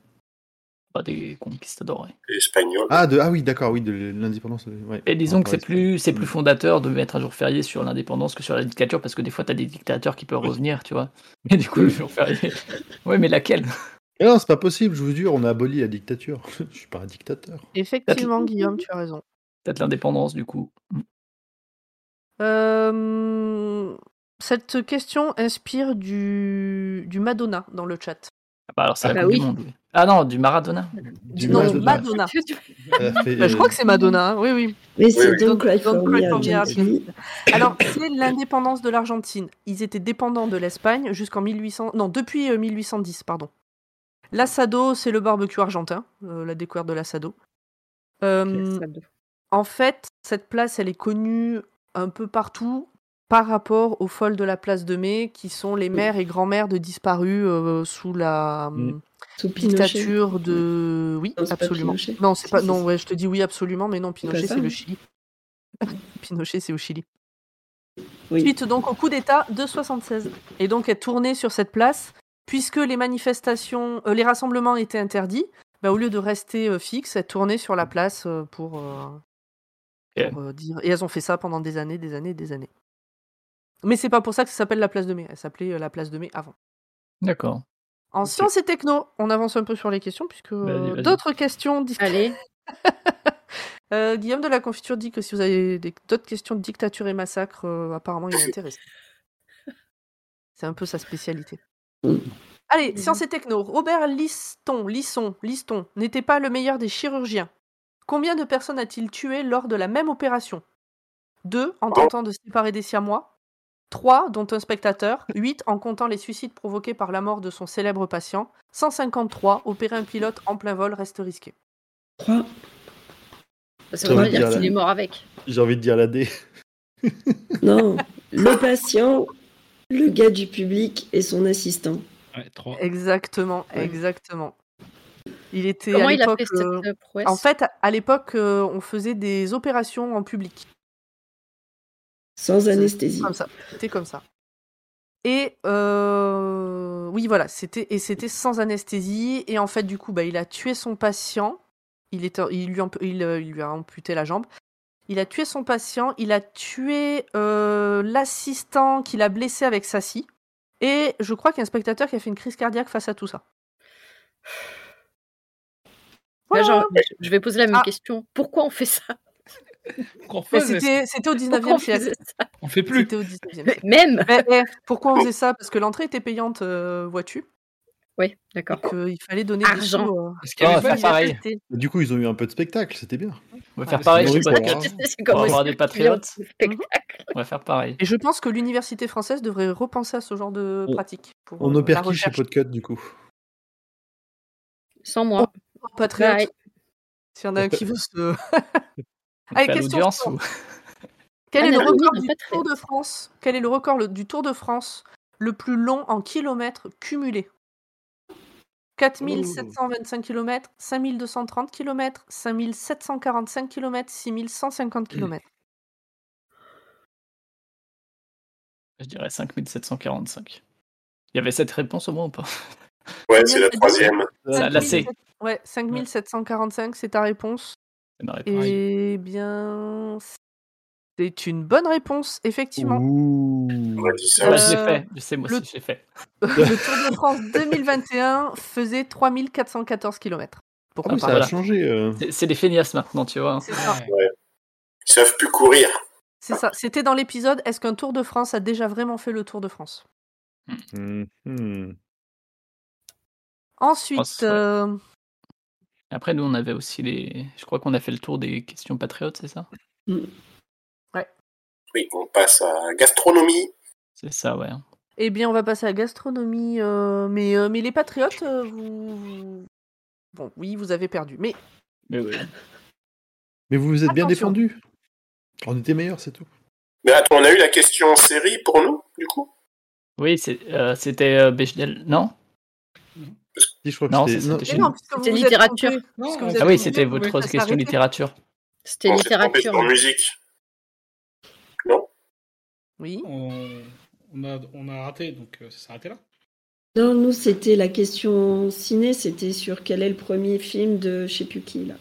S6: Pas Bah, des conquistadors. ouais.
S7: Espagnol.
S1: ah, de, ah oui, d'accord, oui, de l'indépendance. euh, ouais. Ah,
S6: Et disons que c'est
S1: Ouais,
S6: plus, c'est plus
S1: Mm.
S6: fondateur de mettre un jour férié sur l'indépendance que sur la dictature, parce que des fois, t'as des dictateurs qui peuvent
S1: Oui.
S6: revenir, tu vois. Et du coup, le jour férié. Ouais, mais laquelle
S1: Mais Eh non, c'est pas possible, je vous jure, on a aboli la dictature. je suis pas un dictateur.
S3: Effectivement, Guillaume, tu as raison.
S6: Peut-être l'indépendance, du coup.
S3: Euh, cette question inspire du, du Madonna dans le chat.
S6: Ah bah alors, c'est la
S8: Bah
S6: Coupe du
S8: oui.
S6: Monde. oui. Ah non, du Maradona.
S1: Du
S3: non,
S1: Madonna.
S3: Madonna.
S1: Elle a fait,
S3: Bah, je crois
S1: euh,
S3: que c'est Madonna, hein. oui, oui.
S8: Mais c'est
S7: oui.
S8: Don't
S3: Don't
S8: Cry for
S3: Cry
S8: Me,
S3: for Me,
S8: Argentine.
S3: Alors, c'est l'indépendance de l'Argentine. Ils étaient dépendants de l'Espagne jusqu'en 1800... Non, depuis euh, 1810, pardon. L'assado, c'est le barbecue argentin, euh, la découverte de l'assado. Euh, en fait, cette place, elle est connue un peu partout par rapport aux folles de la place de mai, qui sont les mères et grand-mères de disparus euh, sous la
S1: Mm.
S3: euh,
S8: Sous Pinochet.
S3: dictature de... Oui,
S8: Non, c'est pas
S3: absolument.
S8: Pinochet.
S3: Non, c'est
S8: Si,
S3: pas...
S8: si,
S3: Non,
S8: si.
S3: ouais, je te dis oui, absolument, mais non,
S8: pas
S3: Pinochet,
S8: ça,
S3: c'est le
S8: oui.
S3: Chili. Pinochet, c'est au Chili.
S8: Oui.
S3: Suite donc au coup d'État de 76. Et donc elle tournait sur cette place, puisque les manifestations, euh, les rassemblements étaient interdits, bah, au lieu de rester euh, fixe, elle tournait sur la place euh, pour, euh,
S6: Ok.
S3: pour, euh, dire. Et elles ont fait ça pendant des années, des années, des années. Mais c'est pas pour ça que ça s'appelle la place de mai. Elle s'appelait euh, la place de mai avant.
S6: D'accord.
S3: En sciences et techno, on avance un peu sur les questions, puisque euh,
S6: Vas-y, vas-y.
S3: d'autres questions. dis-
S4: Allez,
S3: Euh, Guillaume de la Confiture dit que si vous avez des- d'autres questions de dictature et massacre, euh, apparemment il est intéressé. C'est un peu sa spécialité. Allez, sciences et techno. Robert Liston, Lisson, Liston n'était pas le meilleur des chirurgiens. Combien de personnes a-t-il tué lors de la même opération Deux, en tentant de séparer des siamois. Trois, dont un spectateur. Huit, en comptant les suicides provoqués par la mort de son célèbre patient. 153, opérer un pilote en plein vol reste risqué.
S8: Trois.
S4: ça
S1: Ça
S4: veut
S1: veut
S4: pas Bah, dire
S1: dire
S4: qu'il
S1: la-
S4: est mort avec.
S1: J'ai envie de dire la D.
S8: Non, le patient, le gars du public et son assistant.
S5: Ouais, trois.
S3: Exactement,
S8: Ouais.
S3: exactement. Il était
S4: Comment
S3: à
S4: il a
S3: l'époque.
S4: fait cette
S3: euh,
S4: euh, prouesse
S3: En fait, à- à l'époque, euh, on faisait des opérations en public,
S8: Sans
S3: C'est-
S8: anesthésie.
S3: comme ça. C'était comme ça. Et euh, oui, voilà, c'était et c'était sans anesthésie. Et en fait, du coup, bah, il a tué son patient. Il était, il lui, amp- il, euh, il lui a amputé la jambe. Il a tué son patient. Il a tué euh, l'assistant qu'il a blessé avec sa scie. Et je crois qu'il y a un spectateur qui a fait une crise cardiaque face à tout ça.
S4: Là,
S3: Voilà.
S4: Bah, genre, je vais poser la même
S3: Ah.
S4: question. Pourquoi on fait ça
S5: Qu'on
S3: Mais
S5: refaisait ça.
S3: c'était c'était au 19
S4: Pourquoi on
S3: e siècle.
S4: faisait ça
S5: On fait plus.
S3: C'était au 19e
S1: Ah,
S4: Mais Même Oh.
S3: Mais, eh, pourquoi on faisait ça Parce que l'entrée était payante, euh, vois-tu
S4: Oui, d'accord.
S3: Qu'il fallait donner des
S4: Argent.
S3: sous, euh.
S5: Parce qu'il y
S6: Ah,
S5: avait pas
S6: faire
S5: les-
S6: pareil.
S1: Du coup, ils ont eu un peu de spectacle, c'était bien.
S6: On
S5: Ah,
S6: va faire
S5: c'est hein.
S6: pareil sur
S1: horrible,
S6: le
S1: quoi.
S3: hein.
S6: podcast.
S4: C'est
S6: On va avoir
S4: aussi
S6: des patriotes.
S4: le spectacle.
S6: On va faire pareil.
S3: Et je pense que l'université française devrait repenser à ce genre de
S1: On-
S3: pratique. Pour,
S1: On
S3: euh,
S1: opère
S3: la
S1: qui chez
S3: recherche
S1: Podcut, du coup
S4: Sans moi.
S3: Oh, patriote.
S4: Bye.
S3: S'il y en a un qui veut se.
S6: On
S3: Allez,
S6: fait à
S3: question
S6: l'audience
S3: suivante.
S6: ou-
S3: Quel
S4: Ah,
S3: est le
S4: non, non,
S3: record
S4: non,
S3: du
S4: pas très.
S3: Tour de France Quel est le record le- du Tour de France le plus long en kilomètres cumulés 4725 km, 5230 km, 5745 km, 6150 km.
S6: Je dirais 5745. Il y avait cette réponse au moins ou pas
S7: Ouais, c'est la troisième.
S6: Ça l'a c'est.
S3: Ouais, 5745, c'est ta réponse.
S6: C'est ma réponse.
S3: Eh bien, c'est une bonne réponse, effectivement.
S7: On a dit ça.
S6: Ouais,
S3: Euh,
S6: je l'ai fait. Je sais, moi
S3: le-
S6: aussi, je l'ai fait.
S3: le Tour de France 2021 faisait 3414 km. Pour
S1: Ah oui, ça
S6: Voilà.
S1: a changé. euh.
S6: C'est- C'est des feignasses maintenant, tu vois. hein.
S3: C'est ça.
S7: Ils savent plus courir.
S3: C'est ça. C'était dans l'épisode Est-ce qu'un Tour de France a déjà vraiment fait le Tour de France
S1: Hmm, hmm.
S3: Ensuite,
S6: France, ouais.
S3: euh,
S6: Après, nous, on avait aussi les. Je crois qu'on a fait le tour des questions patriotes, c'est ça
S7: Oui, on passe à gastronomie.
S6: C'est ça, ouais.
S3: eh bien, on va passer à la gastronomie. euh, mais, euh, mais les Patriotes, euh, vous. vous- Bon, oui, vous avez perdu. Mais
S6: Mais oui.
S1: Mais vous vous êtes bien
S3: Attention.
S1: défendu. On était meilleurs, c'est tout.
S7: Mais attends, on a eu la question en série pour nous, du coup
S6: Oui, c'est- euh, c'était euh, Bechdel, non
S1: Si, je crois que
S6: Non,
S1: c'était-
S6: ça,
S1: non,
S6: c'était
S3: mais
S6: Génial.
S3: non, puisque vous
S4: C'était
S3: vous êtes
S4: littérature.
S5: Non,
S3: trompé. Parce
S5: on
S3: que vous
S5: s'est
S6: Ah
S3: avez
S6: oui,
S5: trompé,
S6: c'était
S5: on
S6: votre
S5: pouvait
S3: pas
S6: question
S3: s'arrêter.
S6: littérature.
S4: C'était
S7: On s'est trompé
S4: littérature. hein.
S7: sur musique.
S3: Oui.
S5: On, on a, on a raté, donc euh, ça s'est arrêté là.
S8: Non, nous, c'était la question ciné, c'était sur quel est le premier film de je sais plus qui, là.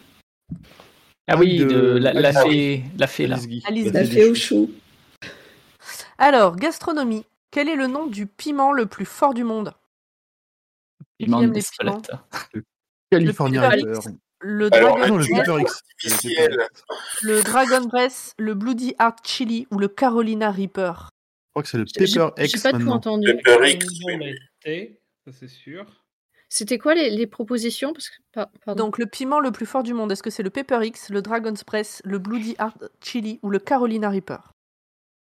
S6: Ah oui,
S1: De-
S6: de la, la
S1: Ah
S6: fée, la fée là.
S1: Alice Guy.
S3: Alice
S1: La
S6: bah,
S8: La
S1: fée
S8: fée
S1: des
S8: au
S1: choux.
S8: chou.
S3: Alors, gastronomie. Quel est le nom du piment le plus fort du monde
S6: Il manque
S3: aime les
S6: des squelettes.
S1: California
S3: Le
S1: Reaper.
S3: Le
S7: Alors,
S3: Dragon
S1: Ah non, le
S7: tu-
S3: Breath,
S1: Reaper X.
S7: Officiel.
S1: Je
S3: le Dragon Breath, le Bloody Heart Chili ou le Carolina Reaper
S1: crois que c'est le
S4: J'ai- j'ai-
S1: Pepper
S4: J'ai
S1: X
S4: pas tout
S1: maintenant.
S4: entendu.
S7: Pepper X.
S5: On l'a été, ça c'est sûr.
S4: C'était quoi les, les propositions Parce que, pa- pardon.
S3: Donc, le piment le plus fort du monde, est-ce que c'est le Pepper X, le Dragon's Breath, le Bloody Heart Chili ou le Carolina Reaper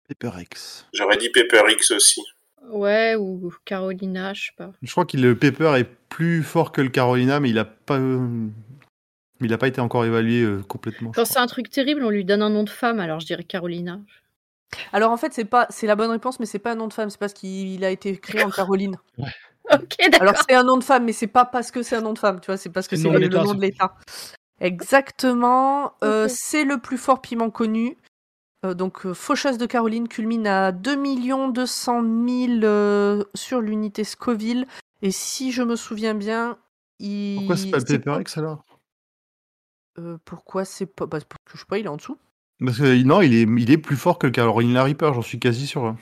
S1: Pepper X.
S7: J'aurais dit Pepper X aussi.
S4: Ouais, ou Carolina, je sais pas.
S1: Je crois que le Pepper est plus fort que le Carolina, mais il a pas, euh, il n'a pas été encore évalué euh, complètement. je
S4: Quand
S1: crois.
S4: c'est un truc terrible, on lui donne un nom de femme, alors je dirais Carolina.
S3: Alors, en fait, c'est pas, c'est la bonne réponse, mais c'est pas un nom de femme, c'est parce qu'il a été créé en Caroline.
S4: Ok,
S3: Alors,
S4: d'accord.
S3: c'est un nom de femme, mais c'est pas parce que c'est un nom de femme, tu vois, c'est parce que
S5: C'est
S3: c'est
S5: le nom
S3: le,
S5: de l'État,
S3: nom de l'État. Exactement, euh, c'est le plus fort piment connu. Euh, donc, euh, Faucheuse de Caroline culmine à 2 200 000 euh, sur l'unité Scoville. Et si je me souviens bien, il.
S1: Pourquoi c'est pas le Pepper X alors
S3: Euh, pourquoi c'est pas. Bah, parce que je sais pas, il est en dessous.
S1: Parce que euh, non, il est, il est plus fort que le Carolina Reaper, j'en suis quasi sûr. hein.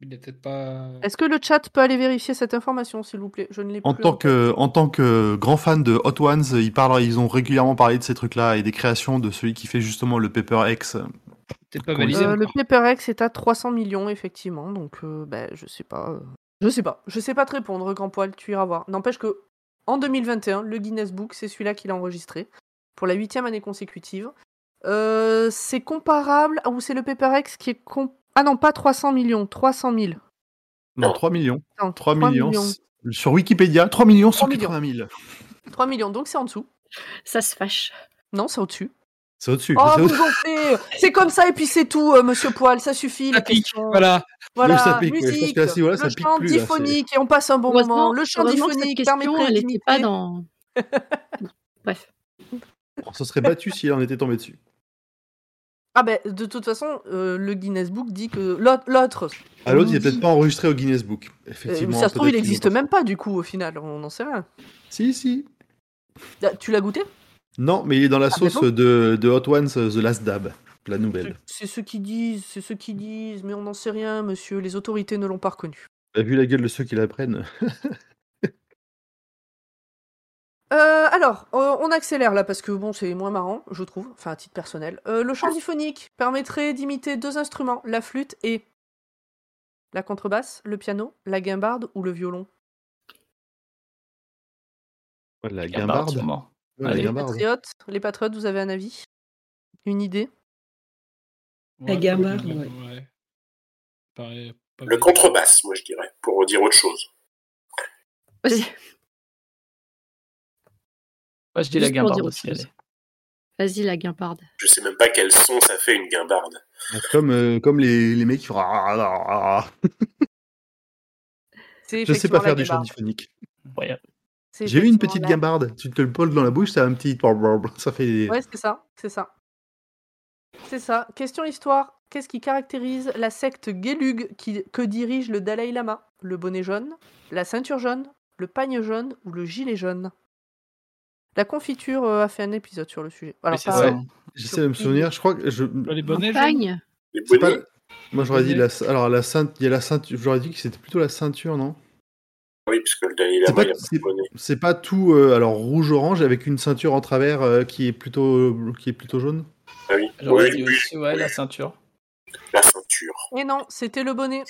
S5: Il n'est peut-être pas.
S3: Mm. Est-ce que le chat peut aller vérifier cette information, s'il vous plaît Je ne l'ai
S1: En
S3: plus.
S1: tant, que, en tant que grand fan de Hot Ones, ils, parlent, ils ont régulièrement parlé de ces trucs-là et des créations de celui qui fait justement le Pepper X.
S5: Peut-être pas
S1: Euh,
S5: validé.
S3: Euh, le
S5: encore.
S3: PaperX est à 300 millions, effectivement. Donc, euh, ben, je sais pas. euh, Je sais pas. Je sais pas te répondre, Grand Poil. Tu iras voir. N'empêche que, en 2021, le Guinness Book, c'est celui-là qu'il a enregistré. Pour la huitième année consécutive. Euh, c'est comparable. Ou c'est le PaperX qui est. com- Ah non, pas 300 millions, 300 000.
S1: Non, 3 millions.
S3: Attends,
S1: 3,
S3: 3
S1: millions. Sur Wikipédia, 3 millions 180 000.
S3: 3 millions, donc c'est en dessous.
S4: Ça se fâche.
S3: Non, c'est au-dessus.
S1: C'est au-dessus.
S3: Oh,
S1: c'est au-
S3: vous gonflez C'est comme ça et puis c'est tout, euh, monsieur Poil, ça suffit.
S5: Ça
S3: les
S5: pique,
S3: questions.
S5: Voilà.
S3: Voilà,
S1: ça pique, ouais. Je pense
S3: musique,
S1: que là, si, voilà,
S3: le
S1: ça pique
S3: chant
S1: plus, là, c'est-
S3: diphonique, et on passe un bon
S4: Heureusement-
S3: moment. Le chant
S4: heureusement que cette
S3: diphonique permet
S4: question, elle n'était
S3: de
S4: pas dans. Bref.
S1: On se serait battu si on était tombé
S3: Oh,
S1: dessus.
S3: Ah ben, de toute façon, euh, le Guinness Book dit que l'autre- l'autre,
S1: À Ah, l'autre, il n'est peut-être pas enregistré au Guinness Book.
S3: euh,
S1: Effectivement.
S3: ça se trouve, il
S1: peut-être qu'ils
S3: n'existe
S1: l'ont
S3: même pas du coup au final, on n'en sait rien.
S1: pas. Si, si.
S3: Ah, Tu l'as goûté
S1: Non, mais il est dans la
S3: Ah, mais
S1: sauce
S3: bon
S1: de, de Hot Ones euh, The Last Dab, la nouvelle.
S3: C'est ce qu'ils disent, c'est ce qu'ils disent, mais on n'en sait rien, monsieur, les autorités ne l'ont pas reconnu.
S1: Bah, vu la gueule de ceux qui la prennent.
S3: Euh, alors, euh, on accélère là parce que bon, c'est moins marrant, je trouve, enfin à titre personnel. Euh, le chant
S4: Ah.
S3: diphonique permettrait d'imiter deux instruments, la flûte et la contrebasse, le piano, la guimbarde ou le violon.
S1: Ouais, La
S6: Gambard,
S1: guimbarde.
S6: sûrement.
S1: Ouais, la
S6: Allez.
S3: les
S1: guimbarde.
S3: patriotes, les patriotes, vous avez un avis Une idée
S8: La
S5: Ouais,
S8: Gamarre,
S5: complètement,
S8: ouais.
S5: ouais. Pareil, pas
S7: Le
S5: mal.
S7: contrebasse, moi je dirais, pour dire autre chose.
S4: Vas-y,
S6: Moi, je dis la
S4: Juste pour dire
S6: guimbarde
S4: autre
S6: aussi.
S4: chose.
S6: allez.
S4: vas-y, la guimparde.
S7: Je sais même pas quel son ça fait une guimbarde.
S1: Comme, euh, comme les, les mecs qui font. ah, Je
S3: C'est
S1: ah. sais pas
S3: effectivement la
S1: faire du chant
S3: guimbarde.
S1: diphonique.
S6: Ouais.
S3: C'est
S1: J'ai eu une
S3: effectivement
S1: petite
S3: la-
S1: guimbarde. Tu te le poses dans la bouche, ça a un petit. Ça fait. des-
S3: Ouais, c'est ça, c'est ça. C'est ça. Question histoire. Qu'est-ce qui caractérise la secte Gelug qui, que dirige le Dalai Lama Le bonnet jaune, la ceinture jaune, le pagne jaune ou le gilet jaune La confiture euh, a fait un épisode sur le sujet. Alors,
S6: Oui, c'est
S3: pas-
S6: ça.
S1: ouais. J'essaie de me souvenir. Je crois que je.
S5: Pas Les bonnets, jaunes
S4: Montagne
S7: Les
S1: c'est pas-
S7: bonnets,
S1: Moi j'aurais dit la. Alors la ceinture. Il y a la ceinture. J'aurais dit que c'était plutôt la ceinture, non
S7: oui, parce que le Dalai
S1: C'est pas-
S7: Lama, Ah il a pas de
S1: c'est-
S7: bonnet.
S1: C'est pas tout. euh, alors rouge orange avec une ceinture en travers euh, qui est plutôt qui est plutôt jaune.
S7: Ah oui,
S6: J'aurais
S7: oui,
S6: dit
S7: oui,
S6: aussi, ouais, la ceinture.
S7: la ceinture.
S3: Et Eh non, c'était le bonnet.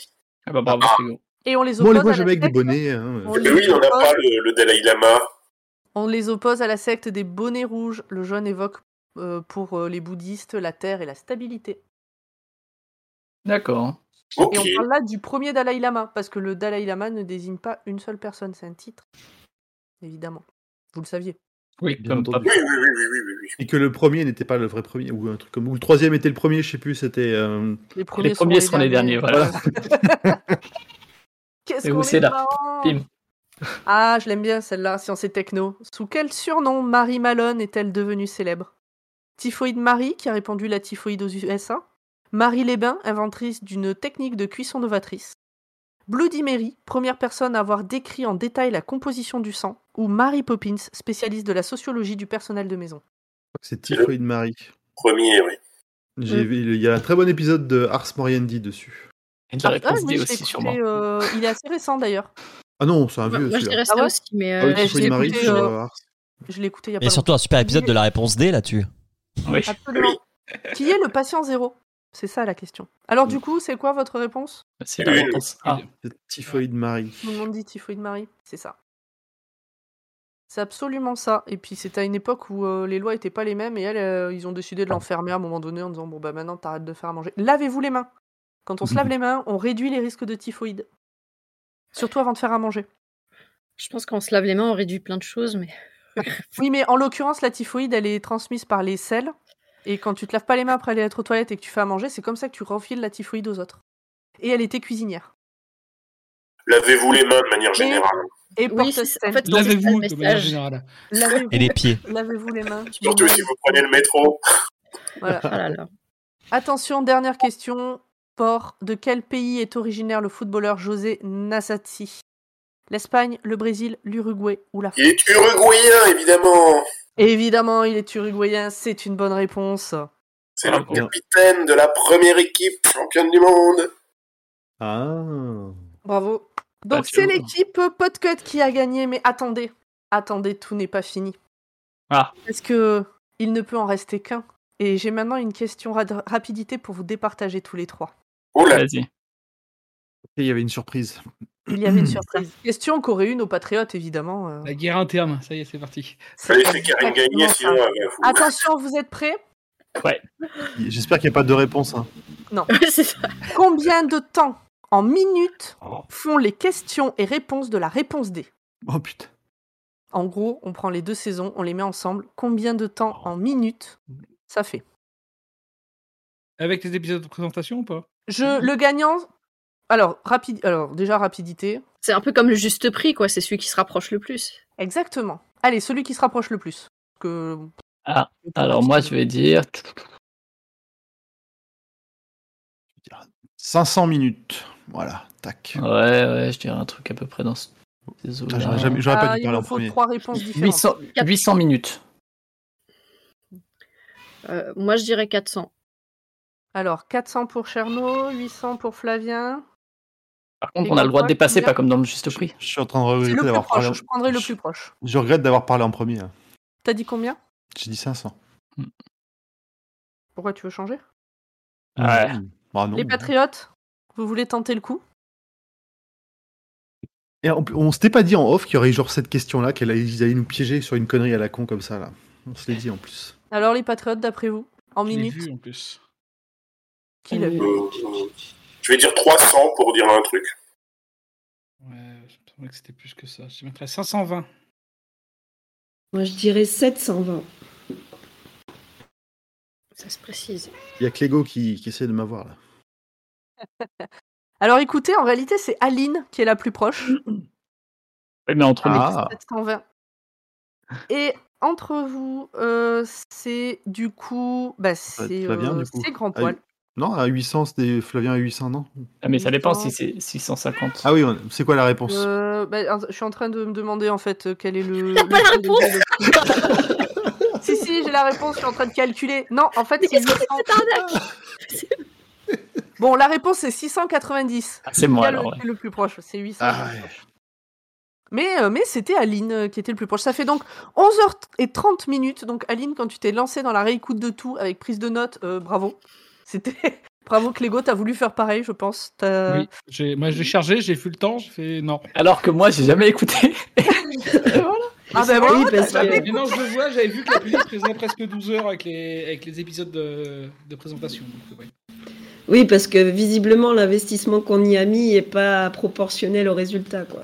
S6: Ah bah bravo, frigo.
S3: Et on les
S1: Moi,
S3: oppose
S1: les
S3: à
S1: vois
S3: la
S1: jamais avec des
S3: secte-
S1: bonnets. hein,
S3: On
S1: euh.
S7: Mais oui, il en a pas le, le Dalai Lama.
S3: On les oppose à la secte des bonnets rouges. Le jaune évoque euh, pour euh, les bouddhistes la terre et la stabilité.
S6: D'accord.
S7: Ok,
S3: Et on parle là du premier Dalai Lama, parce que le Dalai Lama ne désigne pas une seule personne, c'est un titre. Évidemment. Vous le saviez.
S6: Oui,
S1: Bien
S6: comme
S1: entendu.
S6: papa.
S7: oui, oui, oui, oui, oui, oui, oui.
S1: Et que le premier n'était pas le vrai premier ou un truc comme ou le troisième était le premier, je sais plus. C'était euh,
S3: Les
S6: Les premiers sont les derniers, voilà.
S3: Qu'est-ce
S6: Et
S3: qu'on
S6: vous,
S3: est
S6: c'est là.
S3: marrant
S6: Bim.
S3: Ah, je l'aime bien celle-là, science et techno. Sous quel surnom Marie Malone est-elle devenue célèbre Typhoïde Marie, qui a répandu la typhoïde aux USA. Marie Lesbains, inventrice d'une technique de cuisson novatrice. Bloody Mary, première personne à avoir décrit en détail la composition du sang. Ou Mary Poppins, spécialiste de la sociologie du personnel de maison.
S1: c'est Typhoïde Marie.
S7: Premier, oui.
S3: Mm.
S1: J'ai vu- Il y a un très bon épisode de Ars Moriendi dessus.
S6: Et de la
S3: Ah, ah,
S6: réponse
S3: oui,
S6: D
S3: je l'ai
S6: aussi,
S3: écouté,
S6: sûrement.
S3: euh, il est assez récent d'ailleurs.
S1: Ah non, c'est un
S4: Moi,
S1: vieux.
S4: moi, je
S1: celui-là.
S4: dirais ça
S3: Ah ouais
S4: aussi, mais
S1: Ah oui,
S4: euh,
S3: Ouais,
S1: Typhoïde
S3: je l'ai
S1: Marie
S3: écouté,
S1: sur
S3: euh,
S1: Ars.
S3: Je l'ai écouté il y a pas
S2: Et surtout un super épisode de la réponse D là-dessus.
S6: Oui.
S3: Absolument. Qui est le patient zéro C'est ça la question. Alors du coup, c'est quoi votre réponse
S6: C'est la
S7: Une.
S6: réponse Ah. A.
S1: C'est Typhoïde Marie.
S3: Tout le monde dit typhoïde Marie, c'est ça. C'est absolument ça. Et puis c'était à une époque où euh, les lois étaient pas les mêmes et elle, euh, ils ont décidé de
S4: Ah.
S3: l'enfermer à un moment donné en disant bon bah maintenant t'arrêtes de faire à manger. Lavez-vous les mains. Quand on se lave les mains, on réduit les risques de typhoïde. Surtout avant de faire à manger.
S4: je pense qu'on se lave les mains, on réduit plein de choses, mais
S3: Oui, mais en l'occurrence, la typhoïde, elle est transmise par les selles. Et quand tu te laves pas les mains après aller être aux toilettes et que tu fais à manger, c'est comme ça que tu refiles la typhoïde aux autres. Et elle était cuisinière.
S7: Lavez-vous les mains de manière générale.
S3: Et porte
S4: Oui, c'est ça.
S3: saine.
S4: En fait, c'est ça le
S5: Lavez-vous de manière
S4: message.
S5: générale.
S3: Lavez-vous
S2: Et les pieds.
S3: lavez-vous les mains.
S7: Surtout si vous prenez le métro.
S3: Voilà.
S4: ah là là.
S3: Attention, dernière question. Port, de quel pays est originaire le footballeur José Nassati L'Espagne, le Brésil, l'Uruguay ou la
S7: Il est uruguayen, évidemment.
S3: Évidemment, il est uruguayen, c'est une bonne réponse.
S7: C'est
S6: Ah,
S7: le
S6: bon.
S7: capitaine de la première équipe championne du monde.
S1: Ah.
S3: Bravo. Donc
S6: Ah, c'est
S3: c'est
S6: bon.
S3: l'équipe Podcut qui a gagné, mais attendez, attendez, tout n'est pas fini.
S6: Ah.
S3: Parce que euh, il ne peut en rester qu'un. Et j'ai maintenant une question rad- rapidité pour vous départager tous les trois.
S7: Oh là,
S6: Vas-y.
S1: Et il y avait une surprise.
S3: Il y avait une surprise. question qu'auraient eu nos patriotes, évidemment. euh,
S5: La guerre interne, ça y est, c'est parti.
S7: fallait laisser Karine gagner,
S3: exactement ça.
S7: sinon elle va vous.
S3: Attention, vous êtes prêts
S1: J'espère qu'il n'y a pas de réponse. hein.
S4: Ouais, c'est ça. Oh.
S3: Combien de temps en minutes font les questions et réponses de la réponse D
S1: Oh putain.
S3: En gros, on prend les deux saisons, on les met ensemble. Combien de temps
S4: Oh.
S3: en minutes ça fait
S5: Avec les épisodes de présentation ou pas
S4: Mm-hmm.
S3: Je le gagnant. Alors rapide. Alors déjà rapidité.
S4: C'est un peu comme le juste prix, quoi. C'est celui qui se rapproche le plus.
S3: Exactement. Allez, celui qui se rapproche le plus. Que.
S6: Ah, Alors moi, je vais dire
S1: 500 minutes. Voilà, tac.
S6: Ouais, ouais, je dirais un truc à peu près dans ce- ces
S1: Putain, J'aurais
S6: eaux-là.
S1: jamais- j'aurais pas
S3: Ah,
S1: dû
S3: il
S1: parler
S3: nous
S1: en
S3: faut
S1: premier.
S3: trois réponses différentes.
S6: 800, 800 minutes.
S4: Euh, moi, je dirais 400.
S3: Alors 400 pour Cherno, 800 pour Flavien.
S6: Par contre,
S3: Et
S6: on a le droit de
S3: parfois,
S6: dépasser,
S3: combien-
S6: pas comme dans le juste prix.
S1: Je suis en train de regretter
S3: C'est le plus
S1: d'avoir parlé. en-
S3: proche. Je prendrai le plus proche.
S1: Je regrette d'avoir parlé en premier. hein.
S3: T'as dit combien
S1: J'ai dit 500.
S3: Pourquoi tu veux changer
S6: Ah Ouais.
S1: Bah non.
S3: Les patriotes, vous voulez tenter le coup
S1: Et on, on s'était pas dit en off qu'il y aurait genre cette question-là, qu'elle ils allaient nous piéger sur une connerie à la con comme ça là. On se l'est dit en plus.
S3: Alors les patriotes, d'après vous, en
S5: Je l'ai
S3: minutes,
S5: vu en plus.
S3: qui l'a vu
S7: Euh, euh, je vais dire 300 pour dire un truc.
S5: Ouais, je me semblait que c'était plus que ça. Je mettrais 520.
S8: Moi, je dirais 720.
S4: Ça se précise.
S1: Il y a que l'ego qui, qui essaie de m'avoir là.
S3: Alors écoutez, en réalité, c'est Aline qui est la plus proche.
S6: Ouais, mais entre nous,
S1: Ah,
S3: 720. Et entre vous, euh, c'est du coup. Bah, c'est
S1: va bien,
S3: euh,
S1: Ah, du coup.
S3: c'est grand
S1: Ah,
S3: poil.
S1: non, à 800, c'était Flavien à 800, non
S6: ah, mais ça dépend si c'est 650.
S1: Ah oui, on- c'est quoi la réponse
S3: Euh, bah, je suis en train de me demander en fait euh, quel est le.
S4: T'as
S3: le
S4: pas la
S3: prix de- le prix. si, si, j'ai la réponse, je suis en train de calculer. Non, en fait,
S4: Mais
S3: c'est
S4: qu'est-ce que c'est
S3: 800.
S4: que cette arnaque
S3: Bon, la réponse, c'est 690.
S6: Ah, c'est moi
S3: Il y a le,
S6: alors. ouais.
S3: qui est le plus proche, c'est 800.
S1: Ah ouais.
S3: Mais, euh, mais c'était Aline euh, qui était le plus proche. Ça fait donc 11h30 minutes. Donc Aline, quand tu t'es lancée dans la réécoute de tout avec prise de notes, euh, bravo. C'était bravo Clégo, t'as voulu faire pareil, je pense. T'as-
S5: Oui, j'ai- moi j'ai chargé, j'ai vu le temps, j'ai fait non.
S6: Alors que moi, j'ai jamais écouté.
S3: Ah ben voilà,
S8: Oui, parce
S3: t'as-
S8: que-
S5: Mais non, je le vois, j'avais vu que la police faisait presque 12 heures avec les, avec les épisodes de, de présentation. donc, euh, ouais.
S8: Oui, parce que visiblement, l'investissement qu'on y a mis n'est pas proportionnel au résultat. Quoi.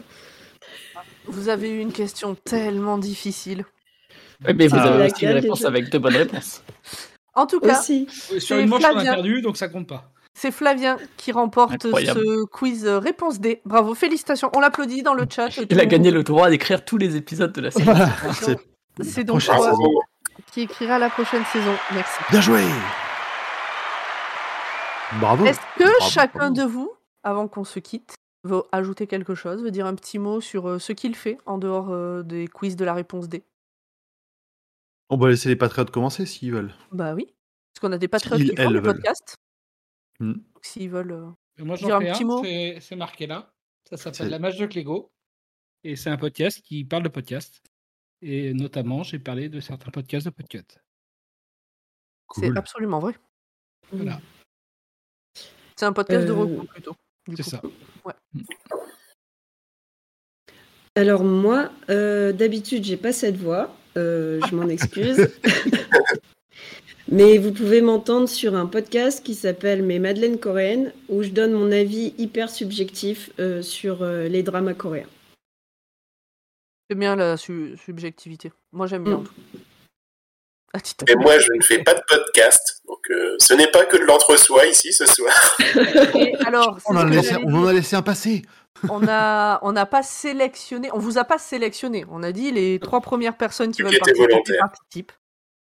S3: Vous avez eu une question tellement difficile.
S6: Ouais, mais vous
S8: Ah,
S6: avez
S8: la
S6: aussi une
S8: gueule,
S6: réponse
S8: déjà.
S6: avec deux bonnes réponses.
S3: En tout cas,
S8: Aussi.
S5: Ouais, Sur
S3: Et
S5: une manche, on a
S3: Flavien.
S5: perdu, donc ça compte pas.
S3: c'est Flavien qui remporte
S6: Incroyable.
S3: ce quiz euh, réponse D. Bravo, félicitations. On l'applaudit dans le chat.
S6: Il a gagné le droit d'écrire tous les épisodes de la série.
S1: Voilà,
S3: C'est
S1: c'est-
S3: c'est donc
S1: prochaine
S3: toi
S1: saison.
S7: Bravo.
S3: qui écrira la prochaine saison. Merci.
S1: Bien joué Bravo
S3: Est-ce que
S1: Bravo,
S3: chacun
S1: bravo.
S3: de vous, avant qu'on se quitte, veut ajouter quelque chose, veut dire un petit mot sur euh, ce qu'il fait en dehors euh, des quiz de la réponse D
S1: On va laisser les patriotes commencer s'ils veulent.
S3: Bah oui, parce qu'on a des patriotes
S1: S'ils,
S3: qui font
S1: elles
S3: le
S1: veulent.
S3: podcast.
S1: Hmm.
S3: Donc, S'ils veulent. euh,
S5: Et moi
S3: Dire
S5: j'en
S3: un
S5: fais
S3: petit
S5: un,
S3: mot.
S5: c'est- c'est marqué là. Ça s'appelle
S1: C'est-
S5: La Mage de Clégo. Et c'est un podcast qui parle de podcast. Et notamment, j'ai parlé de certains podcasts de podcast.
S3: C'est
S1: Cool.
S3: absolument vrai.
S5: Voilà,
S3: C'est un podcast de
S8: Euh,
S3: recours plutôt. du
S5: c'est
S3: coup.
S5: ça.
S8: Alors moi, euh, d'habitude, j'ai pas cette voix, euh, je m'en excuse. Mais vous pouvez m'entendre sur un podcast qui s'appelle Mes Madeleines coréennes, où je donne mon avis hyper subjectif euh, sur euh, les dramas coréens.
S3: J'aime bien la su- subjectivité. Moi j'aime bien
S7: Mm.
S8: Hmm.
S3: en tout. cas. Ah, dis donc.
S7: Et moi, je ne fais pas de podcast, donc euh, ce n'est pas que de l'entre-soi ici ce soir.
S3: Et alors, c'est
S1: On en, a
S3: ce que
S1: laissé,
S3: j'allais
S1: on en a laissé un passer
S3: on a on n'a pas sélectionné, on vous a pas sélectionné. On a dit les trois premières personnes qui
S7: Ceux
S3: veulent
S7: qui étaient
S3: participer
S7: volontaires.
S3: participent.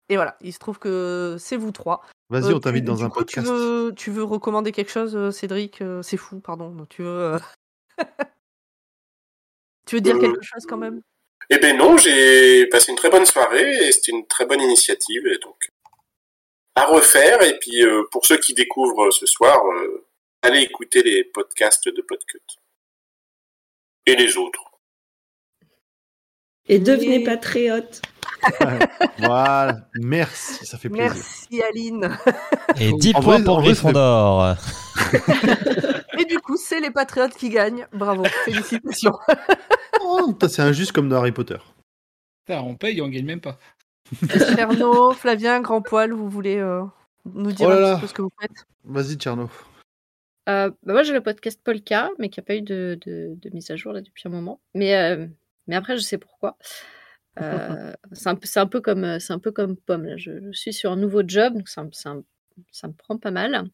S3: Et voilà, il se trouve que c'est vous trois.
S1: Vas-y,
S3: Euh,
S1: on t'invite
S3: tu-
S1: dans
S3: du
S1: un
S3: coup,
S1: podcast.
S3: Tu veux, tu veux recommander quelque chose, euh, Cédric Euh, C'est fou, pardon. non, Tu veux, euh, tu veux dire
S7: Euh,
S3: quelque chose quand même
S7: Eh ben non, j'ai passé une très bonne soirée et c'était une très bonne initiative, et donc à refaire. Et puis euh, pour ceux qui découvrent euh, ce soir, euh, allez écouter les podcasts de Podcut et les autres.
S8: Et devenez
S3: Oui.
S8: patriote.
S1: voilà, merci, ça fait
S7: Euh.
S1: plaisir.
S3: Merci Aline.
S2: Et 10
S1: En
S2: points
S1: vrai- en
S2: pour
S1: vrai, c'est-
S2: Gryffondor.
S3: Et du coup, c'est les Patriotes qui gagnent. Bravo, félicitations.
S1: Oh, putain, c'est injuste comme dans Harry Potter.
S5: Putain, on paye, on gagne même pas.
S3: Cherno, Flavien, Grand Poil, vous voulez euh, nous dire
S1: Oh là
S3: un petit
S1: là.
S3: peu ce que vous faites
S1: Vas-y, Tcherno.
S4: Euh, bah moi, j'ai le podcast Polka, mais qui n'a pas eu de, de- de mise à jour là, depuis un moment. Mais, euh, mais après, je sais pourquoi. Euh, c'est un, peu- c'est un peu comme euh, c'est un peu comme pomme. Là. Je, je suis sur un nouveau job, donc ça, me- ça me- ça me prend pas mal.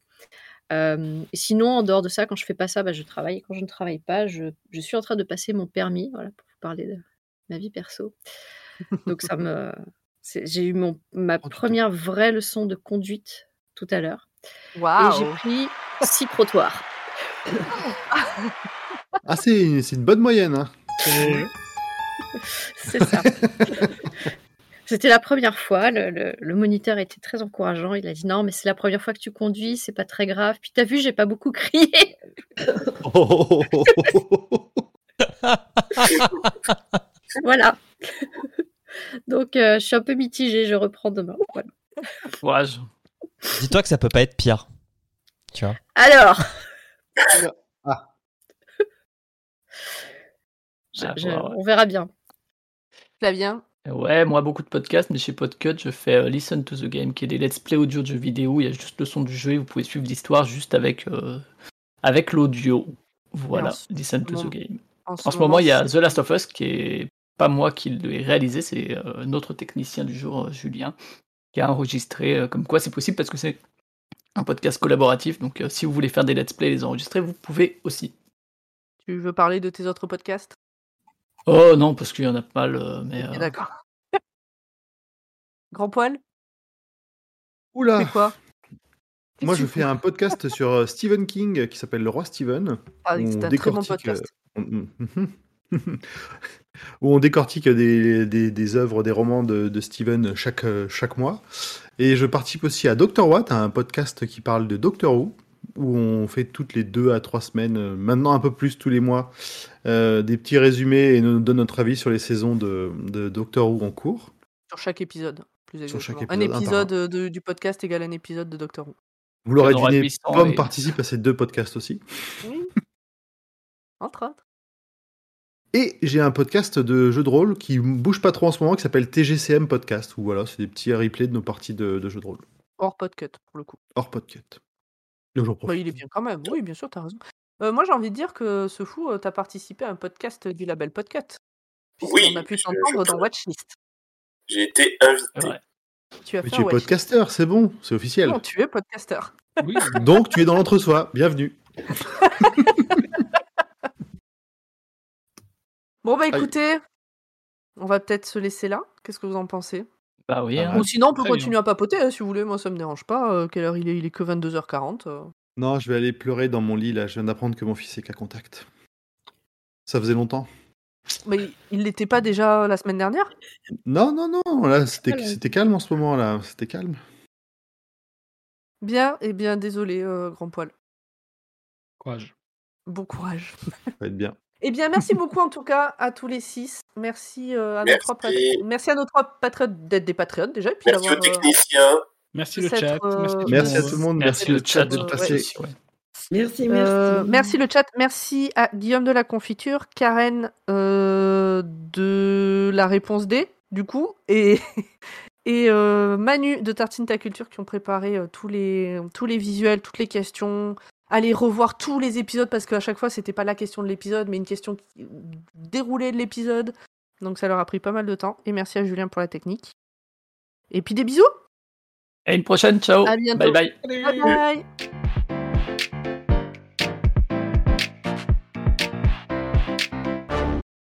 S4: Euh, et sinon, en dehors de ça, quand je fais pas ça, bah, je travaille. Et quand je ne travaille pas, je, je suis en train de passer mon permis, voilà, pour vous parler de ma vie perso. Donc ça me, c'est- j'ai eu mon, ma
S1: Oh, dis donc.
S4: première vraie leçon de conduite tout à l'heure. Et j'ai
S3: Waouh
S4: pris six trottoirs.
S1: Ah, c'est une, c'est une bonne moyenne. Hein.
S4: C'est ça. C'était la première fois, le, le- le moniteur était très encourageant, il a dit non mais c'est la première fois que tu conduis, c'est pas très grave. Puis t'as vu, j'ai pas beaucoup crié.
S1: Oh, oh, oh, oh, oh.
S4: voilà. Donc euh, je suis un peu mitigée, je reprends demain. Voilà.
S6: Courage.
S2: Dis-toi que ça peut pas être pire. Tu vois.
S4: Alors
S1: Ah.
S4: Je-
S6: Ah,
S4: je-
S6: ouais, ouais.
S4: On verra bien.
S3: Flavien
S6: Ouais, moi beaucoup de podcasts, mais chez Podcut, je fais euh, Listen to the Game, qui est des let's play audio de jeux vidéo. Il y a juste le son du jeu et vous pouvez suivre l'histoire juste avec, euh, avec l'audio. Voilà,
S3: Et en ce
S6: Listen to the
S3: moment-
S6: Game. En ce moment, il y a The Last of Us, qui est pas moi qui l'ai réalisé, c'est euh, notre technicien du jour, euh, Julien, qui a enregistré euh, comme quoi c'est possible parce que c'est un podcast collaboratif. Donc euh, si vous voulez faire des let's play et les enregistrer, vous pouvez aussi.
S3: Tu veux parler de tes autres podcasts
S6: Oh non, parce qu'il y en a pas le. Mais,
S3: Ok,
S6: euh,
S3: D'accord. Grand poil
S1: Oula
S3: C'est quoi
S1: Moi,
S3: Qu'est-ce
S1: je
S3: que tu
S1: fais un podcast sur euh, Stephen King euh, qui s'appelle Le Roi Stephen.
S3: Ah,
S1: où
S3: c'est
S1: on
S3: un très bon
S1: décortique, euh,
S3: podcast.
S1: on- hum, où on décortique des, des, des œuvres, des romans de, de Steven chaque, euh, chaque mois. Et je participe aussi à Doctor What, un podcast qui parle de Doctor Who, où on fait toutes les deux à trois semaines, euh, maintenant un peu plus tous les mois, euh, des petits résumés et nous donne notre avis sur les saisons de, de Doctor Who en cours.
S3: Sur chaque épisode. Plus
S1: Sur chaque
S3: exactement. un
S1: épisode, un par un.
S3: épisode euh, de- du podcast égale un épisode de Doctor Who.
S1: Vous l'aurez
S6: Conrad
S1: deviné,
S3: hein,
S6: Bisson
S1: Pomme
S6: et-
S1: participe à ces deux podcasts aussi.
S3: Oui. Entre autres.
S1: Et j'ai un podcast de jeux de rôle qui bouge pas trop en ce moment, qui s'appelle TGCM Podcast, où voilà, c'est des petits replays de nos parties de, de jeux de rôle,
S3: Hors podcast, pour le coup.
S1: hors podcast. Le jour
S3: Bah, il est bien quand même. Oui, bien sûr, t'as raison. Euh, moi, j'ai envie de dire que ce fou, euh, t'as participé à un podcast du label Podcut.
S7: Oui,
S3: On a pu
S7: je-
S3: t'entendre
S7: je-
S3: dans Watchlist.
S7: J'ai été invité.
S6: ouais.
S3: Tu as
S1: Mais
S3: fait
S1: tu es
S3: un Watchlist.
S1: podcasteur, c'est bon, c'est officiel.
S3: Non, tu es podcasteur.
S5: Oui,
S1: Donc tu es dans l'entre-soi, bienvenue.
S3: Bon, bah écoutez, on va peut-être se laisser là. Qu'est-ce que vous en pensez
S6: Bah oui,
S1: Ah,
S6: hein.
S1: ouais.
S3: Ou sinon, on peut
S5: Très bien.
S3: continuer à papoter, hein, si vous voulez. Moi, ça me dérange pas. Euh, quelle heure il est Il est que 22h40. euh.
S1: Non, je vais aller pleurer dans mon lit là, je viens d'apprendre que mon fils est qu'à contact. Ça faisait longtemps.
S3: Mais il- il l'était pas déjà euh, la semaine dernière
S1: Non, non, non, là c'était
S4: Voilà.
S1: c'était calme en ce moment là, c'était calme.
S3: Bien, et bien, désolé, euh, grand poil.
S5: courage.
S3: Bon courage.
S1: Ça va être bien.
S3: Eh bien, merci beaucoup en tout cas à tous les six. Merci, euh, à, nos
S7: Merci.
S3: trois patri- merci à nos trois patriotes d'être des patriotes déjà. Et puis
S7: Merci aux
S3: d'avoir, euh,
S7: techniciens.
S5: Merci le
S3: Peut-être,
S5: chat.
S3: euh,
S1: Merci
S3: Bon,
S1: à tout le monde, merci,
S6: le
S1: le chat
S3: de
S1: de
S3: ouais.
S1: passer.
S6: ouais.
S8: Merci, merci.
S3: euh, merci le chat. Merci à Guillaume de la confiture, Karen euh, de la réponse D, du coup, et, et euh, Manu de Tartine Ta Culture qui ont préparé euh, tous, les, tous les visuels, toutes les questions. Allez revoir tous les épisodes parce qu'à chaque fois, c'était pas la question de l'épisode, mais une question qui-
S5: 嗯
S3: déroulée de l'épisode. Donc ça leur a pris pas mal de temps. Et merci à Julien pour la technique. Et puis des bisous!
S6: À une prochaine, ciao.
S3: À
S6: Bye
S3: bientôt.
S6: bye.
S3: ben, Bye bye!